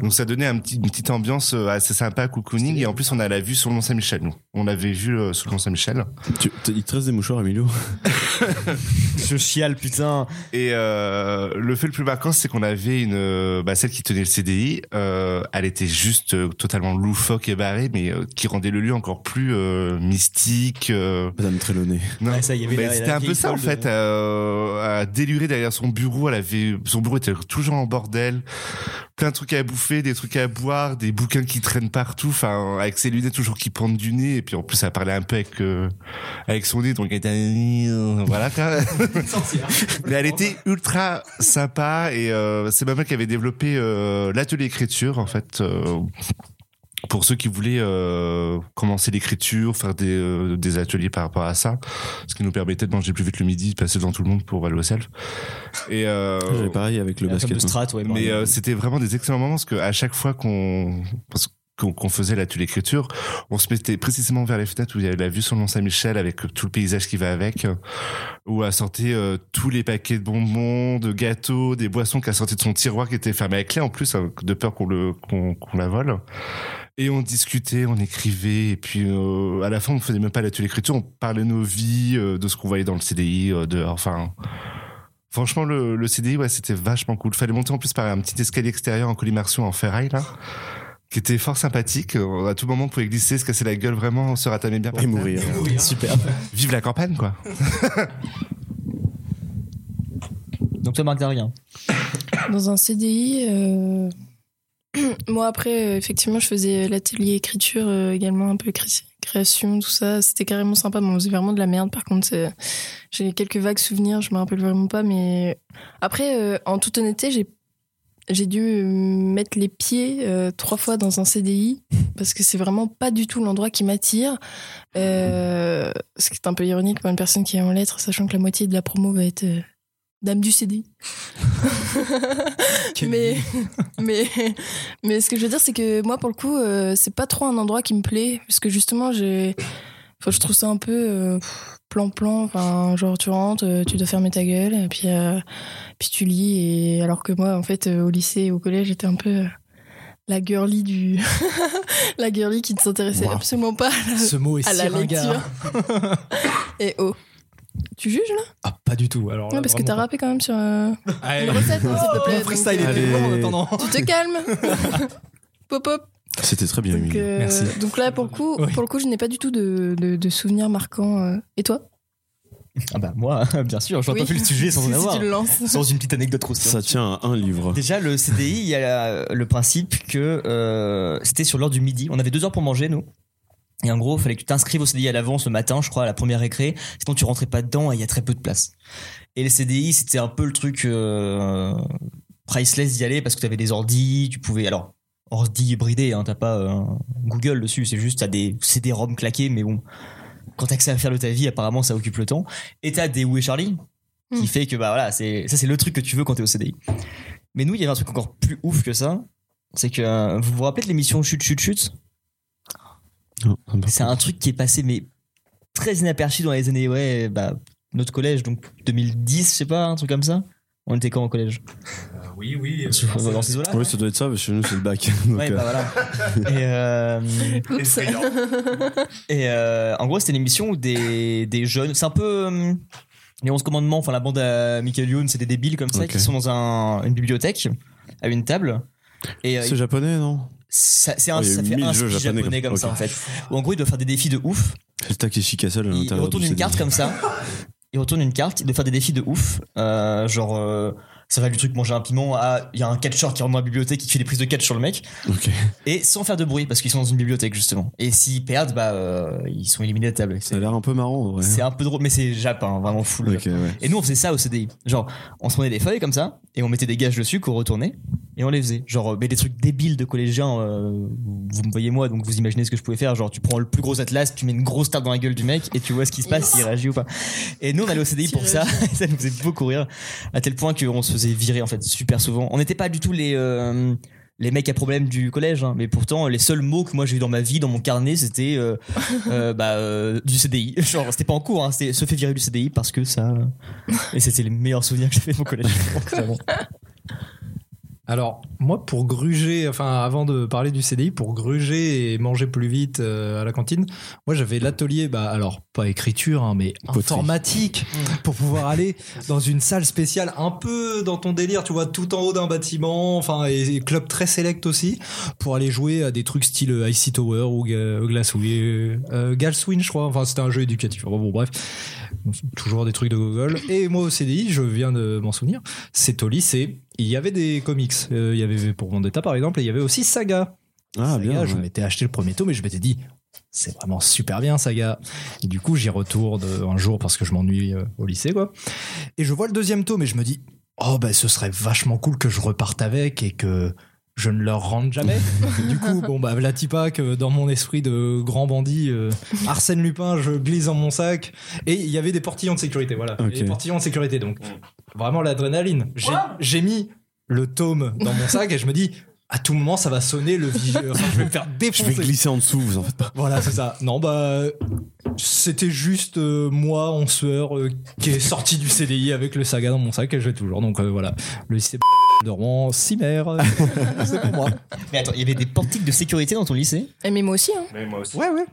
Donc ça donnait un petit, une petite ambiance euh, assez sympa, cocooning. Et en plus, on a la vue sur le Mont Saint-Michel. nous. On l'avait vu euh, sur le Mont Saint-Michel.
Il te reste des mouchoirs, Emilio
Je chiale, putain.
Et euh, le fait le plus marquant, c'est qu'on avait une, euh, bah, celle qui tenait le CDI. euh, elle était juste euh, totalement loufoque et barrée, mais euh, qui rendait le lieu encore plus euh, mystique. euh.
Madame Trelawney.
Non,
Ouais, ça, il y avait
bah,
la- la
c'était un peu
vieille
ça en
folle,
fait, euh, à délurer derrière son bureau. Elle avait son bureau était toujours en bordel, plein de trucs à bouffer, des trucs à boire, des bouquins qui traînent partout. Enfin, avec ses lunettes toujours qui pendent du nez, et puis en plus elle parlait un peu avec euh, avec son nez, donc elle était euh, voilà. quoi.
hein,
Mais elle était ultra sympa et euh, c'est ma mère qui avait développé euh, l'atelier écriture en fait. euh, pour ceux qui voulaient euh, commencer l'écriture, faire des, euh, des ateliers par rapport à ça, ce qui nous permettait de manger plus vite le midi, de passer devant tout le monde pour aller au self. Et euh,
Ah, J'avais pareil avec le
La
basket.
fameuse
hein.
strat, ouais. bon.
mais euh, c'était vraiment des excellents moments parce que à chaque fois qu'on parce qu'on qu'on faisait la tuile écriture, on se mettait précisément vers les fenêtres où il y avait la vue sur le Mont Saint-Michel avec tout le paysage qui va avec, euh, où elle sortait euh, tous les paquets de bonbons, de gâteaux, des boissons qu'elle sortait de son tiroir qui était fermé à clé en plus, hein, de peur qu'on le qu'on qu'on la vole. Et on discutait, on écrivait, et puis euh, à la fin on faisait même pas la tuile écriture, on parlait de nos vies, euh, de ce qu'on voyait dans le CDI, euh, dehors, enfin. Franchement, le, le CDI, ouais, c'était vachement cool. Fallait monter en plus par un petit escalier extérieur en colimaçon en ferraille, là, qui était fort sympathique. Euh, À tout moment, on pouvait glisser, se casser la gueule, vraiment, se ratamer bien. par
Et
terre.
mourir.
Super.
Vive la campagne, quoi.
Donc toi, Marc, t'as rien.
Dans un CDI, euh, moi après, euh, effectivement, je faisais l'atelier écriture euh, également, un peu cré- création, tout ça. C'était carrément sympa, mais on faisait vraiment de la merde. Par contre, c'est- j'ai quelques vagues souvenirs, je me rappelle vraiment pas. Mais après, euh, en toute honnêteté, j'ai j'ai dû euh, mettre les pieds euh, trois fois dans un CDI parce que c'est vraiment pas du tout l'endroit qui m'attire. Euh, ce qui est un peu ironique pour une personne qui est en lettres, sachant que la moitié de la promo va être euh, dame du CDI. mais, mais, mais ce que je veux dire, c'est que moi, pour le coup, euh, c'est pas trop un endroit qui me plaît. Parce que justement, j'ai. Enfin, je trouve ça un peu euh, pff, plan-plan. Enfin, genre, tu rentres, euh, tu dois fermer ta gueule, et puis, euh, puis tu lis. Et alors que moi, en fait, euh, au lycée et au collège, j'étais un peu. euh, la girly du. la girly qui ne s'intéressait
Wow.
absolument pas à la,
Ce mot est
à
si
la
ringard.
lecture. et oh. Tu juges là
Ah, pas du tout. Alors,
Non, parce que t'as
vraiment
rappé quand même sur euh,
pas. Allez.
une recette, hein, s'il te plaît.
Mon freestyle
Donc,
était
euh,
bon en attendant.
tu te calmes Pop pop
C'était très bien,
donc,
Emilio.
euh,
Merci.
donc là, pour le coup,
Oui.
pour le coup je n'ai pas du tout de, de, de souvenirs marquants. euh. Et toi
Ah bah moi, bien sûr, j'aurais
Oui.
pas fait le sujet sans en
Si
avoir.
tu le lances.
Sans une petite anecdote croustillante.
Ça tient à un livre.
Déjà, le CDI, il y a la- le principe que euh, c'était sur l'heure du midi. On avait deux heures pour manger, nous. Et en gros, il fallait que tu t'inscrives au CDI à l'avance le matin, je crois, à la première récré. Sinon, tu rentrais pas dedans et il y a très peu de place. Et le CDI, c'était un peu le truc euh, priceless d'y aller parce que tu avais des ordi, tu pouvais. Alors, ordi bridé, hein, t'as pas euh, Google dessus, c'est juste t'as des CD-ROM claqués, mais bon. Quand t'as que ça à faire de ta vie, apparemment, ça occupe le temps. Et t'as des Où est Charlie qui
Hmm.
fait que bah voilà, c'est ça c'est le truc que tu veux quand t'es au CDI. Mais nous, il y avait un truc encore plus ouf que ça. C'est que euh, vous vous rappelez de l'émission Chut Chut Chut C'est un truc qui est passé mais très inaperçu dans les années ouais bah notre collège donc 2010 je sais pas un truc comme ça. On était quand au collège
Oui, oui.
euh, Dans- dans ces eaux-là
Oui, ça doit être ça, parce que chez nous, c'est le bac. Donc,
Ouais
euh,
bah voilà. Et, euh,
Oups.
Et euh, en gros, c'était une émission où des, des jeunes. C'est un peu. euh, les 11 commandements, enfin la bande à Michael Youn, c'est des débiles comme ça
Ok.
qui sont dans un- une bibliothèque, à une table. Et, euh,
C'est japonais, non
ça, c'est un,
Oh, il y a
ça
eu
fait
mille
un
jeux
ski japonais,
japonais
comme,
comme-
ça
ok.
en fait. Où en gros, ils doivent faire des défis de ouf.
C'est le Takeshi Castle à
Il
l'intérieur.
retourne
du
une
CD.
carte comme ça. Il retourne une carte, il doit faire des défis de ouf. Euh, genre, euh, ça va du truc manger un piment à. Il y a un catcheur qui rentre dans la bibliothèque, qui fait des prises de catch sur le mec.
Ok.
Et sans faire de bruit, parce qu'ils sont dans une bibliothèque justement. Et s'ils perdent, bah, euh, ils sont éliminés de la table.
Ça a l'air un peu marrant, en vrai.
C'est un peu drôle, mais c'est japon, vraiment full.
Ok, ouais.
Et nous, on faisait ça au CDI. Genre, on se prenait des feuilles comme ça, et on mettait des gages dessus qu'on retournait, et on les faisait. Genre, euh, mais des trucs débiles de collégiens, euh, vous me voyez moi, donc vous imaginez ce que je pouvais faire. Genre, tu prends le plus gros atlas, tu mets une grosse tarte dans la gueule du mec, et tu vois ce qui se passe, s'il réagit ou pas. Et nous, on allait au CDI pour ça, et ça nous faisait beaucoup rire, à tel point qu'on se faisait virer, en fait, super souvent. On n'était pas du tout les. euh, les mecs à problème du collège, hein. mais pourtant les seuls mots que moi j'ai eu dans ma vie, dans mon carnet, c'était euh, euh, bah, euh, du CDI. Genre c'était pas en cours, hein, c'était se fait virer du CDI parce que ça. euh, Et c'était les meilleurs souvenirs que j'ai fait de mon collège. Vraiment.
Alors, moi, pour gruger, enfin, avant de parler du CDI, pour gruger et manger plus vite euh, à la cantine, moi, j'avais l'atelier, bah, alors, pas écriture, hein, mais informatique, pour pouvoir aller dans une salle spéciale, un peu dans ton délire, tu vois, tout en haut d'un bâtiment, enfin, et, et club très select aussi, pour aller jouer à des trucs style euh, Icy Tower ou Ga- Glassouille, euh, euh, Galswing, je crois, enfin, c'était un jeu éducatif. Bon, bon, bref, toujours des trucs de Google. Et moi, au CDI, je viens de m'en souvenir, c'est au lycée, il y avait des comics. Euh, il y avait V pour Vendetta, par exemple, et il y avait aussi Saga.
Ah,
Saga,
bien,
Je
ouais.
m'étais acheté le premier tome et je m'étais dit, c'est vraiment super bien, Saga. Et du coup, j'y retourne euh, un jour parce que je m'ennuie euh, au lycée, quoi. Et je vois le deuxième tome et je me dis, oh, bah, ce serait vachement cool que je reparte avec et que je ne leur rende jamais. du coup, bon, bah, la Tipac, euh, dans mon esprit de grand bandit, euh, Arsène Lupin, je glisse dans mon sac. Et il y avait des portillons de sécurité, voilà.
Ok.
Les portillons de sécurité, donc. Vraiment l'adrénaline. J'ai- J'ai mis le tome dans mon sac et je me dis, à tout moment, ça va sonner le vieux. je vais me faire
Je
défoncer.
vais glisser en dessous, vous en faites pas.
Voilà, c'est ça. Non, bah, c'était juste euh, moi en sueur euh, qui est sorti du CDI avec le saga dans mon sac et je vais toujours. Donc euh, voilà, le lycée de Rouen, Cimer, c'est pour moi.
Mais attends, il y avait des portiques de sécurité dans ton lycée
Eh, mais moi aussi, hein.
Mais moi aussi.
Ouais, ouais.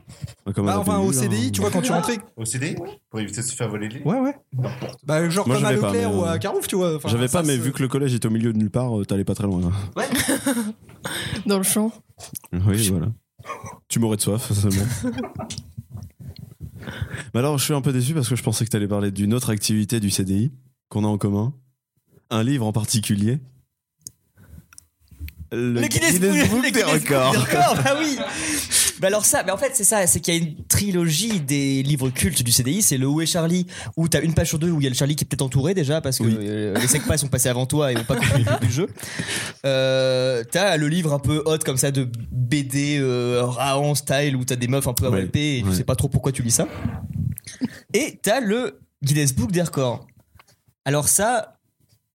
Comme à la
Bah, enfin,
PMU,
au
là.
CDI, tu vois, quand tu rentrais.
Au CDI Pour éviter de se faire voler les.
Ouais, ouais. Bah, genre
Moi,
comme à
j'avais pas,
Leclerc
mais,
ou
euh,
à Carouf, tu vois. Enfin,
J'avais
ça
pas, mais
se-
vu que le collège était au milieu de nulle part, euh, t'allais pas très loin. hein.
Dans le champ.
Oui, voilà. Tu mourrais de soif, c'est bon. Mais alors, je suis un peu déçu parce que je pensais que t'allais parler d'une autre activité du CDI qu'on a en commun. Un livre en particulier. Le,
le
des
Guinness Book
records.
records, bah oui. Bah alors ça, mais en fait c'est ça, c'est qu'il y a une trilogie des livres cultes du CDI, c'est le Où est Charlie, où t'as une page sur deux où il y a le Charlie qui est peut-être entouré déjà parce que euh, les secpas sont passés avant toi et ont pas compris le but du jeu. Euh, t'as le livre un peu hot comme ça de BD euh, Raon style où t'as des meufs un peu
Ouais,
AWP et tu
ouais.
sais pas trop pourquoi tu lis ça. Et t'as le Guinness Book des records. Alors ça,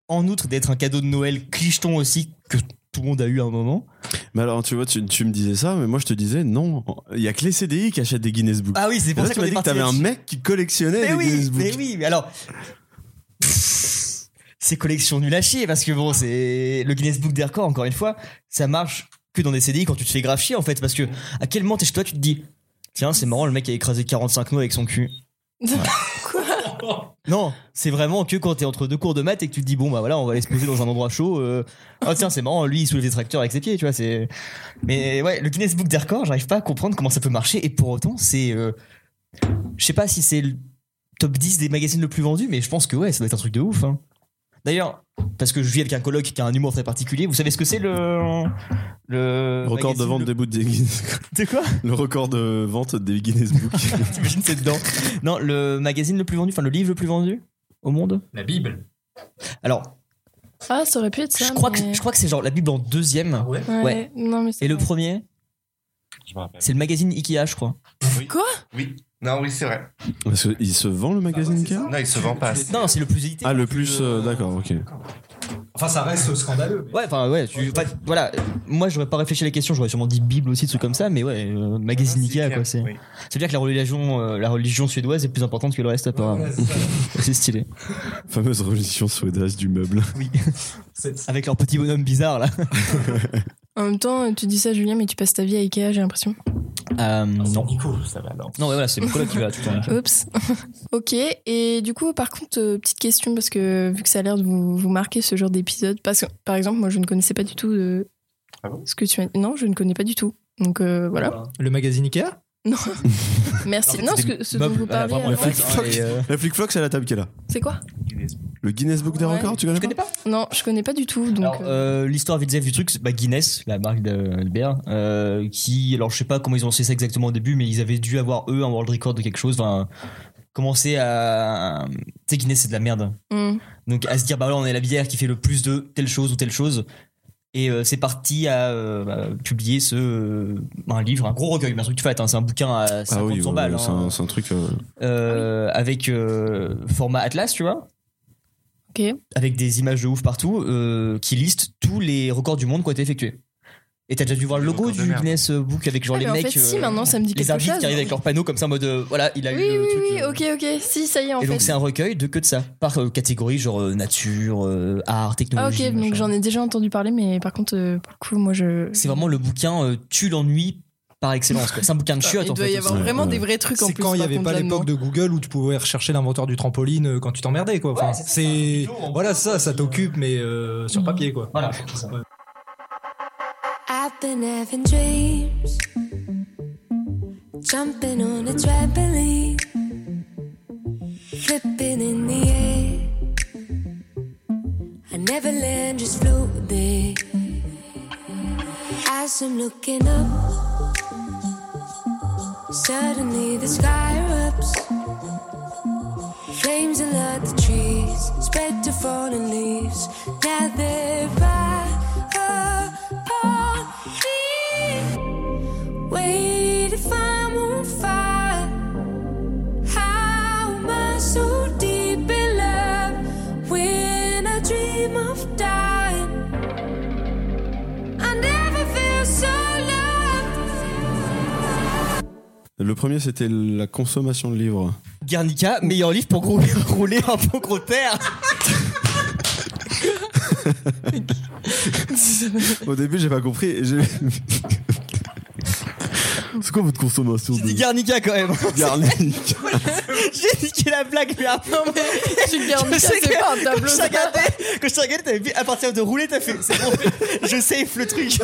en outre d'être un cadeau de Noël clicheton aussi que tout le monde a eu à un moment.
Mais alors, tu vois, tu, tu me disais ça, mais moi je te disais non. Il y a que les CDI qui achètent des Guinness Book.
Ah oui, c'est pour
Là,
ça
tu
qu'on
m'as
est
dit que
parti
t'avais un
là-dessus.
mec qui collectionnait
Mais
les
oui,
Guinness Book.
mais oui, mais alors. Pfff, Ces collections nul à chier parce que bon, c'est le Guinness Book des records, encore une fois, ça marche que dans des CDI quand tu te fais grave chier en fait. Parce que à quel moment t'es chez toi, tu te dis Tiens, c'est marrant, le mec a écrasé 45 noix avec son cul. Non, c'est vraiment que quand t'es entre deux cours de maths et que tu te dis bon bah voilà on va aller se poser dans un endroit chaud. euh, Ah tiens c'est marrant lui il soulève des tracteurs avec ses pieds tu vois c'est. Mais ouais le Guinness Book des records j'arrive pas à comprendre comment ça peut marcher et pour autant c'est euh, je sais pas si c'est le top 10 des magazines le plus vendu mais je pense que ouais ça doit être un truc de ouf. hein. D'ailleurs parce que je vis avec un coloc qui a un humour très particulier vous savez ce que c'est le le
Le record de
magazine
vente
le-
des bouts des Guinness.
C'est quoi
Le record de vente des Guinness Book.
T'imagines c'est dedans non le magazine le plus vendu enfin le livre le plus vendu au monde
La Bible.
alors
Ah, ça aurait pu être ça.
Je crois,
mais-
que, je crois que c'est genre la Bible en deuxième.
ouais
Ouais.
ouais.
Non, mais c'est
Et le
vrai.
premier,
Je me rappelle.
c'est le magazine Ikea, je crois.
Quoi
Oui. Non, oui, c'est vrai.
Parce que il se vend le magazine Ah, Ikea
Non, il se vend pas. assez.
Non, c'est le plus édité.
Ah, le plus, euh, d'accord, ok.
Enfin, ça reste scandaleux.
Ouais, enfin, ouais, tu, enfin, voilà. Moi, j'aurais pas réfléchi à la question, j'aurais sûrement dit Bible aussi, truc comme ça, mais ouais, euh, magazine Ikea, quoi. C'est, ça veut dire que la religion, euh, la religion suédoise est plus importante que le reste, apparemment. c'est stylé.
Fameuse religion suédoise du meuble.
Avec leur petit bonhomme bizarre, là.
En même temps, tu dis ça, Julien, mais tu passes ta vie à Ikea, j'ai l'impression.
Euh, non.
ça va alors.
Non, ouais, voilà, c'est mon coloc qui va tout le temps.
Oups. ok. Et du coup, par contre, euh, petite question, parce que euh, vu que ça a l'air de vous, vous marquer ce genre d'épisode, parce que par exemple, moi, je ne connaissais pas du tout euh,
Ah
ce que tu as. Non, je ne connais pas du tout. Donc euh, voilà.
bah.
Le magazine Ikea
Non. Merci. non, ce, que, ce dont
Ah,
vous parlez.
la
euh,
flic floc, la flic floc, c'est à la table qui est là.
C'est quoi
Le Guinness Book des
Ouais.
records, tu connais, pas,
Non, je connais pas du tout. Donc,
Alors, euh, l'histoire vite fait du truc, c'est bah, Guinness, la marque de- de bière, euh, qui, alors je sais pas comment ils ont fait ça exactement au début, mais ils avaient dû avoir eux un world record de quelque chose, enfin, commencer à. Tu sais, Guinness, c'est de la merde.
hmm.
Donc à se dire bah là on est la bière qui fait le plus de telle chose ou telle chose. Et euh, c'est parti à euh, bah, publier ce euh, un livre, un gros recueil, mais un truc de fat, hein, c'est un bouquin à 50
Ah oui, ouais,
balles,
c'est
hein.
un, c'est un truc. euh,
Euh, avec euh, format atlas, tu vois,
Ok.
avec des images de ouf partout, euh, qui liste tous les records du monde qui ont été effectués. Et t'as déjà dû voir le logo du Guinness euh, Book avec genre
Ah,
les
mais en
mecs, euh,
fait, si, maintenant, ça me dit
les
quelque
arbitres
chose.
qui arrivent avec leur panneau comme ça en mode euh, voilà il a eu
Oui,
le
oui,
truc. euh,
oui. Ok, ok. Si, ça y est, en
Et donc
fait.
c'est un recueil de que de ça, par euh, catégorie genre euh, nature, euh, art,
Ah,
technologie.
ok. Donc j'en ai déjà entendu parler, mais par contre, euh, pour le coup, moi, je.
C'est vraiment le bouquin euh, tue l'ennui par excellence. quoi. C'est un bouquin de
Putain,
chiottes
il
en
doit
fait.
y avoir
aussi.
vraiment des vrais trucs en
C'est
plus.
quand il n'y
par
avait
contre,
pas
là-dedans.
l'époque de Google où tu pouvais rechercher l'inventeur du trampoline euh, quand tu t'emmerdais quoi. Enfin, c'est voilà ça, ça t'occupe mais euh,
Mhm.
sur papier quoi.
Voilà.
I've been having dreams, jumping on a trampoline, flipping in the air. I never land, just float there. As I'm looking up, suddenly the sky erupts. Flames alert the trees, spread to fallen leaves. Now they're oh, right upon me. Wait if I'm on fire. How am I so deep in love when I dream of dying? I never feel so loved.
Le premier, c'était la consommation de livres.
Guernica, meilleur livre pour grou- rouler un peu gros terre.
Au début, j'ai pas compris. et j'ai- c'est quoi votre consommation de
J'ai dit Guernica quand même.
Garnic.
J'ai niqué la blague, mais après. Non, mais
j'ai Guernica, c'est pas un tableau,
Quand je
c'est
t'ai regardé, quand je t'ai regardé, t'avais vu à partir de rouler, t'as fait. C'est bon, je safe le truc.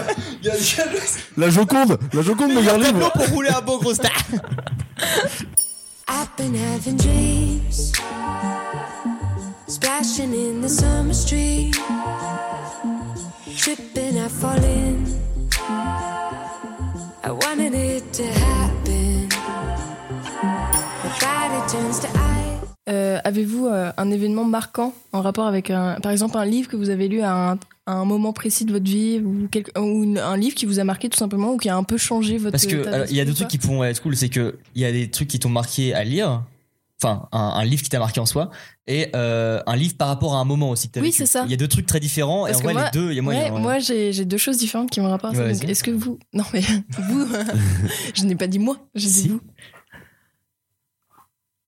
La Joconde La Joconde, meilleur livre
pour rouler un beau gros star.
I've been having dreams, splashing in the summer street, tripping, I fall in. I wanted it to happen. My body turns to ice.
Euh, Avez-vous euh, un événement marquant en rapport avec, un, par exemple, un livre que vous avez lu à un, à un moment précis de votre vie ou, quelque- ou une- un livre qui vous a marqué tout simplement ou qui a un peu changé votre
Parce que
état
alors, il y a deux
d'esprit,
trucs qui pourront être cool, c'est que il y a des trucs qui t'ont marqué à lire, enfin un, un livre qui t'a marqué en soi, et euh, un livre par rapport à un moment aussi. Que t'as
Oui,
vécu.
c'est ça.
Il y a deux trucs très différents,
Parce
et en
que
vrai
moi,
les deux, il y a
ouais,
moyen. hein.
moi, j'ai j'ai deux choses différentes qui me rapportent à ça.
Ouais,
Donc,
vas-y.
Est-ce que vous. Non, mais vous. je n'ai pas dit moi, j'ai dit vous.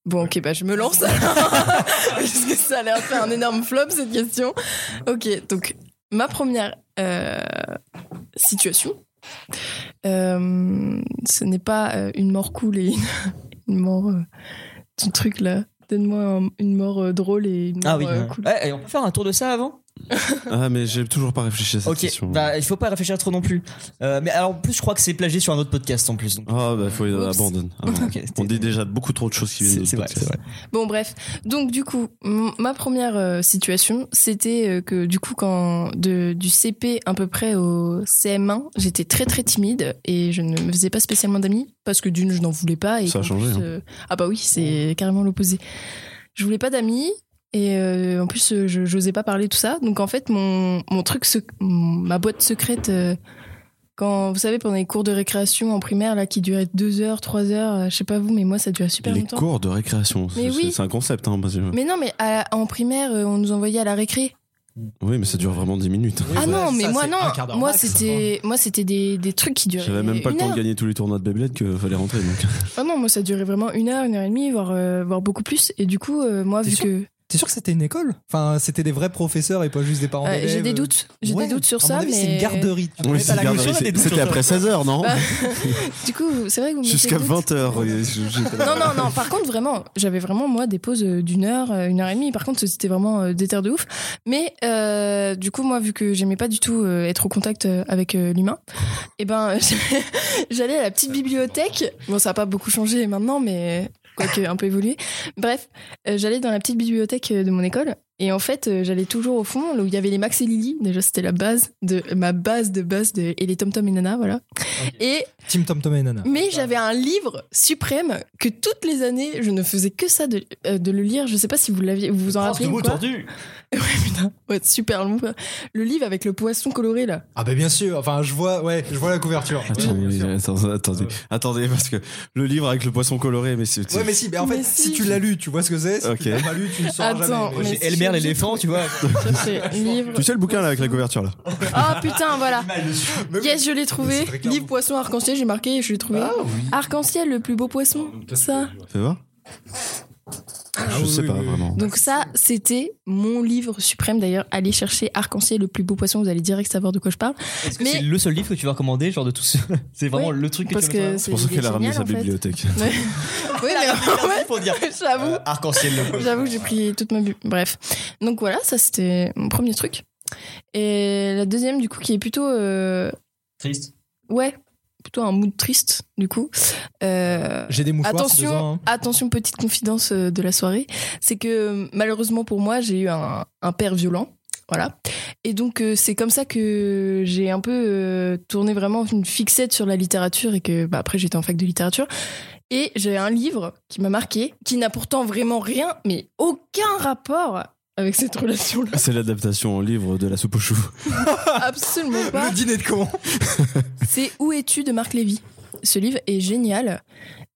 Bon, ok, bah je me lance. Parce que ça a l'air de faire un énorme flop, cette question. Ok, donc, ma première euh, situation. euh, ce n'est pas euh, une mort cool et une, une mort euh, du truc là. Donne-moi un- une mort euh, drôle et une mort
Ah oui.
euh,
ouais.
cool.
Ouais, et on peut faire un tour de ça avant
Ah, mais j'ai toujours pas réfléchi à cette
Ok,
question.
bah, il faut pas réfléchir trop non plus. Euh, mais alors, en plus, je crois que c'est plagié sur un autre podcast en plus. donc.
Ah, bah, faut abandonner. bah, On dit déjà beaucoup trop de choses qui viennent de
C'est vrai, c'est vrai.
Bon, bref. Donc, du coup, m- ma première euh, situation, c'était euh, que, du coup, quand de, du CP à peu près au CM1, j'étais très très timide et je ne me faisais pas spécialement d'amis parce que d'une, je n'en voulais pas. Et
Ça a
qu'en
changé,
plus,
hein.
euh, Ah, bah oui, c'est carrément l'opposé. Je voulais pas d'amis. Et euh, en plus, euh, je n'osais pas parler tout ça. Donc en fait, mon, mon truc, sec- mon- ma boîte secrète, euh, quand vous savez, pendant les cours de récréation en primaire, là, qui duraient deux heures, trois heures, euh, je sais pas vous, mais moi, ça durait super
Les
longtemps.
cours de récréation, c'est
Mais oui.
Mm.
c'est un concept. Hein, parce que-
Mais non, mais à- en primaire, euh, on nous envoyait à la récré.
Oui, mais ça dure vraiment 10 minutes.
ah non, mais moi non. Moi
hein,
c'était, moi c'était des, des trucs qui duraient.
J'avais même pas le
une
temps de
heure.
gagner tous les tournois de Beyblade qu'il fallait rentrer. Donc.
Ah non, moi ça durait vraiment une heure, une heure et demie, voire, euh, voire beaucoup plus. Et du coup, euh, moi vu que
T'es sûr que c'était une école Enfin, c'était des vrais professeurs et pas juste des parents
Euh,
d'élèves.
j'ai des doutes, j'ai
Ouais,
des doutes sur
à mon
ça,
avis,
mais
c'est une garderie. Tu
Oui,
mets
c'est
à la
une garderie,
gauche, on a des
c'est-
doutes hein. sur
C'était
ça.
après 16h, non
Bah, du coup, c'est vrai que vous me mettez
Jusqu'à
le doute.
20h.
Non, non, non. Par contre, vraiment, j'avais vraiment, moi, des pauses euh, d'une heure, euh, une heure et demie. Par contre, c'était vraiment euh, des terres de ouf. Mais euh, du coup, moi, vu que j'aimais pas du tout euh, être au contact euh, avec euh, l'humain, et ben, j'allais à la petite bibliothèque. Bon, ça a pas beaucoup changé maintenant, mais euh, quoique un peu évolué. Bref, euh, j'allais dans la petite bibliothèque euh, de mon école. Et en fait, euh, j'allais toujours au fond, là où il y avait les Max et Lily. Déjà, c'était la base de ma base de base de, et les Tom Tom et Nana, voilà. Et
Team Tom Tom et Nana.
mais j'avais un livre suprême que toutes les années, je ne faisais que ça de, euh, de le lire. Je sais pas si vous l'aviez, vous vous en rappelez. ou quoi. Ouais, super long. quoi. Le livre avec le poisson coloré là.
Ah bah bien sûr. Enfin, je vois, ouais, je vois la couverture.
Attendez, attendez, attendez, attendez, parce que le livre avec le poisson coloré, mais c'est.
Ouais, mais si, mais en fait, si. tu l'as lu, tu vois ce que c'est. Si
Ok.
tu l'as pas lu, tu ne sauras
Attends,
jamais.
mais J'ai si Elmer j'ai-
l'éléphant, tu vois.
Ça, c'est livre.
Tu sais le bouquin là avec la couverture là
Oh putain, voilà. Yes, je l'ai trouvé. Livre poisson arc-en-ciel, j'ai marqué et je l'ai trouvé. Arc-en-ciel, le plus beau poisson. Ah, Ça.
Fais voir.
Ah
Je sais pas vraiment.
Donc ça, c'était mon livre suprême. D'ailleurs, allez chercher Arc-en-ciel, le plus beau poisson. Vous allez direct savoir de quoi je parle. Mais
C'est le seul livre que tu vas recommander, genre de tous ceux. C'est vraiment
Oui,
le truc que
parce
tu vas
que
recommander.
c'est- il est génial, en fait. Ouais. oui, mais j'avoue.
euh, Arc-en-ciel, le bleu.
J'avoue, que j'ai pris toute ma bu. Bref. Donc voilà, ça c'était mon premier truc. Et la deuxième, du coup, qui est plutôt. euh,
Triste.
Ouais, plutôt un mood triste, du coup. Euh,
J'ai des mouchoirs, si
Attention,
besoin, hein.
attention, petite confidence euh, de la soirée. C'est que malheureusement pour moi, j'ai eu un, un père violent. Voilà. Et donc, euh, c'est comme ça que j'ai un peu euh, tourné vraiment une fixette sur la littérature et que bah, après, j'étais en fac de littérature. Et j'ai un livre qui m'a marqué, qui n'a pourtant vraiment rien, mais aucun rapport avec cette relation-là.
C'est l'adaptation en livre de la soupe aux choux.
Absolument pas.
dîner de con.
C'est Où es-tu de Marc Lévy. Ce livre est génial,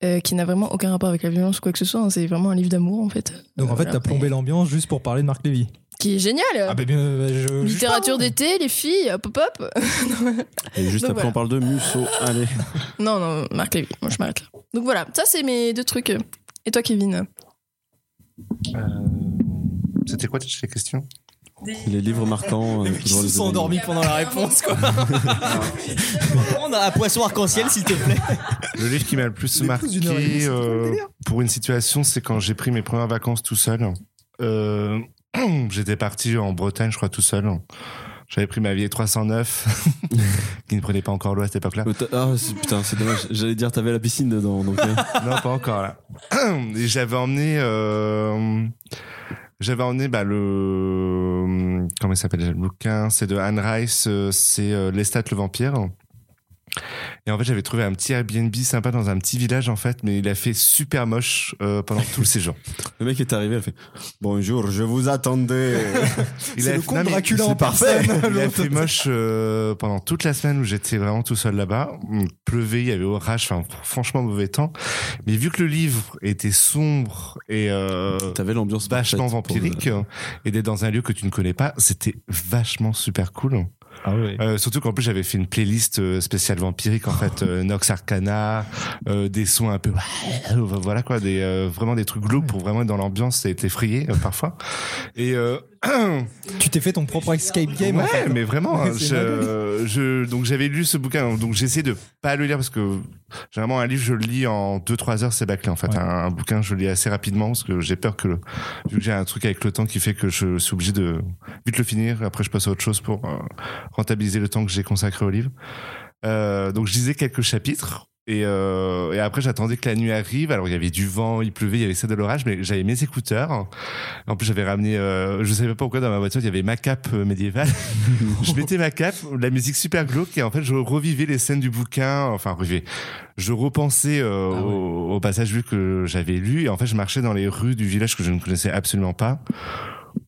euh, qui n'a vraiment aucun rapport avec la violence ou quoi que ce soit. hein. C'est vraiment un livre d'amour en fait.
Donc en fait,
Voilà.
t'as plombé l'ambiance juste pour parler de Marc Lévy.
Qui est génial.
Ah bah bien, euh, je-
Littérature d'été, les filles, hop hop hop.
Et juste
Donc
après,
voilà.
on parle de Musso. Allez.
Non, non, Marc Lévy, moi je m'arrête là. Donc voilà, ça c'est mes deux trucs. Et toi, Kevin
Euh,
C'était quoi ta question
Les livres marquants. euh,
Ils se sont endormis
pendant la réponse, quoi. On a un poisson arc-en-ciel, s'il te plaît.
Le livre qui m'a le plus
Mais plus d'une heure et demie,
marqué
c'est
euh, pour une situation, c'est quand j'ai pris mes premières vacances tout seul. Euh, J'étais parti en Bretagne, je crois, tout seul. J'avais pris ma vieille 309, qui ne prenait pas encore l'eau à cette époque-là.
Ah, c'est- putain, c'est dommage. J'allais dire, t'avais la piscine dedans. Donc, euh,
non, pas encore là. Et j'avais emmené, euh, j'avais emmené bah, le comment il s'appelle déjà le bouquin, c'est de Anne Rice, euh, c'est euh, Lestat le vampire. Et en fait, j'avais trouvé un petit Airbnb sympa dans un petit village en fait, mais il a fait super moche euh, pendant tout le séjour.
le mec est arrivé, elle fait Bonjour, je vous attendais.
Il a- non, mais
C'est
c'est
parfait.
Il a fait moche euh, pendant toute la semaine où j'étais vraiment tout seul là-bas. Il pleuvait, il y avait orage, enfin fr- franchement mauvais temps. Mais vu que le livre était sombre et euh,
t'avais l'ambiance
vachement
parfaite pour le-
vampirique et d'être dans un lieu que tu ne connais pas, c'était vachement super cool.
Ah
Euh, surtout qu'en plus j'avais fait une playlist euh, spéciale vampirique en fait euh, Nox Arcana euh, des sons un peu voilà quoi des euh, vraiment des trucs glauques pour vraiment être dans l'ambiance et être effrayé euh, parfois et euh,
Tu t'es fait ton propre escape game.
Ouais,
en fait.
mais vraiment, hein,
C'est
je-
dingue.
je- donc j'avais lu ce bouquin, donc j'essaie de pas le lire parce que généralement un livre je le lis en 2-3 heures, c'est bâclé en fait. Un, un bouquin je le lis assez rapidement parce que j'ai peur que le- vu que j'ai un truc avec le temps qui fait que je suis obligé de vite le finir. Après je passe à autre chose pour euh, rentabiliser le temps que j'ai consacré au livre. Euh, donc je lisais quelques chapitres. Et, euh, et après j'attendais que la nuit arrive. Alors il y avait du vent, il pleuvait, il y avait ça de l'orage, mais j'avais mes écouteurs. En plus j'avais ramené, euh, je savais pas pourquoi dans ma voiture il y avait ma cape euh, médiévale. je mettais ma cape, la musique super glauque et en fait je revivais les scènes du bouquin. Enfin revivais. Je repensais euh,
Ah
au, au passage vu que j'avais lu et en fait je marchais dans les rues du village que je ne connaissais absolument pas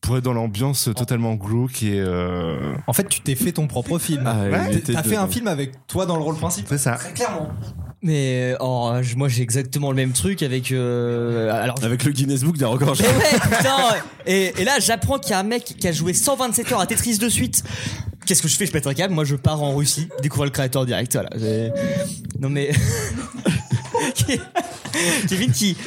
pour être dans l'ambiance totalement glauque et euh,
En fait, tu t'es fait ton propre film.
Ah, il
T'es-
était
T'as fait un
dedans.
film avec toi dans le rôle principal.
C'est ça.
Très clairement.
Mais oh, je- moi j'ai exactement le même truc avec euh, alors
avec le Guinness Book des records.
Mais ouais, putain. Et, et là j'apprends qu'il y a un mec qui a joué 127 heures à Tetris de suite. Qu'est-ce que je fais Je pète un câble. Moi je pars en Russie découvrir le créateur direct. Voilà. J'ai- Non mais Kevin qui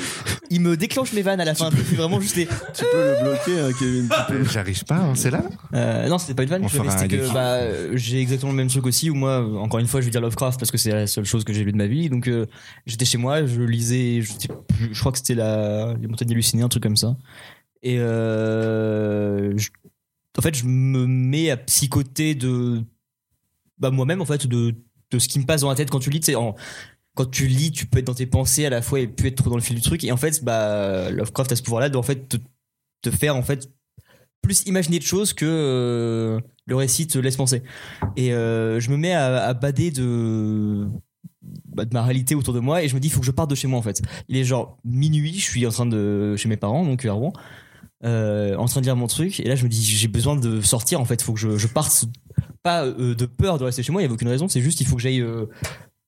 il me déclenche mes vannes à la fin. C'est vraiment juste des.
Tu peux le bloquer, hein, Kevin. tu peux.
J'arrive pas, hein, c'est là
Euh, non, c'était pas une vanne.
On
je l'avais,
fera un
c'était que
geek.
bah, euh, j'ai exactement le même truc aussi. Où moi, euh, encore une fois, je vais dire Lovecraft parce que c'est la seule chose que j'ai lu de ma vie. Donc, euh, j'étais chez moi, je lisais. Je, sais plus, je crois que c'était la les montagnes hallucinées, un truc comme ça. Et euh, je- en fait, je me mets à psychoter de bah, moi-même en fait de, de ce qui me passe dans la tête quand tu lis. tu sais, En, quand tu lis, tu peux être dans tes pensées à la fois et plus être trop dans le fil du truc. Et en fait, bah, Lovecraft a ce pouvoir-là de en fait te, te faire en fait plus imaginer de choses que euh, le récit te laisse penser. Et euh, je me mets à, à bader de bah, de ma réalité autour de moi et je me dis il faut que je parte de chez moi en fait il est genre minuit je suis en train de chez mes parents donc à Rouen euh, en train de lire mon truc et là je me dis j'ai besoin de sortir en fait faut que je, je parte pas euh, de peur de rester chez moi il y avait aucune raison c'est juste il faut que j'aille euh,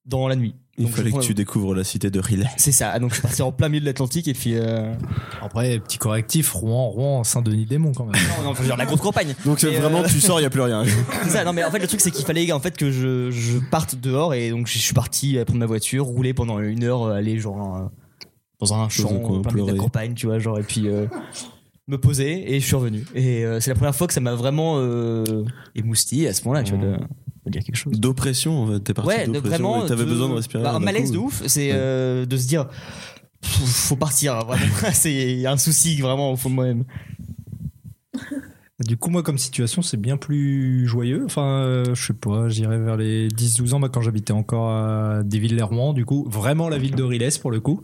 dans la nuit
Il
Donc, je
fallait que
prends-
tu découvres la cité de Riley.
c'est ça Ah, donc je suis parti en plein milieu de l'Atlantique et puis euh,
Après, petit correctif, Rouen, Rouen, Saint-Denis-des-Monts quand même.
non, non, je veux dire, la grosse campagne
Donc
Mais,
vraiment,
euh,
tu sors, il n'y a plus rien.
C'est ça, non mais en fait le truc c'est qu'il fallait en fait que je, je parte dehors et donc je suis parti euh, prendre ma voiture, rouler pendant une heure, euh, aller genre euh, dans un
Chose
champ,
de quoi,
euh, plein milieu de la
pleurer.
campagne, tu vois, genre et puis euh, me poser et je suis revenu. Et euh, c'est la première fois que ça m'a vraiment euh, émoustillé à ce moment-là, tu vois. de- dire quelque chose.
Mmh. D'oppression, en fait. T'es parti
ouais, de-
d'oppression
vraiment.
et T'avais
de-
besoin de respirer.
bah,
d'un
un
coup.
malaise de ouf, c'est euh, de se dire pff, faut partir, hein, vraiment. c'est un souci vraiment au fond de moi-même.
Du coup, moi, comme situation, c'est bien plus joyeux. Enfin, euh, je sais pas, j'irais vers les 10-12 ans, bah, quand j'habitais encore à des villes rouen du coup, vraiment la ville de Rilès pour le coup.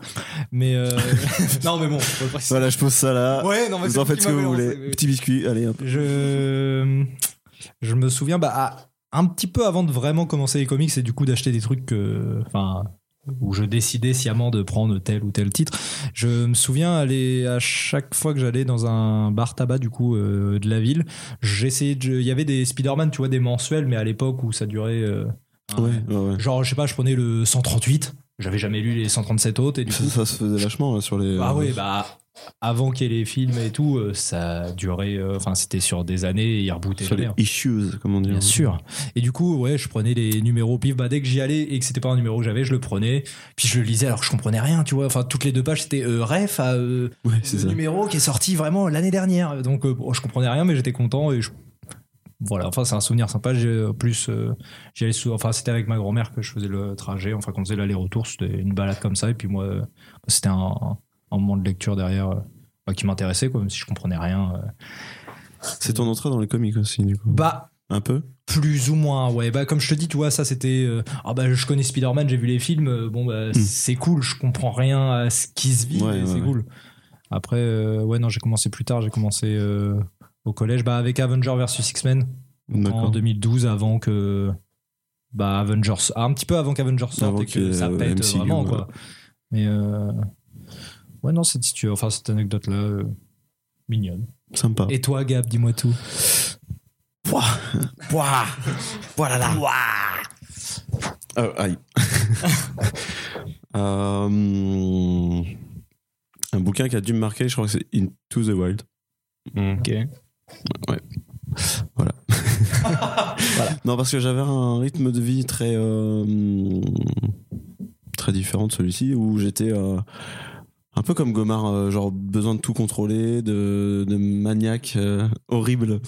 Mais euh, non, mais bon, faut le préciser.
Voilà, je pose ça là.
Ouais, non, mais
vous
c'est
en
vous
faites
qui
ce que
m'avez
vous
lancé,
voulez.
oui.
Petit biscuit, allez. hop.
je je me souviens bah à- un petit peu avant de vraiment commencer les comics et du coup d'acheter des trucs que enfin où je décidais sciemment de prendre tel ou tel titre. Je me souviens aller à chaque fois que j'allais dans un bar tabac du coup euh, de la ville, j'essayais de- il y avait des Spider-Man, tu vois des mensuels mais à l'époque où ça durait euh, un- genre je sais pas, je prenais le 138, j'avais jamais lu les 137 autres et du coup
Ça se faisait vachement là, sur les. euh,
ah oui, bah avant qu'il y ait les films et tout, euh, ça durait. euh, Enfin, c'était sur des années et ils rebootaient
Sur
la
les
merde.
issues, comment dire.
Bien sûr. Et du coup, ouais, je prenais les numéros au pif. Bah, dès que j'y allais et que c'était pas un numéro que j'avais, je le prenais. Puis je le lisais alors que je comprenais rien, tu vois. Enfin, toutes les deux pages, c'était euh, ref à euh, le numéro qui est sorti vraiment l'année dernière. Donc, euh, bon, je comprenais rien, mais j'étais content et je- Voilà, enfin, c'est un souvenir sympa. J'ai- En plus, euh, j'y allais souvent. Enfin, c'était avec ma grand-mère que je faisais le trajet. Enfin, qu'on faisait l'aller-retour. C'était une balade comme ça. Et puis, moi, euh, c'était un, un moment de lecture derrière euh, bah, qui m'intéressait, quoi, même si je comprenais rien. euh.
C'est ton entrée dans les comics aussi, du coup.
Bah,
Un peu
plus ou moins, ouais. Bah, comme je te dis, tu vois, ça c'était. euh, Ah, bah, je connais Spider-Man, j'ai vu les films. euh, Bon, bah, c'est cool, je comprends rien à ce qui se vit,
Hmm. Ouais,
mais
ouais,
c'est
ouais.
cool. Après, euh, ouais, non, j'ai commencé plus tard, j'ai commencé euh, au collège, bah, avec Avenger versus X-Men en
D'accord.
2012, avant que. Bah, Avengers. ah, un petit peu avant qu'Avengers sorte
Avant
et
que,
que ça
euh,
pète
MCU,
vraiment,
ouais.
quoi. Mais, euh, ouais, non, cette, situa- enfin, cette anecdote-là, euh, mignonne.
Sympa.
Et toi, Gab, dis-moi tout.
Ouah. Voilà là. Euh, aïe. Euh, un bouquin qui a dû me marquer, je crois que c'est Into the Wild.
Ok.
Ouais. Voilà. Non, parce que j'avais un rythme de vie très euh, très différent de celui-ci où j'étais euh, un peu comme Gomard, euh, genre besoin de tout contrôler, de, de maniaque euh, horrible,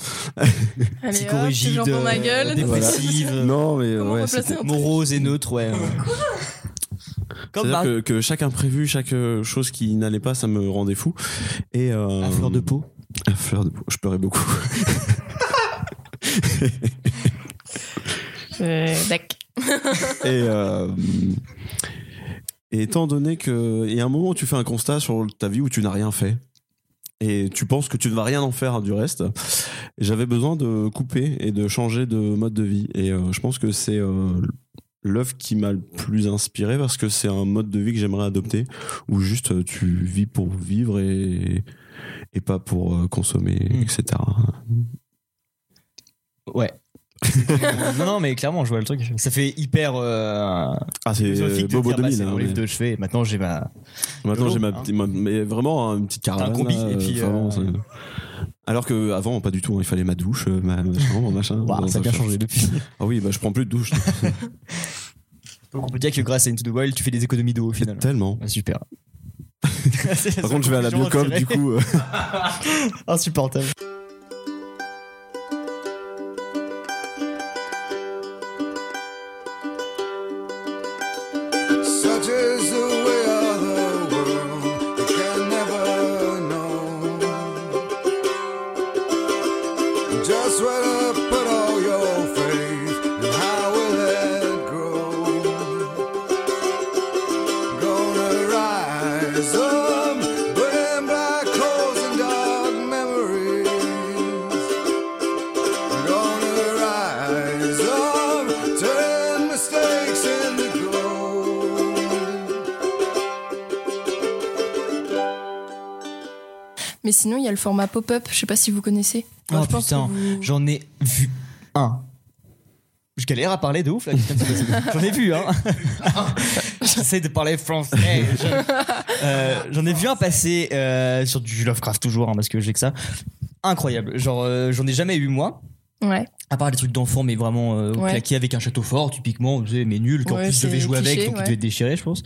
Allez, Psychorigide, hop, c'est genre pour ma gueule. euh,
dépressive.
Voilà. Non, mais ouais,
replacer
c'était-
un
morose et neutre, ouais. hein. Comme
C'est-à-dire
par-
que, que chaque imprévu, chaque euh, chose qui n'allait pas, ça me rendait fou. Et euh, à fleur de
peau.
À fleur de peau. Je pleurais beaucoup.
Euh, Dac.
et, euh, et étant donné que il y a un moment où tu fais un constat sur ta vie où tu n'as rien fait et tu penses que tu ne vas rien en faire du reste, j'avais besoin de couper et de changer de mode de vie. Et euh, je pense que c'est euh, l'œuvre qui m'a le plus inspiré parce que c'est un mode de vie que j'aimerais adopter où juste euh, tu vis pour vivre et, et pas pour euh, consommer, etc.
Ouais. non, non, mais clairement, je vois le truc. Ça fait hyper. euh,
Ah, c'est,
philosophique
euh,
de
Bobo
dire, bah,
2000,
c'est
hein,
mon livre
mais-
de chevet. Maintenant, j'ai ma.
Maintenant,
Lolo,
j'ai ma
hein.
petite, ma- mais vraiment hein, une petite caravane.
un combi,
là,
et puis,
vraiment,
euh,
c'est- Alors que avant, pas du tout. hein, il fallait ma douche, euh, ma, ma chambre, machin.
Ouah,
Non,
ça a bien
je-
changé depuis.
Ah oui, bah je prends plus de douche.
Donc, on peut dire que grâce à Into the Wild, tu fais des économies d'eau au final. Ah,
Tellement.
super.
Par contre, je vais à la biocom du coup. euh.
Insupportable.
Such is the way of the world, you can never know. Just where to put all your faith, and how will it grow? Gonna rise up, burning black holes and dark memories. Gonna rise up, turn mistakes into gold.
Mais sinon, il y a le format pop-up, je sais pas si vous connaissez. Moi,
Oh
Ah,
je pense
putain,
que vous-
j'en ai vu un. Je galère à parler de ouf là. putain, c'est pas- J'en ai vu hein. J'essaie de parler français. Je- euh, J'en ai vu un passer euh, sur du Lovecraft toujours hein, parce que j'ai que ça. Incroyable. Genre euh, j'en ai jamais eu moi.
Ouais.
À part les trucs d'enfants, mais vraiment euh,
Ouais.
claqués avec un château fort, typiquement, tu sais, mais nul, qu'en
Ouais,
plus je
c'est
devais jouer
cliché,
avec, donc
ouais.
il devait être déchiré, je pense.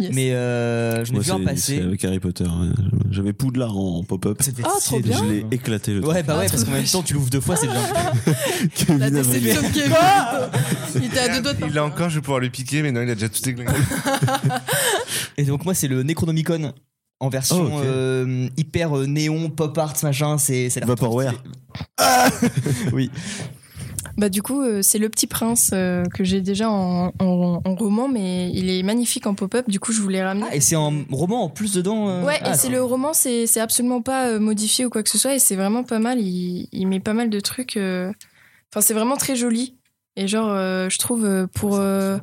Mais euh, j'en ai
Moi,
vu un
c'est-
passer.
c'est avec Harry Potter. hein. J'avais Poudlard en en pop-up.
Ah, trop stylé, bien.
Je l'ai éclaté le
Ouais, bah
Ah,
ouais, parce qu'en même temps, tu l'ouvres deux fois, c'est bien. Bah,
La déception de Kevin. Il était à deux doigts de
Il l'a encore, je vais pouvoir lui piquer, mais non, il a déjà tout déglingué.
Et donc moi c'est le Necronomicon en version
Oh, ok.
euh, hyper euh, néon, pop art, machin, c'est c'est la
Vaporware.
oui.
Bah du coup, euh, c'est Le Petit Prince euh, que j'ai déjà en, en- en roman, mais il est magnifique en pop-up. Du coup, je voulais ramener.
Ah, Et c'est un roman en plus dedans. euh,
Ouais,
ah,
et c'est le roman, c'est c'est absolument pas euh, modifié ou quoi que ce soit, et c'est vraiment pas mal. Il, il met pas mal de trucs. euh, Enfin, c'est vraiment très joli. Et genre, euh, je trouve euh, pour euh,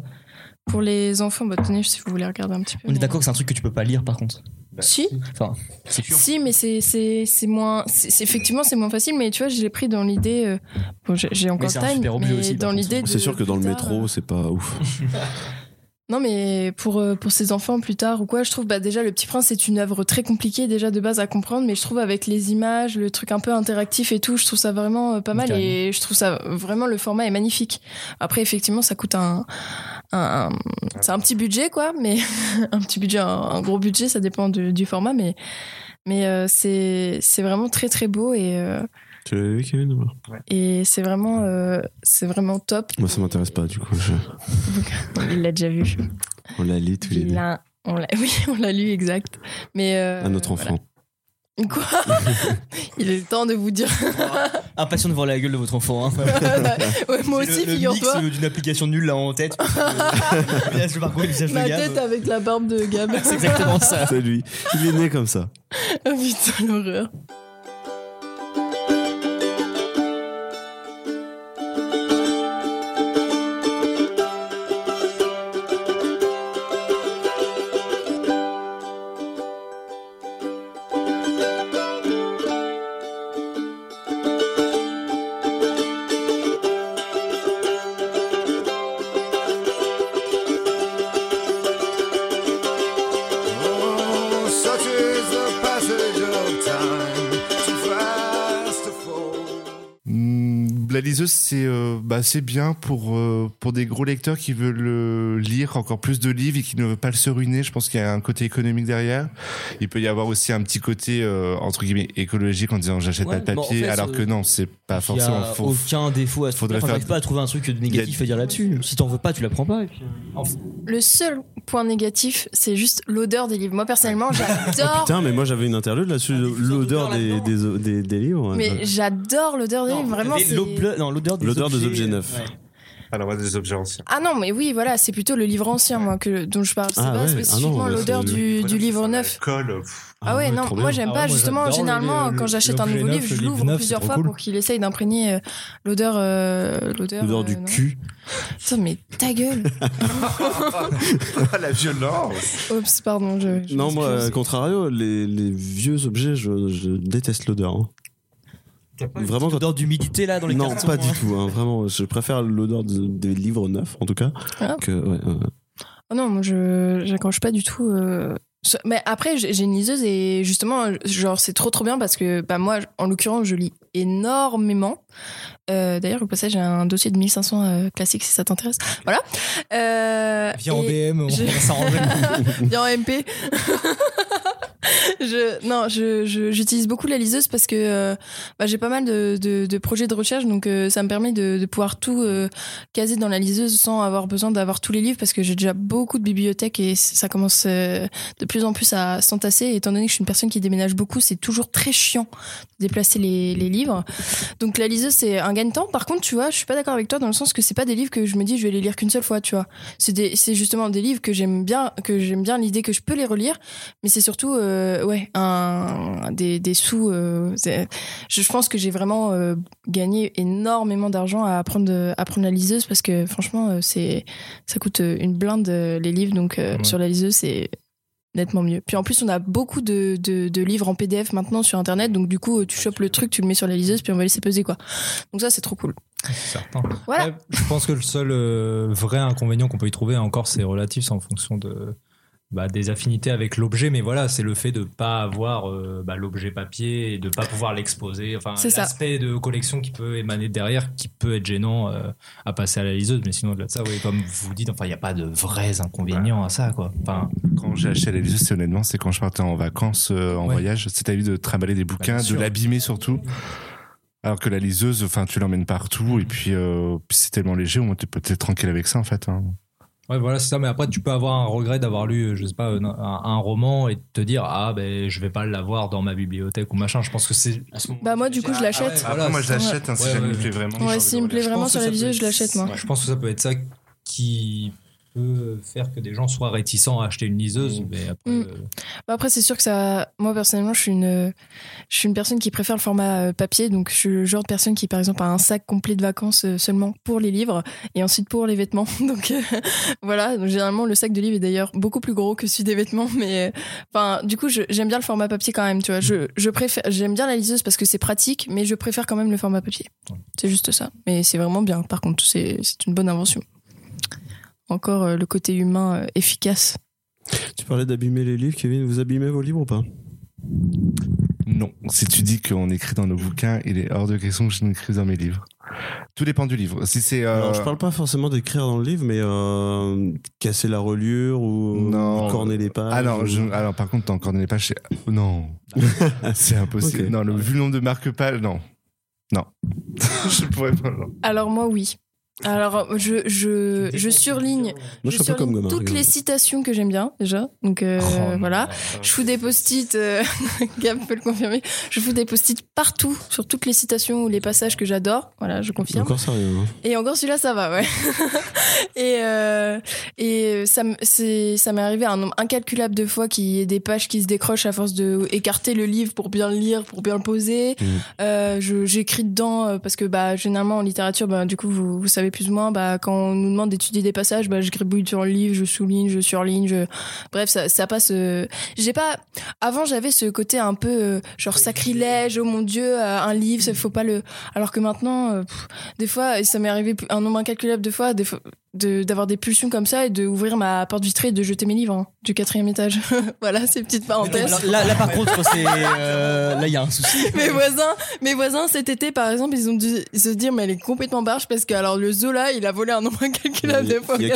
pour les enfants, bah tenez, si vous voulez regarder un petit peu.
On est
mais-
d'accord que c'est un truc que tu peux pas lire par contre.
Si.
Enfin, Bah, c'est sûr.
Si, mais c'est c'est c'est moins. c'est- c'est- effectivement, c'est moins facile, mais tu vois, je l'ai pris dans l'idée. euh, bon, j'ai- j'ai encore
c'est
le
un
time,
super objet
mais
aussi,
dans l'idée. de euh.
C'est sûr que dans le
plus tard,
métro, c'est pas ouf.
Non, mais pour, euh, pour ses enfants plus tard ou quoi, je trouve bah, déjà Le Petit Prince, c'est une œuvre très compliquée déjà de base à comprendre, mais je trouve avec les images, le truc un peu interactif et tout, je trouve ça vraiment euh, pas mal et je trouve ça euh, vraiment le format est magnifique. Après, effectivement, ça coûte un. un- un- c'est un petit budget quoi, mais un petit budget, un, un gros budget, ça dépend du, du format, mais, mais euh, c'est c'est vraiment très très beau et, euh,
Tu l'avais vu, Kevin ou pas
et c'est vraiment, euh, c'est vraiment top.
Moi, ça m'intéresse pas, du coup. je-
Il l'a déjà vu.
On l'a lit tous les
Il
deux.
a- on l'a, oui, on l'a lu, exact. Mais euh,
À notre enfant.
voilà. Quoi Il est temps de vous dire.
Impatient de voir la gueule de votre enfant. hein.
ouais, moi
Le-
aussi,
le
figure-toi.
mix, euh, d'une application nulle là en tête. Et là, je vois quoi, le visage de
Ma
Gab.
tête avec la barbe de Gab.
C'est exactement ça.
C'est lui. Il est né comme ça.
Ah, putain, l'horreur.
Oh, such is the passage of time, too fast to fall.
Hmm, La liseuse, c'est euh, bah, c'est bien pour, euh, pour des gros lecteurs qui veulent euh, lire encore plus de livres et qui ne veulent pas se ruiner. Je pense qu'il y a un côté économique derrière. Il peut y avoir aussi un petit côté, euh, entre guillemets, écologique en disant j'achète
Ouais,
pas de
bon, en
papier,
fait,
alors que
euh,
non, c'est pas
Il y
forcément
a
faux.
aucun défaut à ce
Faudrait
Enfin,
faire-
j'arrive pas à trouver un truc de
Il
négatif à dire là-dessus. Si t'en veux pas, tu la prends pas. et puis, euh,
Le seul point négatif, c'est juste l'odeur des livres. Moi, personnellement, j'adore.
Putain, mais moi, j'avais une interlude
Ah,
là-dessus. L'odeur des, des, des, des livres. ouais.
mais j'adore l'odeur des livres. Vraiment,
t'avais
c'est.
l'oble- non, l'odeur des
L'odeur
objets.
des objets neufs.
Alors, moi, des objets anciens.
Ah non, mais oui, voilà, c'est plutôt le livre ancien, moi, que, dont je parle. C'est
Ah
pas
ouais, ah non,
spécifiquement
bah,
l'odeur
c'est-
du, du livre neuf.
Colle.
Ah ouais, non, moi j'aime pas. Justement, généralement, quand j'achète un nouveau livre, je l'ouvre plusieurs fois pour qu'il essaye d'imprégner euh, l'odeur. euh, l'odeur
L'odeur
euh,
du
non.
cul.
Putain, mais ta gueule
Ah,
la violence
Oups, pardon, je. je
Non, euh,
m'excuse.
moi, à contrario, les, les vieux objets, je, je déteste l'odeur. hein. Vraiment, quand...
d'humidité là dans les
Non,
cartons,
pas
hein.
du tout. hein, vraiment, je préfère l'odeur de- des livres neufs, en tout cas.
Ah.
Que, ouais, ouais, ouais.
Ah non, moi je j'accroche pas du tout. euh, ce- Mais après, j'ai j'ai une liseuse et justement, genre c'est trop trop bien parce que bah moi, en l'occurrence, je lis énormément. Euh, D'ailleurs, au passage, j'ai un dossier de 1500 euh, classiques si ça t'intéresse. Voilà. Euh,
Viens en
et
DM, on va s'arranger.
Viens en MP. je non je je- j'utilise beaucoup la liseuse parce que euh, bah, j'ai pas mal de, de, de projets de recherche donc euh, ça me permet de, de pouvoir tout euh, caser dans la liseuse sans avoir besoin d'avoir tous les livres parce que j'ai déjà beaucoup de bibliothèques et c- ça commence euh, de plus en plus à s'entasser étant donné que je suis une personne qui déménage beaucoup c'est toujours très chiant de déplacer les, les livres donc la liseuse c'est un gain de temps par contre tu vois je suis pas d'accord avec toi dans le sens que c'est pas des livres que je me dis je vais les lire qu'une seule fois tu vois c'est des- c'est justement des livres que j'aime bien que j'aime bien l'idée que je peux les relire mais c'est surtout euh, ouais un des, des sous euh, c'est- je, je pense que j'ai vraiment euh, gagné énormément d'argent à apprendre de- à prendre la liseuse parce que franchement euh, c'est ça coûte euh, une blinde euh, les livres donc euh, sur la liseuse c'est nettement mieux. Puis en plus, on a beaucoup de, de, de livres en PDF maintenant sur Internet, donc du coup, tu chopes le truc, tu le mets sur la liseuse, puis on va laisser peser quoi. Donc ça, c'est trop cool.
Certain.
Voilà.
Ouais, je pense que le seul euh, vrai inconvénient qu'on peut y trouver encore, c'est relatif, c'est en fonction de bah, des affinités avec l'objet. Mais voilà, c'est le fait de pas avoir euh, bah, l'objet papier et de pas pouvoir l'exposer. Enfin,
C'est ça.
l'aspect de collection qui peut émaner derrière, qui peut être gênant euh, à passer à la liseuse. Mais sinon, au-delà de ça, oui, comme vous dites, enfin, il n'y a pas de vrais inconvénients à ça, quoi. Enfin,
Quand j'ai acheté la liseuse, c'est honnêtement, c'est quand je partais en vacances, euh, en
Ouais.
voyage, c'était à lui de trimballer
Bah,
des bouquins,
bien
de
sûr.
l'abîmer surtout. Alors que la liseuse, enfin, tu l'emmènes partout et puis, euh, puis c'est tellement léger, au moins tu peux être tranquille avec ça en fait. hein.
Ouais, voilà, c'est ça. Mais après, tu peux avoir un regret d'avoir lu, euh, je sais pas, un, un- un roman et de te dire, ah, ben, je vais pas l'avoir dans ma bibliothèque ou machin. Je pense que c'est.
Bah moi, du coup, je l'achète.
Après, moi, je l'achète, hein, si jamais il me plaît vraiment.
Ouais, s'il me plaît vraiment sur la liseuse, je l'achète moi.
Je pense que ça peut être ça qui peut faire que des gens soient réticents à acheter une liseuse. Mais après, euh,
Mm. Bah après, c'est sûr que ça. Moi, personnellement, je suis une, je suis une personne qui préfère le format euh, papier. Donc, je suis le genre de personne qui, par exemple, a un sac complet de vacances euh, seulement pour les livres et ensuite pour les vêtements. Donc, euh, voilà. Donc, généralement, le sac de livres est d'ailleurs beaucoup plus gros que celui des vêtements. Mais, euh, enfin, du coup, je- j'aime bien le format papier quand même. Tu vois, je, je préfère. J'aime bien la liseuse parce que c'est pratique, mais je préfère quand même le format papier. C'est juste ça. Mais c'est vraiment bien. Par contre, c'est c'est une bonne invention. Encore euh, le côté humain euh, efficace.
Tu parlais d'abîmer les livres, Kevin. Vous abîmez vos livres ou pas
Non, si tu dis qu'on écrit dans nos bouquins, il est hors de question que je n'écrive dans mes livres. Tout dépend du livre. Si c'est. euh,
Alors, je parle pas forcément d'écrire dans le livre, mais euh, casser la reliure ou
Non.
corner les pages.
Alors,
ou-
je- alors par contre, t'en coordonnées pas chez. Non, c'est impossible.
Ok.
Non, le, vu le nombre de marque-pages, non. Non. je pourrais pas. non.
Alors moi oui. Alors je je je surligne,
Moi, je suis un peu
surligne
comme Gomard,
toutes
regarde.
les citations que j'aime bien déjà. Donc euh,
Oh,
voilà, je fous des post-it. euh, Gab peut le confirmer. Je fous des post-it partout sur toutes les citations ou les passages que j'adore. Voilà, je confirme.
Encore sérieux. hein.
Et encore celui-là, ça va, ouais. et euh, et ça me- c'est ça m'est arrivé un nombre incalculable de fois qu'il y ait des pages qui se décrochent à force de écarter le livre pour bien le lire, pour bien le poser. Euh, je- J'écris dedans euh, parce que bah généralement en littérature, bah du coup vous, vous savez plus ou moins, bah quand on nous demande d'étudier des passages, bah je gribouille sur le livre, je souligne, je surligne, je bref ça ça passe. euh, J'ai pas avant j'avais ce côté un peu euh, genre sacrilège, oh mon dieu, euh, un livre, ça faut pas le. Alors que maintenant, euh, pff, des fois et ça m'est arrivé un nombre incalculable de fois, des fois de- d'avoir des pulsions comme ça et de ouvrir ma porte vitrée et de jeter mes livres hein, du quatrième étage. voilà ces petites parenthèses.
Là, là, par contre, c'est. euh, là, il y a un souci.
mes voisins, mes voisins cet été par exemple, ils ont dû se dire mais elle est complètement barge parce que alors le zoo là, il a volé un nombre incalculable de fois.
T'es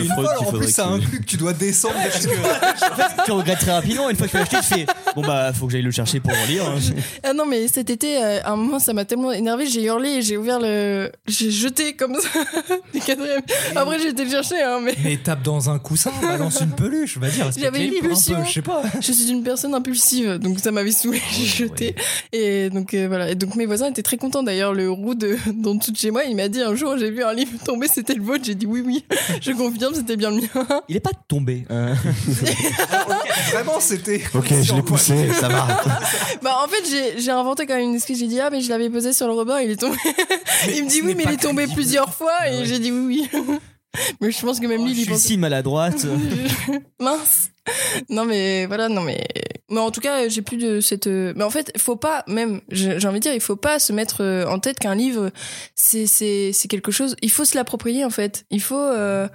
une folle, en plus, ça inclut que tu dois descendre. parce que-
En fait, tu regrettes très rapidement. Une fois que tu l'as acheté, tu fais Bon, bah, faut que j'aille le chercher pour en lire. hein.
Ah non mais cet été euh, à un moment ça m'a tellement énervé, j'ai hurlé et j'ai ouvert le j'ai jeté comme ça du quatrième. Après j'ai été le chercher hein mais
Mais tape dans un coussin, balance une peluche, vas-y, respecte
J'avais
les
une
livres un
impulsion.
peu, je sais pas. Oh,
Je suis une personne impulsive, donc ça m'avait saoulé, j'ai jeté. Et donc euh, voilà. Et donc mes voisins étaient très contents. D'ailleurs, le roux de dans tout chez moi, il m'a dit un jour, j'ai vu un livre tomber, c'était le vôtre. J'ai dit oui, oui, je confirme, c'était bien le mien.
Il est pas tombé. euh.
Vraiment, c'était.
Ok, je l'ai poussé, ça va.
bah en fait, j'ai- j'ai inventé quand même une excuse. J'ai dit ah mais je l'avais posé sur le rebord, il est tombé. il me dit oui, mais il est tombé plusieurs fois,
Ah
et j'ai dit oui, oui. mais je pense que même lui, il
Je
y
suis
pensait.
si maladroite.
Mince. Non mais voilà, non mais Mais en tout cas, j'ai plus de cette. euh, Mais en fait, faut pas même. J'ai j'ai envie de dire, il faut pas se mettre euh, en tête qu'un livre, c'est c'est c'est quelque chose. Il faut se l'approprier en fait. Il faut. euh,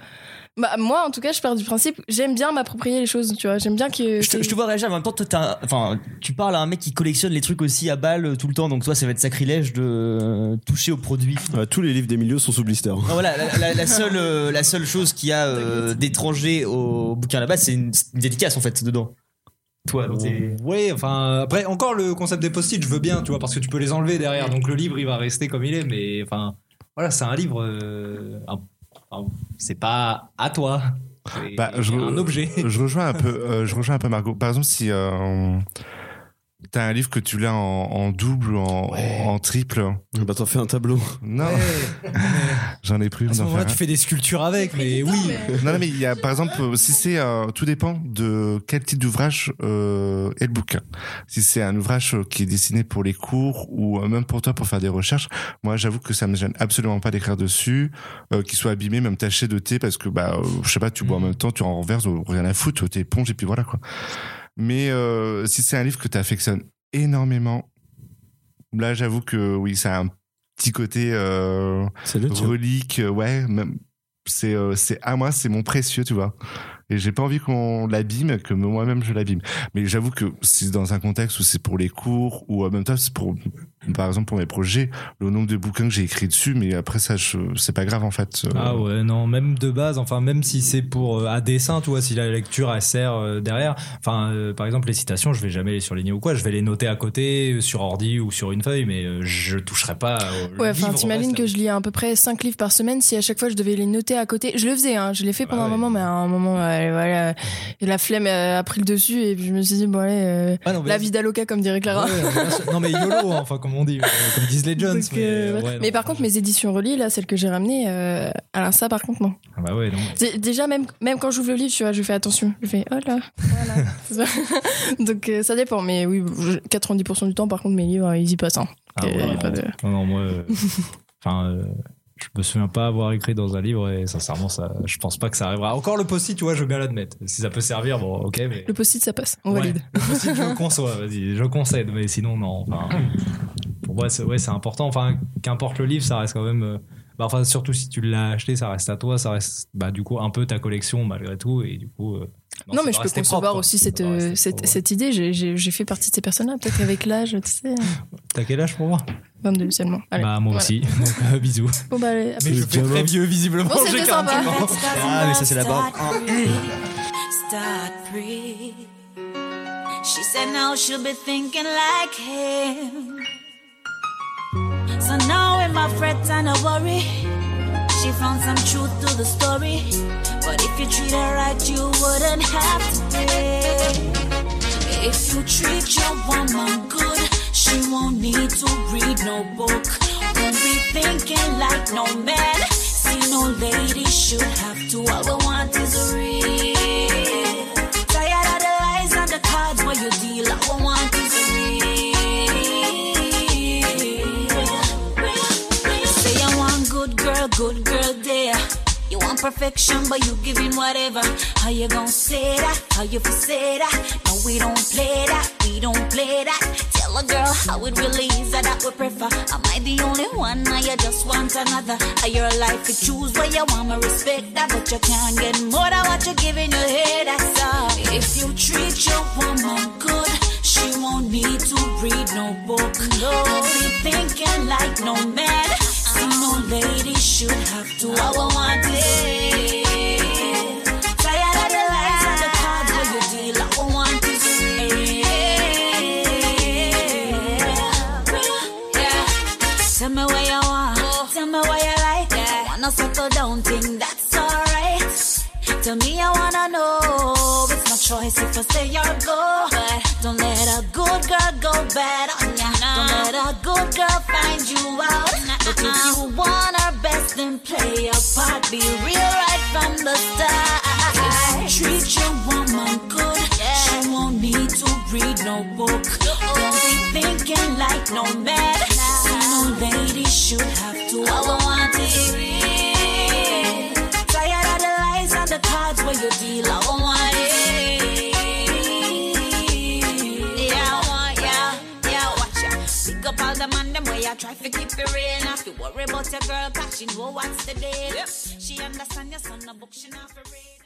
Bah, moi, en tout cas, je pars du principe. J'aime bien m'approprier les choses. Tu vois, j'aime bien que.
Je te, je te vois réagir, mais en même temps, toi, t'as un- enfin, tu parles à un mec qui collectionne les trucs aussi à balles euh, tout le temps, donc toi, ça va être sacrilège de euh, toucher au produit.
Euh, tous les livres des milieux sont sous blister.
Ah, voilà, la, la- la seule, euh, la seule chose qu'il y a euh, d'étranger au bouquin là-bas, c'est une, c'est une dédicace en fait dedans. Toi, donc t'es-
Ouais, enfin après encore le concept des post-it, je veux bien, tu vois, parce que tu peux les enlever derrière, donc le livre il va rester comme il est, mais enfin voilà, c'est un livre, euh, un- un- c'est pas à toi, c'est
Bah, je,
un objet.
je rejoins un peu, euh, je rejoins un peu Margot. Par exemple, si euh, on- t'as un livre que tu l'as en, en double, en, en triple.
Bah t'en fais un tableau.
Non, j'en ai plus.
À ce
on en
moment-là,
fera
tu fais des sculptures avec, mais oui.
non, non, mais il y a, par exemple, euh, si c'est, euh, tout dépend de quel type d'ouvrage euh, est le bouquin. Si c'est un ouvrage euh, qui est destiné pour les cours ou euh, même pour toi pour faire des recherches, moi, j'avoue que ça me gêne absolument pas d'écrire dessus, euh, qu'il soit abîmé, même taché de thé, parce que bah, euh, je sais pas, tu
Mm.
bois en même temps, tu en renverses, euh, rien à foutre, t'es éponge et puis voilà quoi. Mais euh, si c'est un livre que t'affectionnes énormément, là, j'avoue que oui, ça a un petit côté euh,
tien.
relique, euh, ouais, même- c'est euh, c'est à moi, c'est mon précieux, tu vois. Et j'ai pas envie qu'on l'abîme, que moi-même je l'abîme. Mais j'avoue que si dans un contexte où c'est pour les cours ou en même temps c'est pour, par exemple pour mes projets, le nombre de bouquins que j'ai écrits dessus, mais après ça, je- c'est pas grave en fait. Euh,
Ah ouais, non, même de base, enfin, même si c'est pour euh, à dessin, tu vois, si la lecture elle sert euh, derrière, enfin, euh, par exemple, les citations, je vais jamais les surligner ou quoi, je vais les noter à côté, euh, sur ordi ou sur une feuille, mais euh, je toucherai pas. au
Ouais,
livre,
enfin, t'imagines que je lis à peu près 5 livres par semaine si à chaque fois je devais les noter à côté. Je le faisais, hein, je l'ai fait pendant un moment, mais à un moment, euh, voilà, et la flemme euh, a pris le dessus et puis je me suis dit, bon, allez, euh,
Ah non, mais-
la vie d'Aloca, comme dirait Clara.
Ouais, bien sûr. non mais YOLO, hein, enfin comme on dit, euh, comme disent les Jones.
Donc,
mais,
euh,
euh,
ouais.
ouais,
mais par contre, mes éditions reliées, là, celles que j'ai ramenées, euh, alors ça, par contre, non.
non. Ah bah ouais, non.
C'est- Déjà, même, même quand j'ouvre le livre, tu vois, je fais attention. Je fais, oh là, voilà. Donc, euh, ça dépend, mais oui, je- 90% du temps, par contre, mes livres, ils y passent. hein.
Ah
Euh,
ouais,
y a pas de-
non, non, moi, euh, enfin, euh, je me souviens pas avoir écrit dans un livre et sincèrement, ça, je pense pas que ça arrivera. Encore le post-it, tu vois, je veux bien l'admettre. Si ça peut servir, bon, ok, mais.
Le post-it, ça passe, on
Ouais,
valide.
le post-it, je le conçois, vas-y, je concède, mais sinon, non. Enfin,
Ah.
pour moi, c'est ouais, c'est important. Enfin, qu'importe le livre, ça reste quand même. euh, bah, enfin, surtout si tu l'as acheté, ça reste à toi, ça reste bah, du coup un peu ta collection malgré tout. Et du coup. euh,
Non,
ça
mais
doit
je peux
rester
concevoir
propre.
aussi cette, euh, cette, cette idée. J'ai- J'ai j'ai fait partie de ces personnes-là, peut-être avec l'âge, tu sais,
T'as quel âge pour moi
22 seulement. Allez,
Bah, moi
voilà.
aussi. Donc, euh, bisous.
Bon, bah, allez, à
Mais
plus.
je fais très vieux, visiblement.
Bon,
j'ai
Oh, c'était
40
sympa.
ans.
Ah, mais ça, c'est la barbe.
Start breathing. She said now she'll be thinking like him. So now in my fret and I worry, she found some truth to the story. But if you treat her right, you wouldn't have to pay. If you treat your woman good, she won't need to read no book. Won't be thinking like no man. See, no lady should have to. All we want is real. Tired of the lies and the cards where you deal. All we want is real. Say I want good girl, good girl there. You want perfection, but you giving whatever. How you gonna say that? How you for say that? No, we don't play that. We don't play that. Tell a girl how it really is that, that we prefer. Am I the only one, or you just want another? Are your life to choose what you want? I respect that, but you can't get more than what you give in your head. That's all. If you treat your woman good, she won't need to read no book. No, be thinking like no man. See, no lady should have to. I want it. Tired of the lies and the cards where you deal. I want this. Tell me where you want. Tell me where you like. Wanna settle down, think that's alright. Tell me I wanna know. It's my choice if I say or go. But don't let a good girl go bad on ya. Don't let a good girl find you out. But if you want her best, then play your part. Be real right from the start. If you treat your woman good, she won't need to read no book. Don't be thinking like no man. No lady should have to. All I want is real. Tired of the lies and the cards where you deal. I want it. you keep it real, not to worry about your girl, cause she know what's the deal. She understand your son, a book she not for real.